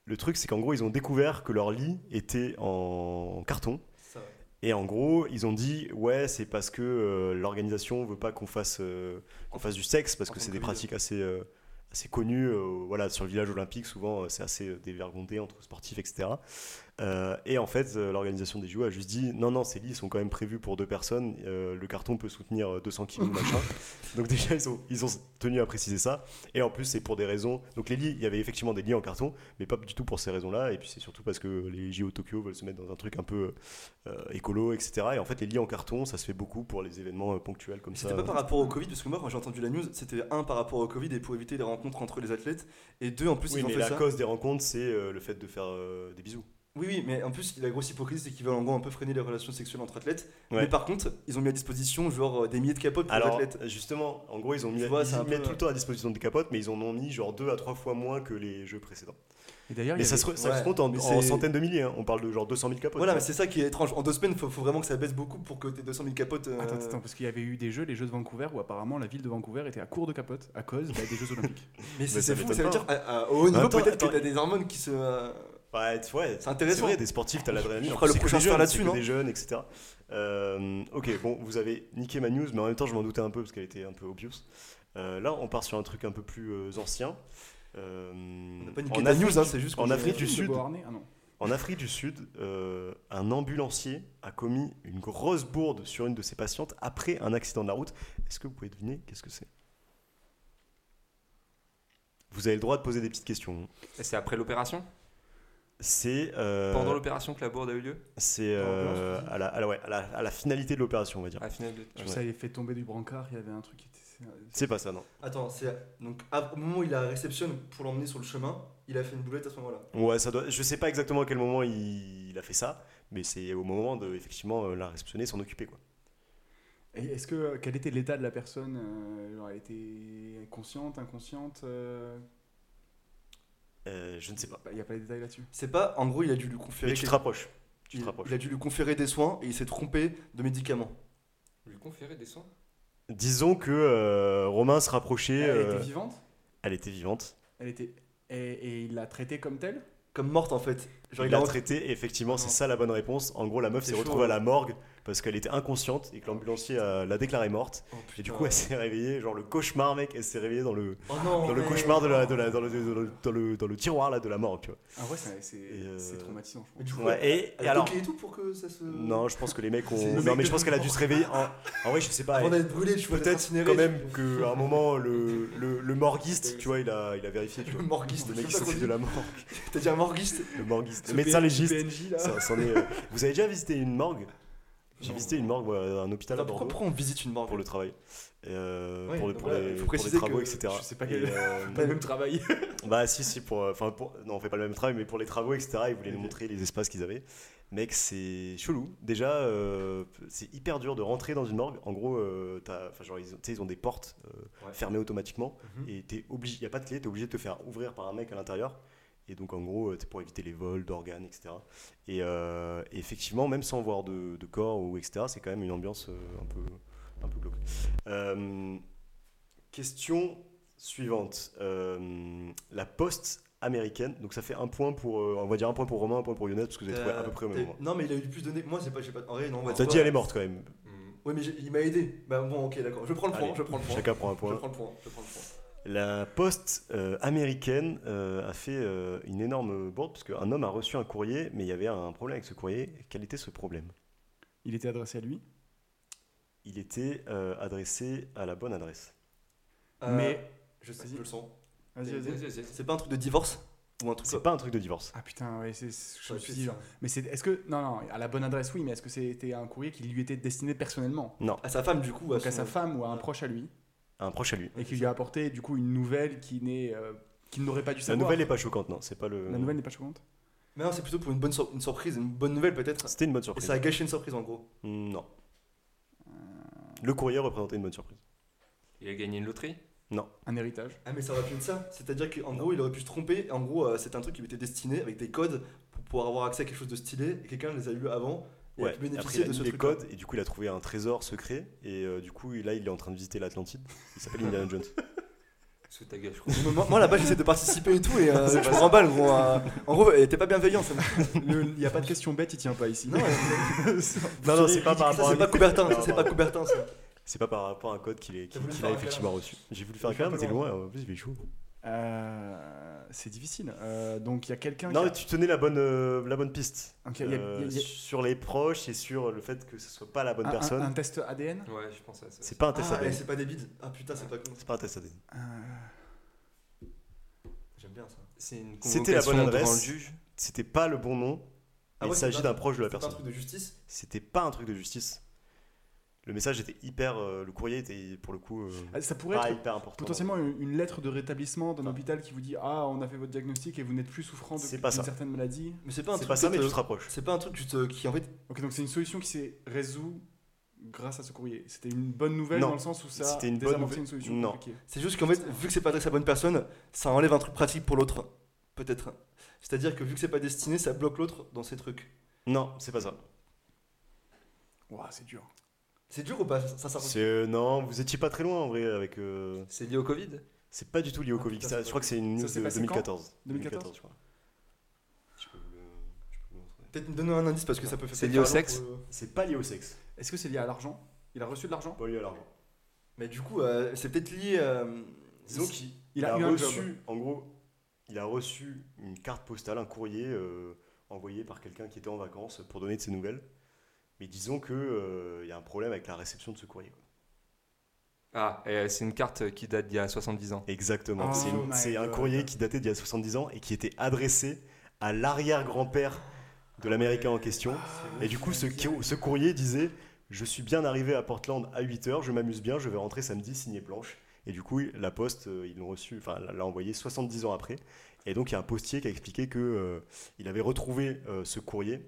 Speaker 1: Le truc, c'est qu'en gros, ils ont découvert que leur lit était en carton.
Speaker 2: Ça, ouais.
Speaker 1: Et en gros, ils ont dit ouais, c'est parce que euh, l'organisation veut pas qu'on fasse euh, qu'on fasse du sexe parce
Speaker 2: En
Speaker 1: que
Speaker 2: tant
Speaker 1: c'est
Speaker 2: que
Speaker 1: des
Speaker 2: Covid.
Speaker 1: pratiques assez euh, assez connues. euh, voilà, sur le village olympique, souvent euh, c'est assez euh, dévergondé entre sportifs, etc. Euh, et en fait, euh, l'organisation des JO a juste dit non, non, ces lits sont quand même prévus pour deux personnes. euh, le carton peut soutenir euh, 200 kilos, machin. Donc déjà, ils ont ils ont tenu à préciser ça. Et en plus, c'est pour des raisons. Donc les lits, il y avait effectivement des lits en carton, mais pas du tout pour ces raisons-là. Et puis c'est surtout parce que les JO Tokyo veulent se mettre dans un truc un peu euh, euh, écolo, etc. Et en fait, les lits en carton, ça se fait beaucoup pour les événements euh, ponctuels comme ça.
Speaker 2: C'était pas par rapport au Covid, parce que moi, quand j'ai entendu la news, c'était un par rapport au Covid et pour éviter les rencontres entre les athlètes, et deux, en plus,
Speaker 1: Oui,
Speaker 2: ils ont
Speaker 1: mais
Speaker 2: fait
Speaker 1: la
Speaker 2: ça.
Speaker 1: cause des rencontres, c'est euh, le fait de faire euh, des bisous.
Speaker 2: Oui, oui, mais en plus, la grosse hypocrisie, c'est qu'ils veulent en gros un peu freiner les relations sexuelles entre athlètes.
Speaker 1: Ouais.
Speaker 2: Mais par contre, ils ont mis à disposition, genre, euh, des milliers de capotes pour
Speaker 1: Alors,
Speaker 2: les athlètes.
Speaker 1: justement, en gros, ils ont mis,
Speaker 2: Tu vois,
Speaker 1: ils
Speaker 2: c'est un
Speaker 1: mettent
Speaker 2: peu-
Speaker 1: tout le temps à disposition des capotes, mais ils en ont mis genre deux à trois fois moins que les jeux précédents.
Speaker 5: Et d'ailleurs, Ah il
Speaker 1: Mais
Speaker 5: y
Speaker 1: ça,
Speaker 5: avait-
Speaker 1: se, ça se
Speaker 2: ouais,
Speaker 1: compte en,
Speaker 2: mais
Speaker 1: en
Speaker 2: c'est-
Speaker 1: centaines de milliers. hein. On parle de genre 200 000 capotes.
Speaker 2: Voilà, mais c'est ça qui est étrange. En deux semaines, faut, faut vraiment que ça baisse beaucoup pour que tes 200 000 capotes. euh,
Speaker 3: Attends, attends, parce qu'il y avait eu des jeux, les jeux de Vancouver, où apparemment la ville de Vancouver était à court de capote à cause bah, des Jeux Olympiques.
Speaker 2: Mais c'est
Speaker 1: ça
Speaker 2: c'est fou,
Speaker 1: m'étonne
Speaker 2: ça veut
Speaker 1: pas.
Speaker 2: dire, à- à- au haut niveau,
Speaker 1: même temps,
Speaker 2: peut-être que
Speaker 1: attends,
Speaker 2: t'as des hormones qui se. euh,
Speaker 1: Ouais, t- ouais,
Speaker 2: C'est intéressant.
Speaker 1: C'est vrai, des sportifs, t'as l'adrénaline. en
Speaker 2: On fera
Speaker 1: plus,
Speaker 2: le
Speaker 1: c'est que
Speaker 2: prochain
Speaker 1: des
Speaker 2: star
Speaker 1: jeunes,
Speaker 2: là-dessus,
Speaker 1: c'est que
Speaker 2: non
Speaker 1: Des jeunes, etc. Euh, ok, bon, vous avez niqué ma news, mais en même temps, je m'en doutais un peu parce qu'elle était un peu obvious. Euh, là, on part sur un truc un peu plus euh, ancien. Euh,
Speaker 2: On n'a pas niqué
Speaker 1: en,
Speaker 2: la
Speaker 1: Afrique,
Speaker 2: news, hein, c'est juste.
Speaker 1: en
Speaker 2: qu'on-
Speaker 1: Afrique du
Speaker 3: De
Speaker 1: Sud.
Speaker 3: Beauharnais Ah non.
Speaker 1: en Afrique du Sud, euh, un ambulancier a commis une grosse bourde sur une de ses patientes après un accident de la route. Est-ce que vous pouvez deviner qu'est-ce que c'est Vous avez le droit de poser des petites questions. hein.
Speaker 4: Et C'est après l'opération
Speaker 1: C'est euh,
Speaker 4: Pendant l'opération que la bourde a eu lieu
Speaker 1: C'est euh, à, la, à la- ouais, à la- à la finalité de l'opération, on va dire.
Speaker 4: à
Speaker 2: Ah,
Speaker 4: la finale de...
Speaker 3: Je
Speaker 1: Ouais.
Speaker 3: sais, il fait tomber du brancard, il y avait un truc qui était.
Speaker 1: C'est pas ça, non.
Speaker 2: Attends, c'est. Donc, à- au moment où il la réceptionne pour l'emmener sur le chemin, il a fait une boulette à ce moment-là.
Speaker 1: Ouais, ça doit. Je sais pas exactement à quel moment il, il a fait ça, mais c'est au moment de effectivement euh, la réceptionner, s'en occuper quoi.
Speaker 3: Et Est-ce que quel était l'état de la personne euh, genre, Elle était consciente, inconsciente euh,
Speaker 1: Euh, je ne sais pas.
Speaker 3: bah, Il n'y a pas les détails là-dessus.
Speaker 2: C'est pas, en gros, il a dû lui
Speaker 1: Mais
Speaker 2: conférer.
Speaker 1: tu te
Speaker 2: quelque-
Speaker 1: rapproches. Tu te
Speaker 2: il,
Speaker 1: rapproches.
Speaker 2: il a dû lui conférer des soins et il s'est trompé de médicaments.
Speaker 4: Lui conférer des soins
Speaker 1: Disons que euh, Romain se rapprochait.
Speaker 3: elle
Speaker 1: euh,
Speaker 3: était vivante
Speaker 1: elle était vivante.
Speaker 3: Elle était. Et, et il l'a traitée comme telle
Speaker 2: Comme morte en fait. Genre,
Speaker 1: il
Speaker 2: il,
Speaker 1: l'a
Speaker 2: a
Speaker 1: traitée. et Effectivement, c'est
Speaker 2: Non.
Speaker 1: ça la bonne réponse. En gros, la meuf
Speaker 2: C'est
Speaker 1: s'est
Speaker 2: chaud,
Speaker 1: retrouvée à
Speaker 2: hein.
Speaker 1: la morgue parce qu'elle était inconsciente et que l'ambulancier euh, l'a déclarée morte.
Speaker 2: Oh,
Speaker 1: Et du
Speaker 2: putain.
Speaker 1: coup, elle s'est réveillée, genre le cauchemar, mec, elle s'est réveillée dans le,
Speaker 2: Oh non
Speaker 1: dans le
Speaker 2: mais-
Speaker 1: cauchemar, de la, de la- dans, le, dans le- dans le- dans le tiroir là, de la mort, tu vois.
Speaker 3: Ah ouais, c'est- c'est
Speaker 1: Et, euh,
Speaker 3: c'est traumatisant, je pense.
Speaker 2: Mais du coup,
Speaker 1: Ouais, et- et
Speaker 2: elle a
Speaker 1: alors-
Speaker 2: toqué et tout pour que ça se.
Speaker 1: Non, je pense que les mecs
Speaker 2: C'est
Speaker 1: ont.
Speaker 2: le
Speaker 1: Non,
Speaker 2: mec
Speaker 1: mais
Speaker 2: de
Speaker 1: je pense qu'elle a dû se réveiller. En, en vrai, je sais pas.
Speaker 2: Avant
Speaker 1: elle-
Speaker 2: d'être brûlée, tu vois, d'être
Speaker 1: Peut-être
Speaker 2: incinérée,
Speaker 1: quand
Speaker 2: tu-
Speaker 1: même qu'à un moment, le, le, le morguiste, tu vois, il a, il a vérifié. Tu vois.
Speaker 2: Le morguiste,
Speaker 1: Le
Speaker 2: je
Speaker 1: mec qui
Speaker 2: sais pas
Speaker 1: s'occupe de
Speaker 2: quoi
Speaker 1: la mort.
Speaker 2: dire. T'as dit un morguiste
Speaker 1: Le morguiste.
Speaker 3: Ce
Speaker 1: Le médecin
Speaker 3: P-
Speaker 1: légiste.
Speaker 3: PNJ, là.
Speaker 1: Ça- c'en est, euh, Vous avez déjà visité une morgue J'ai visité une morgue, voilà, un hôpital à
Speaker 2: Attends,
Speaker 1: Bordeaux.
Speaker 2: pourquoi, pourquoi on visite une morgue
Speaker 1: pour le travail, euh,
Speaker 2: Ouais,
Speaker 1: pour, le-
Speaker 2: donc
Speaker 1: pour
Speaker 2: voilà,
Speaker 1: les,
Speaker 2: il faut
Speaker 1: pour les
Speaker 2: préciser
Speaker 1: travaux,
Speaker 2: que
Speaker 1: etc.
Speaker 3: je sais pas
Speaker 1: Et,
Speaker 3: quel-
Speaker 1: euh,
Speaker 3: Pas le même travail.
Speaker 1: bah si, si, pour, euh, enfin pour, non, on fait pas le même travail, mais pour les travaux, etc. Ils voulaient nous montrer les espaces qu'ils avaient. Mec, c'est chelou. Déjà, euh, c'est hyper dur de rentrer dans une morgue. En gros, euh, t'as- enfin, genre, ils, ont- tu sais, ils ont des portes euh,
Speaker 2: Ouais.
Speaker 1: fermées automatiquement
Speaker 2: Mhm.
Speaker 1: et t'es obligé, y a pas de clé, t'es obligé de te faire ouvrir par un mec à l'intérieur. Et donc, en gros, euh, c'est pour éviter les vols d'organes, etc. Et euh, et effectivement, même sans voir de, de corps ou etc., c'est quand même une ambiance euh, un peu, un peu glauque. Euh, question suivante. Euh, la poste américaine. Donc ça fait un point pour, euh, on va dire un point pour Romain, un point pour Younes, parce que vous avez trouvé à peu près au
Speaker 2: T'as-
Speaker 1: même moment.
Speaker 2: Euh, Non, mais il a eu plus donné. Moi, c'est pas. j'ai pas... En vrai, non, ouais,
Speaker 1: T'as dit elle est morte quand même.
Speaker 2: Ouais, mais j'ai- il m'a aidé. Bah bon, ok, d'accord. Je prends le point,
Speaker 1: Allez,
Speaker 2: je prends le point.
Speaker 1: Chacun prend un
Speaker 2: Je
Speaker 1: point.
Speaker 2: prends le point, je prends le point.
Speaker 1: La poste euh, américaine euh, a fait euh, une énorme bourde parce qu'un homme a reçu un courrier, mais il y avait un problème avec ce courrier. Quel était ce problème
Speaker 3: Il était adressé à lui,
Speaker 1: Il était euh, adressé à la bonne adresse.
Speaker 2: Euh,
Speaker 3: mais.
Speaker 2: Je sais,
Speaker 3: Vas-y.
Speaker 2: je le sens.
Speaker 3: Vas-y, vas-y.
Speaker 2: C'est pas un truc de divorce Ou un truc
Speaker 1: C'est pas un truc de divorce.
Speaker 3: Ah putain, ouais, c'est. c'est- Je
Speaker 2: Ouais,
Speaker 3: me suis dit,
Speaker 2: c'est-
Speaker 3: genre. Mais c'est. Est-ce que. Non, non, à la bonne adresse, oui, mais est-ce que c'était un courrier qui lui était destiné personnellement
Speaker 2: À sa femme, du coup.
Speaker 3: Donc à
Speaker 2: son-
Speaker 3: sa femme ou à un
Speaker 2: Ouais.
Speaker 3: proche à lui
Speaker 1: Un proche à lui.
Speaker 3: et qui lui a apporté du coup une nouvelle qui n'est euh, qui n'aurait pas dû
Speaker 1: La
Speaker 3: savoir.
Speaker 1: nouvelle n'est pas choquante, non. C'est pas le.
Speaker 3: La nouvelle n'est pas choquante.
Speaker 2: Mais non, c'est plutôt pour une bonne sur- une surprise, une bonne nouvelle peut-être.
Speaker 1: C'était une bonne
Speaker 2: Et
Speaker 1: surprise.
Speaker 2: ça a gâché une surprise en gros.
Speaker 1: Mm, Non. Le courrier représentait une bonne surprise.
Speaker 4: Il a gagné une loterie
Speaker 3: Un héritage.
Speaker 2: Ah mais ça aurait pu être ça, c'est-à-dire qu'en gros il aurait pu se tromper, en gros euh, c'est un truc qui lui était destiné avec des codes pour pouvoir avoir accès à quelque chose de stylé, et quelqu'un les a eu avant, et a
Speaker 1: Ouais.
Speaker 2: pu
Speaker 1: et Après,
Speaker 2: bénéficier
Speaker 1: il a
Speaker 2: de ce
Speaker 1: mis les
Speaker 2: truc
Speaker 1: codes et du coup, il a trouvé un trésor secret. Et euh, du coup, là, il est en train de visiter l'Atlantide. Il s'appelle Indiana Jones.
Speaker 4: Sous ta gueule, je crois.
Speaker 2: moi, moi, là-bas j'essaie de participer et tout, et euh, je me remballe gros. hein. En gros elle était pas bienveillante. ça me-
Speaker 3: Il n'y a pas de question bête, il tient pas ici.
Speaker 2: Non, elle-
Speaker 1: non, non, c'est pas par
Speaker 2: ça
Speaker 1: rapport à.
Speaker 2: c'est pas Coubertin, ça c'est pas
Speaker 1: pardon.
Speaker 2: Coubertin ça.
Speaker 1: C'est pas par rapport à un code qu'il est-
Speaker 2: T'as
Speaker 1: qu'il
Speaker 2: voulu
Speaker 1: qu'il
Speaker 2: faire
Speaker 1: a
Speaker 2: un
Speaker 1: effectivement reçu. J'ai voulu faire un câlin, mais t'es loin. En plus, il fait chaud.
Speaker 3: Euh, c'est difficile. Euh, donc il y a quelqu'un.
Speaker 1: Non,
Speaker 3: qui
Speaker 1: mais
Speaker 3: a-
Speaker 1: tu tenais la bonne, euh, la bonne piste.
Speaker 3: Ok, il y a-
Speaker 1: Euh,
Speaker 3: il y a- il y a-
Speaker 1: Sur les proches et sur le fait que ce soit pas la bonne
Speaker 3: un- un-
Speaker 1: personne.
Speaker 3: Un, test ADN.
Speaker 4: Ouais, je pense à ça.
Speaker 1: C'est pas un test
Speaker 2: Ah,
Speaker 1: ADN.
Speaker 2: et c'est pas des bides. Ah putain c'est pas con.
Speaker 1: C'est pas un test ADN.
Speaker 3: Euh,
Speaker 2: J'aime bien ça.
Speaker 4: C'est une
Speaker 1: C'était la bonne
Speaker 4: convocation
Speaker 1: adresse.
Speaker 4: devant le juge.
Speaker 1: C'était pas le bon nom.
Speaker 2: Ah
Speaker 1: et il
Speaker 2: ouais, c'est
Speaker 1: s'agit
Speaker 2: pas-
Speaker 1: d'un proche de la
Speaker 2: C'est pas un
Speaker 1: personne.
Speaker 2: truc de justice.
Speaker 1: C'était pas un truc de justice. Le message était hyper. euh, le courrier était pour le coup euh,
Speaker 3: ah, ça pourrait
Speaker 1: pas
Speaker 3: être
Speaker 1: hyper important.
Speaker 3: potentiellement une, une lettre de rétablissement d'un hôpital qui vous dit ah on a fait votre diagnostic et vous n'êtes plus souffrant de-
Speaker 1: C'est pas
Speaker 3: d'une
Speaker 1: ça.
Speaker 3: certaine maladie.
Speaker 2: Mais c'est pas un
Speaker 1: C'est
Speaker 2: truc
Speaker 1: pas ça,
Speaker 2: que
Speaker 1: mais
Speaker 2: te-
Speaker 1: tu te rapproches.
Speaker 2: C'est pas un truc que tu te- qui en fait.
Speaker 3: Ok donc c'est une solution qui s'est résout grâce à ce courrier. C'était une bonne nouvelle
Speaker 1: Non.
Speaker 3: dans le sens où ça
Speaker 1: C'était une bonne
Speaker 3: désamorçait
Speaker 1: nouvelle.
Speaker 3: une solution
Speaker 1: Non.
Speaker 3: compliquée.
Speaker 2: C'est juste qu'en fait, vu que c'est pas adressé à la bonne personne, ça enlève un truc pratique pour l'autre. Peut-être. C'est-à-dire que vu que c'est pas destiné, ça bloque l'autre dans ses trucs.
Speaker 1: Non, c'est pas ça.
Speaker 3: Ah, Ouah, c'est dur.
Speaker 2: C'est dur ou pas Ça, ça, ça-
Speaker 1: C'est euh, non, vous étiez pas très loin en vrai avec. euh,
Speaker 4: C'est lié au Covid
Speaker 1: C'est pas du tout lié au
Speaker 2: Ah,
Speaker 1: Covid.
Speaker 2: putain,
Speaker 1: ça,
Speaker 2: c'est
Speaker 1: je
Speaker 2: pas-
Speaker 1: crois que c'est une
Speaker 3: Ça
Speaker 1: news
Speaker 3: s'est
Speaker 1: de
Speaker 3: passé
Speaker 1: 2014.
Speaker 3: 2014,
Speaker 1: je crois. Je peux vous le- je peux vous le montrer.
Speaker 2: Peut-être me donner un indice parce que ça peut faire.
Speaker 4: C'est
Speaker 2: peut-être
Speaker 4: lié au
Speaker 2: faire long
Speaker 4: sexe
Speaker 2: pour, euh,
Speaker 1: C'est pas lié au sexe.
Speaker 3: Est-ce que c'est lié à l'argent Il a reçu de l'argent
Speaker 1: Pas lié à l'argent.
Speaker 2: Mais du coup, euh, c'est peut-être lié. euh,
Speaker 1: Disons
Speaker 2: c'est-
Speaker 1: qu'il
Speaker 3: Il a eu un job.
Speaker 1: reçu, en gros, il a reçu une carte postale, un courrier euh, envoyé par quelqu'un qui était en vacances pour donner de ses nouvelles. Mais disons que euh, il y a un problème avec la réception de ce courrier. quoi.
Speaker 4: Ah, et c'est une carte qui date d'il y a 70 ans.
Speaker 1: Exactement.
Speaker 3: Oh
Speaker 1: C'est une-
Speaker 3: my
Speaker 1: c'est un
Speaker 3: God.
Speaker 1: courrier qui datait d'il y a 70 ans et qui était adressé à l'arrière-grand-père de l'Américain en question. Et du coup, ce, qui- ce courrier disait Je suis bien arrivé à Portland à 8h, je m'amuse bien, je vais rentrer samedi, signé Blanche. Et du coup, la poste, euh, ils l'ont reçu, enfin, l'a l'a envoyé 70 ans après. Et donc, il y a un postier qui a expliqué que euh, il avait retrouvé euh, ce courrier,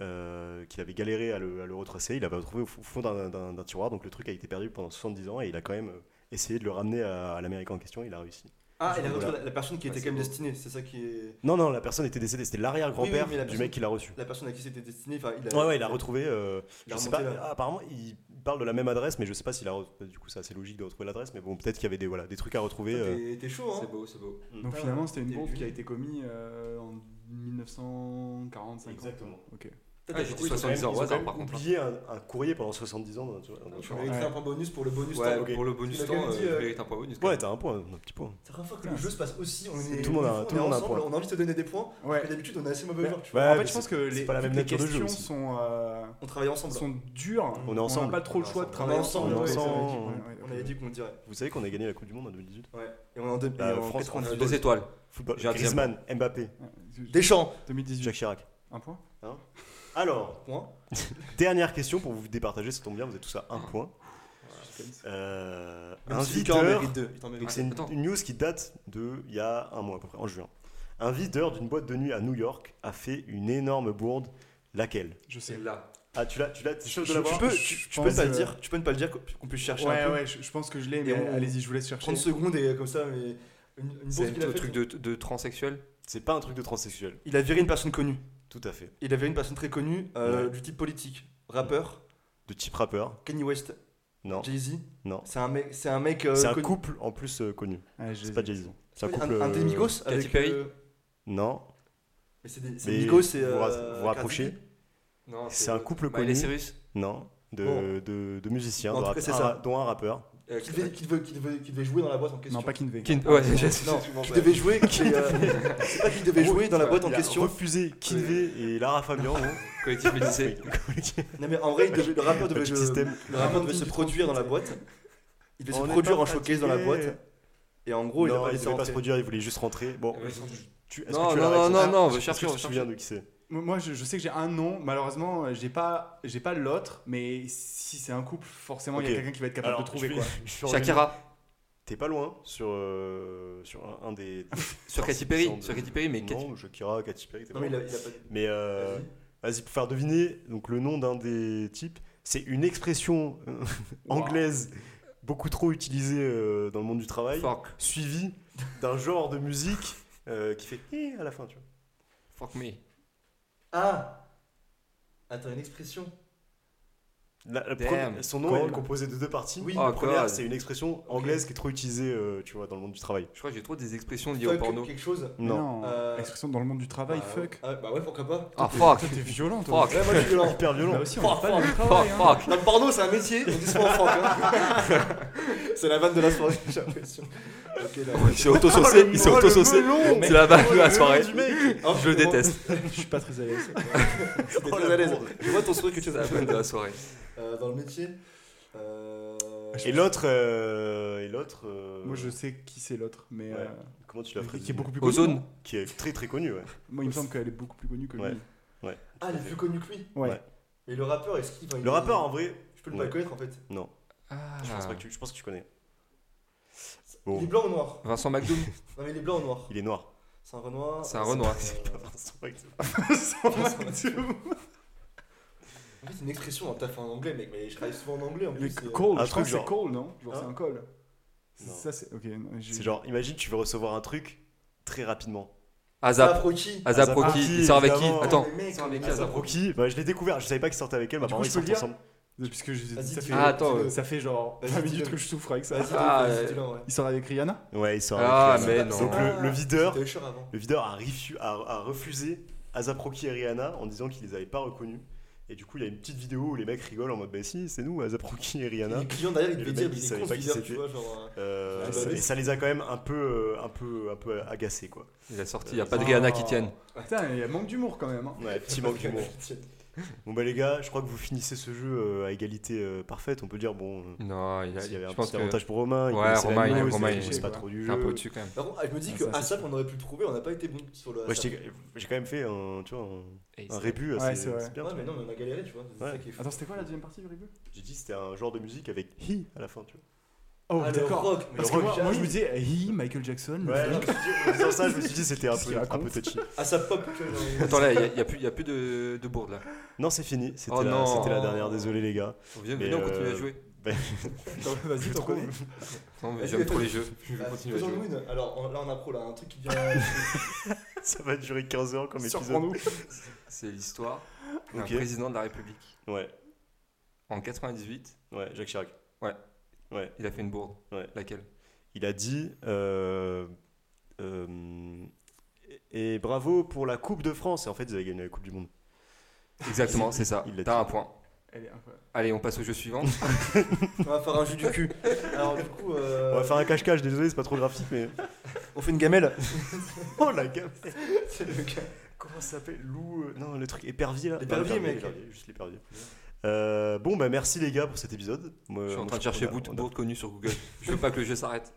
Speaker 1: euh, qu'il avait galéré à le, à le retracer. Il l'avait retrouvé au fo- fond d'un- d'un d'un tiroir. Donc, le truc a été perdu pendant 70 ans et il a quand même euh, essayé de le ramener à, à l'Américain en question. Il a réussi.
Speaker 2: Ah, il a
Speaker 1: Voilà.
Speaker 2: retrouvé la, la personne qui
Speaker 4: Ouais,
Speaker 2: était
Speaker 4: c'est
Speaker 2: quand même
Speaker 4: beau.
Speaker 2: destinée. C'est ça qui est.
Speaker 1: Non, non, la personne était décédée. C'était l'arrière-grand-père
Speaker 2: Oui, oui, mais la
Speaker 1: du
Speaker 2: personne-
Speaker 1: mec qui l'a reçu.
Speaker 2: La personne à qui c'était destiné. Enfin, il a.
Speaker 1: Ouais, ouais, il a retrouvé. euh,
Speaker 2: il a
Speaker 1: je sais pas,
Speaker 2: remonté la-
Speaker 1: ah, apparemment, il parle de la même adresse, mais je sais pas s'il a. re- Du coup, c'est assez logique de retrouver l'adresse, mais bon, peut-être qu'il y avait des, voilà, des trucs à retrouver.
Speaker 2: Toi,
Speaker 1: euh,
Speaker 2: t'es- T'es chaud, hein
Speaker 4: C'est beau, c'est beau.
Speaker 3: Donc
Speaker 2: Ah,
Speaker 3: finalement, c'était une
Speaker 2: t'es
Speaker 3: bombe
Speaker 2: vu.
Speaker 3: qui a été commise euh, en 1945.
Speaker 1: Exactement.
Speaker 3: Ok.
Speaker 2: Putain,
Speaker 4: Ah, j'ai dit
Speaker 1: Ils ont quand même-
Speaker 4: 70 euros au
Speaker 1: Ils ont
Speaker 4: hasard,
Speaker 1: quand
Speaker 4: par
Speaker 1: même
Speaker 4: contre. hein.
Speaker 1: oublié un, un courrier pendant 70 ans. dans- dans- dans-
Speaker 2: Tu m'avais écrit un point bonus pour le bonus
Speaker 4: Ouais,
Speaker 2: temps.
Speaker 1: ok.
Speaker 4: pour le bonus
Speaker 2: Tu l'as
Speaker 4: temps,
Speaker 2: quand même
Speaker 4: euh,
Speaker 2: dit,
Speaker 4: je
Speaker 2: euh,
Speaker 4: mérite un point bonus. quand
Speaker 1: Ouais,
Speaker 4: même.
Speaker 1: t'as un point, un petit point.
Speaker 2: C'est la première fois que le jeu se passe aussi. On est,
Speaker 1: Tout le monde a-
Speaker 2: on est
Speaker 1: tout le monde a un
Speaker 2: ensemble,
Speaker 1: point.
Speaker 2: On a envie de te donner des points.
Speaker 3: Ouais.
Speaker 2: Parce que d'habitude, on est assez mauvais
Speaker 3: Ouais.
Speaker 2: joueurs. tu vois.
Speaker 1: Ouais,
Speaker 3: en
Speaker 1: mais
Speaker 3: fait, je pense que les,
Speaker 1: c'est pas la
Speaker 3: toutes
Speaker 1: même
Speaker 3: les
Speaker 1: nature de jeu
Speaker 3: questions
Speaker 1: aussi.
Speaker 3: sont, euh,
Speaker 2: On travaille ensemble.
Speaker 3: sont dures.
Speaker 1: On est ensemble.
Speaker 3: n'a pas trop le choix de
Speaker 4: On est
Speaker 3: travailler
Speaker 2: ensemble.
Speaker 3: ensemble.
Speaker 2: On est
Speaker 3: ouais,
Speaker 1: ensemble.
Speaker 3: c'est vrai qu'il- ouais, ouais,
Speaker 2: hein. On avait dit qu'on le dirait.
Speaker 1: Vous savez qu'on a gagné la Coupe du Monde en 2018
Speaker 2: Ouais. Et on est en deux.
Speaker 1: Bah,
Speaker 2: et en
Speaker 1: France,
Speaker 4: On a
Speaker 2: 90.
Speaker 4: Deux étoles.
Speaker 1: Football.
Speaker 4: J'ai un deuxième
Speaker 1: Griezmann, Mbappé,
Speaker 3: ouais.
Speaker 2: Deschamps.
Speaker 3: 2018.
Speaker 1: Jacques Chirac.
Speaker 3: Un point
Speaker 1: Alors,
Speaker 2: Point.
Speaker 1: dernière question pour vous départager, ça tombe bien, vous êtes tous à
Speaker 4: Ah.
Speaker 1: un point. Euh, un
Speaker 2: en
Speaker 1: videur.
Speaker 2: mérite deux. Il t'en mérite
Speaker 1: Donc
Speaker 2: deux.
Speaker 1: c'est une,
Speaker 4: Attends.
Speaker 1: une news qui date de il y a un mois à peu près, en juin. Un videur d'une boîte de nuit à New York a fait une énorme bourde. Laquelle
Speaker 3: Je sais.
Speaker 4: C'est là.
Speaker 1: Ah, tu l'as, tu l'as, t'es sûr de
Speaker 3: Je-
Speaker 1: l'avoir
Speaker 2: Tu peux,
Speaker 3: Je
Speaker 2: tu, tu peux
Speaker 3: pense,
Speaker 2: pas le
Speaker 3: euh,
Speaker 2: dire. Tu peux ne pas le dire qu'on puisse chercher un
Speaker 3: Ouais,
Speaker 2: peu.
Speaker 3: ouais, je, je pense que je l'ai,
Speaker 2: Et
Speaker 3: mais
Speaker 2: on-
Speaker 3: allez-y, je vous laisse chercher.
Speaker 2: 30 secondes et comme ça, mais une, une
Speaker 4: C'est
Speaker 2: bourde qu'il a
Speaker 4: le
Speaker 2: fait,
Speaker 4: truc de, de transsexuel.
Speaker 1: C'est pas un truc de transsexuel.
Speaker 2: Il a viré une personne connue.
Speaker 1: Tout à fait.
Speaker 2: Il avait une personne très connue euh,
Speaker 1: Ouais.
Speaker 2: du type politique, rappeur,
Speaker 1: De type rappeur
Speaker 2: Kanye West,
Speaker 1: Non.
Speaker 2: Jay-Z.
Speaker 1: Non.
Speaker 2: C'est un mec, c'est un mec. euh,
Speaker 1: C'est un
Speaker 2: connu.
Speaker 1: couple en plus euh, connu.
Speaker 3: Ouais,
Speaker 1: C'est
Speaker 3: j'ai-
Speaker 1: pas Jay-Z. C'est un
Speaker 2: Un,
Speaker 1: couple.
Speaker 2: un
Speaker 1: euh,
Speaker 2: des Migos
Speaker 4: Katy
Speaker 2: avec.
Speaker 4: Perry.
Speaker 2: euh,
Speaker 1: Non.
Speaker 2: mais c'est des- c'est
Speaker 1: Mais
Speaker 2: Migos et.
Speaker 1: vous ra-
Speaker 2: euh, Bah,
Speaker 1: vous rapprochez
Speaker 2: Cardi B.
Speaker 4: Non,
Speaker 1: C'est un couple
Speaker 4: Miley
Speaker 1: connu.
Speaker 4: Cyrus.
Speaker 1: Non. De,
Speaker 2: Bon.
Speaker 1: de, de musiciens,
Speaker 2: En
Speaker 1: de
Speaker 2: tout cas,
Speaker 1: rappeurs,
Speaker 2: c'est
Speaker 1: un
Speaker 2: ça.
Speaker 1: ra- dont un rappeur.
Speaker 4: Euh,
Speaker 2: Qui devait, qui, devait, qui, devait, qui devait jouer dans la boîte en question.
Speaker 3: Non, pas Kinvey.
Speaker 4: Kin- Ouais,
Speaker 2: Non,
Speaker 4: je-
Speaker 2: non,
Speaker 4: souvent
Speaker 2: qui
Speaker 4: ça.
Speaker 2: devait jouer. qui, euh, c'est pas qui devait jouer dans la boîte en
Speaker 1: Il a
Speaker 2: question.
Speaker 1: refusé Kinvey et Lara Fabian. hein.
Speaker 4: Collectif Élysée.
Speaker 2: Non, mais en vrai, il devait- le rappeur devait,
Speaker 1: Petit
Speaker 2: je-
Speaker 1: système.
Speaker 2: le rappeur devait se produire dans la boîte. Il devait
Speaker 1: On
Speaker 2: euh, se
Speaker 1: n'est
Speaker 2: produire
Speaker 1: pas
Speaker 2: en showcase dans la
Speaker 1: fatigué.
Speaker 2: boîte. Et en gros, il a
Speaker 1: Non,
Speaker 2: pas
Speaker 1: il
Speaker 2: laissé
Speaker 1: devait pas se
Speaker 2: rentrer.
Speaker 1: produire, il voulait juste rentrer. Bon,
Speaker 4: Ouais,
Speaker 1: tu, est-ce que
Speaker 4: Non,
Speaker 1: tu as la
Speaker 4: non, non,
Speaker 1: réponse
Speaker 4: non, non, on va
Speaker 1: Est-ce que
Speaker 4: chercher,
Speaker 1: tu
Speaker 4: on
Speaker 1: te
Speaker 4: va
Speaker 1: souviens
Speaker 4: chercher.
Speaker 1: de qui c'est
Speaker 3: Moi, moi, je, je sais que j'ai un nom. Malheureusement, euh, j'ai pas, j'ai pas l'autre, mais si c'est un couple, forcément, il y
Speaker 1: Ok.
Speaker 3: a quelqu'un qui va être capable de trouver
Speaker 1: je vais-
Speaker 3: quoi.
Speaker 1: je suis revenu-
Speaker 4: Shakira.
Speaker 1: T'es pas loin hein, sur, euh, sur un, un des.
Speaker 4: Sur Katy Perry. Sur Katy Perry, mais Katy-
Speaker 1: Non, Shakira, Katy Perry, t'es pas
Speaker 2: Non, mais il
Speaker 1: loin.
Speaker 2: a, il a pas.
Speaker 1: Mais euh, vas-y, pour faire deviner donc, le nom d'un des types, c'est une expression euh, anglaise beaucoup trop utilisée euh, dans le monde du travail,
Speaker 4: Fork.
Speaker 1: suivie d'un genre de musique euh, qui fait eh à la fin, tu vois.
Speaker 4: Fork me.
Speaker 2: Ah Attends, une expression
Speaker 1: La- la
Speaker 4: Damn.
Speaker 1: première- son nom
Speaker 4: Cool.
Speaker 1: est composé de deux parties.
Speaker 2: Oui.
Speaker 1: la
Speaker 4: Oh,
Speaker 1: première,
Speaker 4: God.
Speaker 1: c'est une expression anglaise qui est trop utilisée, euh, tu vois, dans le monde du travail.
Speaker 4: Je crois que j'ai trop des expressions liées au
Speaker 2: Fuck,
Speaker 4: porno.
Speaker 2: quelque chose
Speaker 3: Mais
Speaker 1: non.
Speaker 2: Euh,
Speaker 3: L'expression dans le monde du travail,
Speaker 2: Bah,
Speaker 3: fuck.
Speaker 2: ah, Bah ouais, pourquoi pas
Speaker 4: Ah, fuck.
Speaker 3: Toi, t'es violent, toi.
Speaker 4: Fuck.
Speaker 2: Ouais, moi je suis violent.
Speaker 1: Hyper violent.
Speaker 3: Là aussi, on n'a
Speaker 2: Fuck,
Speaker 3: pas le
Speaker 4: Fuck,
Speaker 3: travail. hein.
Speaker 4: fuck.
Speaker 2: Dans le porno, c'est un métier, on dit souvent en franc. hein. c'est la vanne de la soirée, j'ai l'impression. Ok, là.
Speaker 4: C'est auto-saucé. Il s'est auto-saucé. C'est la vanne de la soirée.
Speaker 2: Ah,
Speaker 4: Je le déteste.
Speaker 3: Je suis pas très à l'aise.
Speaker 2: C'était
Speaker 1: Oh,
Speaker 2: très
Speaker 1: la
Speaker 2: à l'aise.
Speaker 1: bourde.
Speaker 2: Je vois ton sourire que tu
Speaker 4: C'est
Speaker 2: as
Speaker 4: la vanne de la soirée.
Speaker 2: Euh, Dans le métier. Euh...
Speaker 1: Et l'autre, euh, et l'autre. euh,
Speaker 3: Moi, je sais qui c'est l'autre, mais.
Speaker 1: Ouais.
Speaker 3: euh,
Speaker 1: Comment tu l'as pris
Speaker 3: Qui est beaucoup plus connu.
Speaker 4: Ozone.
Speaker 1: Qui est très très connu, ouais.
Speaker 3: Moi, il me semble qu'elle est beaucoup plus connue que
Speaker 1: Ouais.
Speaker 3: lui.
Speaker 2: Ah, il est plus connu que lui.
Speaker 1: Ouais.
Speaker 3: Ouais.
Speaker 2: Et le rappeur, est-ce qu'il va.
Speaker 1: Le rappeur, en vrai,
Speaker 2: Je peux le pas le connaître en fait.
Speaker 4: Ah.
Speaker 1: je pense, pas que, tu, je pense que tu connais.
Speaker 2: Il est
Speaker 1: Bon,
Speaker 2: blanc ou noir
Speaker 4: Vincent McDoom.
Speaker 2: Non, mais il est blanc ou noir
Speaker 1: il est noir.
Speaker 2: C'est un Renoir.
Speaker 4: C'est un Renoir.
Speaker 2: euh, En fait, c'est une expression en taf en anglais, mec, mais je travaille souvent en anglais en
Speaker 3: Le
Speaker 2: plus. euh,
Speaker 1: Un
Speaker 2: et-
Speaker 3: call, je
Speaker 1: truc
Speaker 3: crois que c'est
Speaker 1: genre-
Speaker 3: call, non Genre, c'est
Speaker 1: Hein
Speaker 3: un call.
Speaker 1: Non.
Speaker 3: Ça, c'est. Ok, non, j'ai-
Speaker 1: C'est genre, imagine, tu veux recevoir un truc très rapidement.
Speaker 4: Azap.
Speaker 2: Zap Rocky.
Speaker 4: Azap
Speaker 1: Azap
Speaker 4: Rocky.
Speaker 1: Rocky,
Speaker 4: Il sort avec qui
Speaker 1: évidemment.
Speaker 4: Attends.
Speaker 2: Mais mec,
Speaker 4: sort avec
Speaker 2: on est
Speaker 4: qui, Azap
Speaker 2: Azap Rocky
Speaker 1: Rocky, bah, je l'ai découvert, je savais pas qu'il sortait avec elle, mais
Speaker 3: Du coup,
Speaker 1: apparemment
Speaker 3: je
Speaker 1: ils
Speaker 3: peux le
Speaker 1: sortent
Speaker 3: dire
Speaker 1: ensemble.
Speaker 3: Puisque je-
Speaker 2: Vas-y,
Speaker 3: ça fait.
Speaker 2: dis-le.
Speaker 4: Ah, attends,
Speaker 2: dis-le.
Speaker 3: Ça fait genre
Speaker 2: Vas-y,
Speaker 3: 20 minutes
Speaker 2: dis-le.
Speaker 3: que je souffre avec ça.
Speaker 2: Vas-y,
Speaker 4: Ah,
Speaker 2: dis-le, vas-y,
Speaker 4: euh,
Speaker 2: dis-le, en vrai.
Speaker 3: Il sort avec Rihanna
Speaker 1: Ouais, il sort
Speaker 4: Ah,
Speaker 1: avec
Speaker 4: mais
Speaker 1: elle.
Speaker 4: non.
Speaker 1: Donc le, le videur,
Speaker 3: Ah,
Speaker 2: C'était le chien avant.
Speaker 1: le videur a, refu- a- a refusé Azap Rocky et Rihanna en disant qu'il les avait pas reconnus. Et du coup, il y a une petite vidéo où les mecs rigolent en mode bah si, c'est nous, Azap Rocky et
Speaker 2: Et
Speaker 1: Rihanna.
Speaker 2: Les clients derrière, ils
Speaker 1: Et le
Speaker 2: devaient
Speaker 1: mec,
Speaker 2: dire, mais
Speaker 1: il
Speaker 2: il est
Speaker 1: savait
Speaker 2: con ce
Speaker 1: pas qui
Speaker 2: leader,
Speaker 1: c'était.
Speaker 2: tu vois, genre. euh,
Speaker 1: Euh,
Speaker 2: Ah, bah
Speaker 1: ça-
Speaker 2: oui.
Speaker 1: et ça les a quand même un peu, euh, un peu, un peu agacés quoi.
Speaker 4: Il a sorti. Il n'y a pas de Rihanna qui tienne.
Speaker 3: Putain, il y a manque d'humour quand même. hein.
Speaker 1: Ouais, petit manque d'humour.
Speaker 2: Tiens.
Speaker 1: Bon bah les gars, je crois que vous finissez ce jeu euh, à égalité euh, parfaite. On peut dire bon, euh,
Speaker 4: Non, il a-
Speaker 1: s'il y avait un
Speaker 4: je pense
Speaker 1: petit
Speaker 4: que
Speaker 1: avantage pour Romain, il
Speaker 4: Ouais,
Speaker 1: connaissait la
Speaker 4: Romain,
Speaker 1: news,
Speaker 3: il-
Speaker 1: il
Speaker 3: Romain, il-
Speaker 1: connaissait pas
Speaker 3: ouais.
Speaker 1: trop du
Speaker 4: c'est
Speaker 1: jeu.
Speaker 4: un peu au-dessus quand même.
Speaker 2: Par contre, ah, je me dis
Speaker 3: Ah,
Speaker 2: que
Speaker 3: ça,
Speaker 2: à
Speaker 3: c'est
Speaker 2: Sap, on aurait pu le trouver, on n'a pas été bon sur le.
Speaker 1: Ouais, je
Speaker 2: ASAP.
Speaker 1: t'ai- j'ai quand même fait un, tu vois, un,
Speaker 4: Et
Speaker 1: un
Speaker 4: c'est-
Speaker 1: rébut
Speaker 3: Ouais,
Speaker 1: assez
Speaker 3: c'est vrai.
Speaker 1: c'est bien.
Speaker 2: Ouais,
Speaker 1: tu
Speaker 2: mais
Speaker 1: vois.
Speaker 2: non, mais on a galéré, tu vois. c'est
Speaker 1: Ouais.
Speaker 2: ça qui est fou.
Speaker 3: Attends, c'était quoi la deuxième partie du review
Speaker 1: J'ai dit c'était un genre de musique avec hi à la fin, tu vois.
Speaker 3: Oh,
Speaker 2: Ah, le
Speaker 3: d'accord.
Speaker 2: rock, mais
Speaker 3: Parce
Speaker 2: le
Speaker 3: que
Speaker 2: rock,
Speaker 3: moi, moi, je me
Speaker 2: j'arrive.
Speaker 3: disais, eh, hi, Michael Jackson. le
Speaker 1: Ouais,
Speaker 3: rock.
Speaker 1: je me suis dit- en disant ça, je me suis dit c'était un
Speaker 3: Qu'est-ce qu'il
Speaker 1: peu, un peu
Speaker 3: raconte
Speaker 1: touchy.
Speaker 2: Asap Pop, tu vois. genre,
Speaker 4: Attends là, il n'y a, plus- y a plus de, de bourde là.
Speaker 1: Non, c'est fini. C'était
Speaker 4: Oh
Speaker 1: la,
Speaker 4: non.
Speaker 1: c'était la dernière. Désolé les gars.
Speaker 4: On vient,
Speaker 1: Mais,
Speaker 4: venez, on continue
Speaker 1: euh,
Speaker 4: à jouer.
Speaker 3: Vas-y, t'en connais.
Speaker 4: Non, mais
Speaker 2: Vas-y,
Speaker 4: j'aime
Speaker 2: vas-y.
Speaker 4: trop les jeux. Je vais
Speaker 2: Ah,
Speaker 4: continuer à jouer.
Speaker 2: Faisons-nous une. Alors on- là, on a pro, là, un truc qui vient.
Speaker 1: Ça va durer 15 heures comme épisode.
Speaker 3: Surprends-nous.
Speaker 4: C'est l'histoire d'un
Speaker 1: Ok.
Speaker 4: président de la République.
Speaker 1: Ouais,
Speaker 4: En 98,
Speaker 1: ouais, Jacques Chirac.
Speaker 4: il a fait une bourde.
Speaker 1: Ouais.
Speaker 4: Laquelle
Speaker 1: il a dit euh, euh, et, et bravo pour la Coupe de France. Et en fait, ils avaient gagné la Coupe du Monde.
Speaker 4: Exactement, c'est ça.
Speaker 1: Il l'a Euh,
Speaker 4: T'as
Speaker 1: dit.
Speaker 4: un point.
Speaker 3: Elle est incroyable.
Speaker 4: Allez, on passe au jeu suivant.
Speaker 2: On va faire un jus du cul. Alors du coup, euh,
Speaker 1: On va faire un cache-cache, désolé, c'est pas trop graphique, mais.
Speaker 2: on fait une gamelle.
Speaker 1: Oh la gamme
Speaker 2: C'est le gars.
Speaker 1: Comment ça s'appelle Loup. euh, Non, le truc épervier là.
Speaker 2: L'épervier,
Speaker 1: Non,
Speaker 2: mec.
Speaker 1: l'épervier, juste l'épervier. Euh, bon, bah merci les gars pour cet épisode. Moi,
Speaker 4: je suis en
Speaker 1: moi,
Speaker 4: train de
Speaker 1: trouve
Speaker 4: chercher
Speaker 1: qu'on a-
Speaker 4: bout de
Speaker 1: on a-
Speaker 4: bourde connue sur Google. Je veux pas que le jeu s'arrête.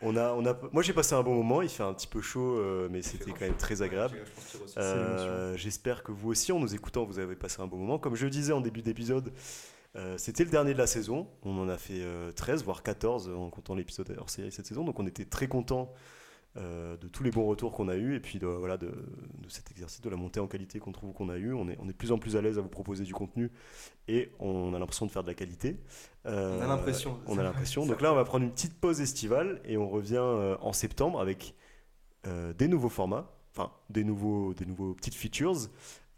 Speaker 1: On a, on a, moi j'ai passé un bon moment, il fait un petit peu chaud, euh, mais c'était quand même très agréable.
Speaker 2: Je pense que c'est aussi.
Speaker 1: Euh, J'espère que vous aussi, en nous écoutant, vous avez passé un bon moment. Comme je le disais en début d'épisode, euh, c'était le dernier de la saison. On en a fait euh, 13, voire 14 en comptant l'épisode hors série cette saison. Donc on était très contents euh, de tous les bons retours qu'on a eus et puis de, voilà, de, de cet exercice, de la montée en qualité qu'on trouve qu'on a eu. On est, on est de plus en plus à l'aise à vous proposer du contenu et on a l'impression de faire de la qualité. Euh,
Speaker 2: On a l'impression.
Speaker 1: on a l'impression. Donc là, on va prendre une petite pause estivale et on revient euh, en septembre avec euh, des nouveaux formats, enfin des nouveaux, des nouveaux petites features,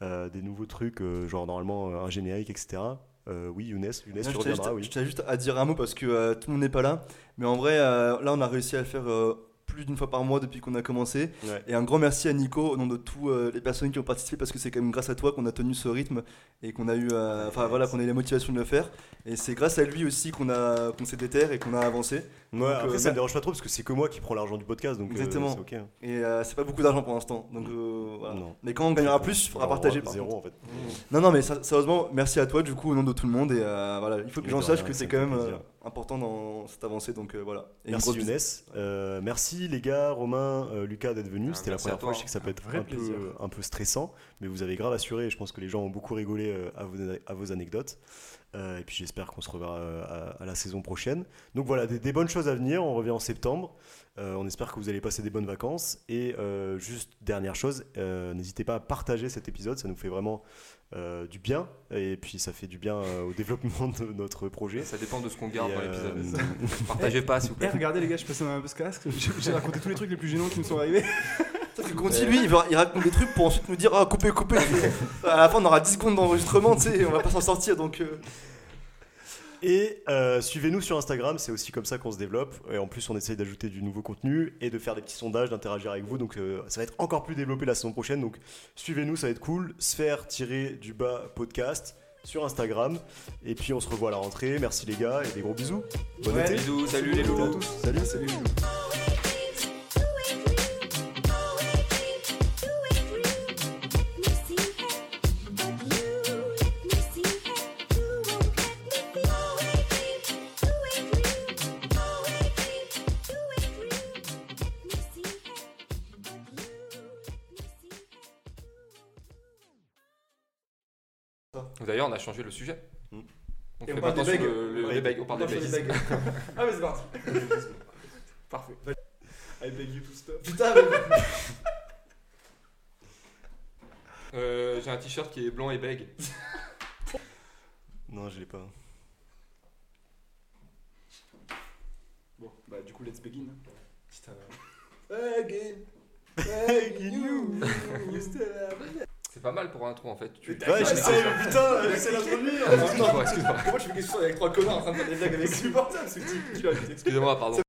Speaker 1: euh, des nouveaux trucs, euh, genre normalement euh, un générique, etc. Euh, oui, Younes, Younes,
Speaker 2: Non,
Speaker 1: tu
Speaker 2: je tiens
Speaker 1: reviendras,
Speaker 2: juste-
Speaker 1: oui.
Speaker 2: Je tiens juste à dire un mot parce que euh, tout le monde n'est pas là. Mais en vrai, euh, là, on a réussi à le faire euh, plus d'une fois par mois depuis qu'on a commencé.
Speaker 1: Ouais.
Speaker 2: Et un grand merci à Nico au nom de toutes les personnes qui ont participé parce que c'est quand même grâce à toi qu'on a tenu ce rythme et qu'on a eu, euh, enfin voilà, qu'on a eu la motivation de le faire. Et c'est grâce à lui aussi qu'on a, qu'on s'est déterre et qu'on a avancé.
Speaker 1: Ouais,
Speaker 2: Donc,
Speaker 1: après,
Speaker 2: euh,
Speaker 1: ça
Speaker 2: mer-
Speaker 1: me dérange pas trop parce que c'est que moi qui prends l'argent du podcast, donc euh,
Speaker 2: Exactement.
Speaker 1: c'est ok. hein.
Speaker 2: Et euh, c'est pas beaucoup d'argent pour l'instant. Donc euh, voilà.
Speaker 1: Non.
Speaker 2: Mais quand on gagnera plus, il faudra
Speaker 1: Alors,
Speaker 2: partager.
Speaker 1: ouais,
Speaker 2: par
Speaker 1: Zéro
Speaker 2: contre.
Speaker 1: en fait.
Speaker 2: Non, non, mais sa- sérieusement, merci à toi du coup au nom de tout le monde. Et euh, voilà, il faut
Speaker 1: Mais
Speaker 2: que les gens
Speaker 1: de
Speaker 2: sachent
Speaker 1: rien,
Speaker 2: que
Speaker 1: ça
Speaker 2: c'est
Speaker 1: me
Speaker 2: quand
Speaker 1: fait
Speaker 2: même
Speaker 1: plaisir.
Speaker 2: euh, important dans cette avancée. Donc euh, voilà. Et une
Speaker 1: Merci
Speaker 2: grosse
Speaker 1: Younes. Euh, merci les gars, Romain, euh, Lucas d'être venus.
Speaker 4: Ah,
Speaker 1: C'était la
Speaker 4: merci à
Speaker 1: première
Speaker 4: toi,
Speaker 1: fois. Je
Speaker 4: hein.
Speaker 1: sais que ça peut être
Speaker 5: vrai
Speaker 1: un peu,
Speaker 5: plaisir.
Speaker 1: un peu stressant, mais vous avez grave assuré. Et je pense que les gens ont beaucoup rigolé euh, à, vos, à vos anecdotes. Euh, et puis j'espère qu'on se reverra euh, à, à la saison prochaine. Donc voilà, des, des bonnes choses à venir. On revient en septembre. Euh, on espère que vous allez passer des bonnes vacances. Et euh, juste dernière chose, euh, n'hésitez pas à partager cet épisode. Ça nous fait vraiment euh, du bien. Et puis ça fait du bien euh, au développement de notre projet.
Speaker 4: Ça dépend de ce qu'on garde
Speaker 1: Et,
Speaker 4: dans
Speaker 1: euh,
Speaker 4: hein, l'épisode. Partagez pas, s'il vous
Speaker 5: Eh,
Speaker 4: plaît.
Speaker 5: regardez les gars, je passais ma casque, j'ai j'ai raconté tous les trucs les plus gênants qui me sont arrivés.
Speaker 2: Sauf que Gonti, lui, il, va- il raconte des trucs pour ensuite nous dire Ah, coupez, coupez. à la fin, on aura 10 secondes d'enregistrement, tu sais, on va pas s'en sortir. Donc, euh,
Speaker 1: Et euh, suivez-nous sur Instagram, c'est aussi comme ça qu'on se développe. Et en plus, on essaye d'ajouter du nouveau contenu et de faire des petits sondages, d'interagir avec vous. Donc, euh, ça va être encore plus développé la saison prochaine. Donc, suivez-nous, ça va être cool. Sphère-du-bas podcast sur Instagram. Et puis, on se revoit à la rentrée. Merci les gars et des gros bisous. Bon été.
Speaker 4: Bisous, salut les loups.
Speaker 1: Salut, salut.
Speaker 4: D'ailleurs, on a changé le sujet.
Speaker 1: Hmm.
Speaker 4: Mm. On
Speaker 3: Et
Speaker 4: fait
Speaker 3: on parle
Speaker 4: maintenant
Speaker 3: des
Speaker 4: sur
Speaker 3: bagues.
Speaker 4: le- le-
Speaker 1: Ouais,
Speaker 4: les bagues. On parle des bagues.
Speaker 3: Ah, mais c'est parti. Parfait. I beg you to stop.
Speaker 2: putain, mais-
Speaker 4: Euh, J'ai un t-shirt qui est blanc et bègue.
Speaker 1: Non, je l'ai pas.
Speaker 3: Bon, bah du coup, let's begin.
Speaker 2: Putain,
Speaker 3: Begin. Begin you. You still have-
Speaker 4: C'est pas mal pour un trou en fait. Tu...
Speaker 1: Ouais, je sais, mais putain, c'est la
Speaker 4: Excuse-moi, excuse-moi.
Speaker 2: Moi, je fais quelque chose avec trois connards en train de faire des blagues avec lui.
Speaker 3: C'est insupportable ce type. Tu l'as dit.
Speaker 4: Excusez-moi, pardon.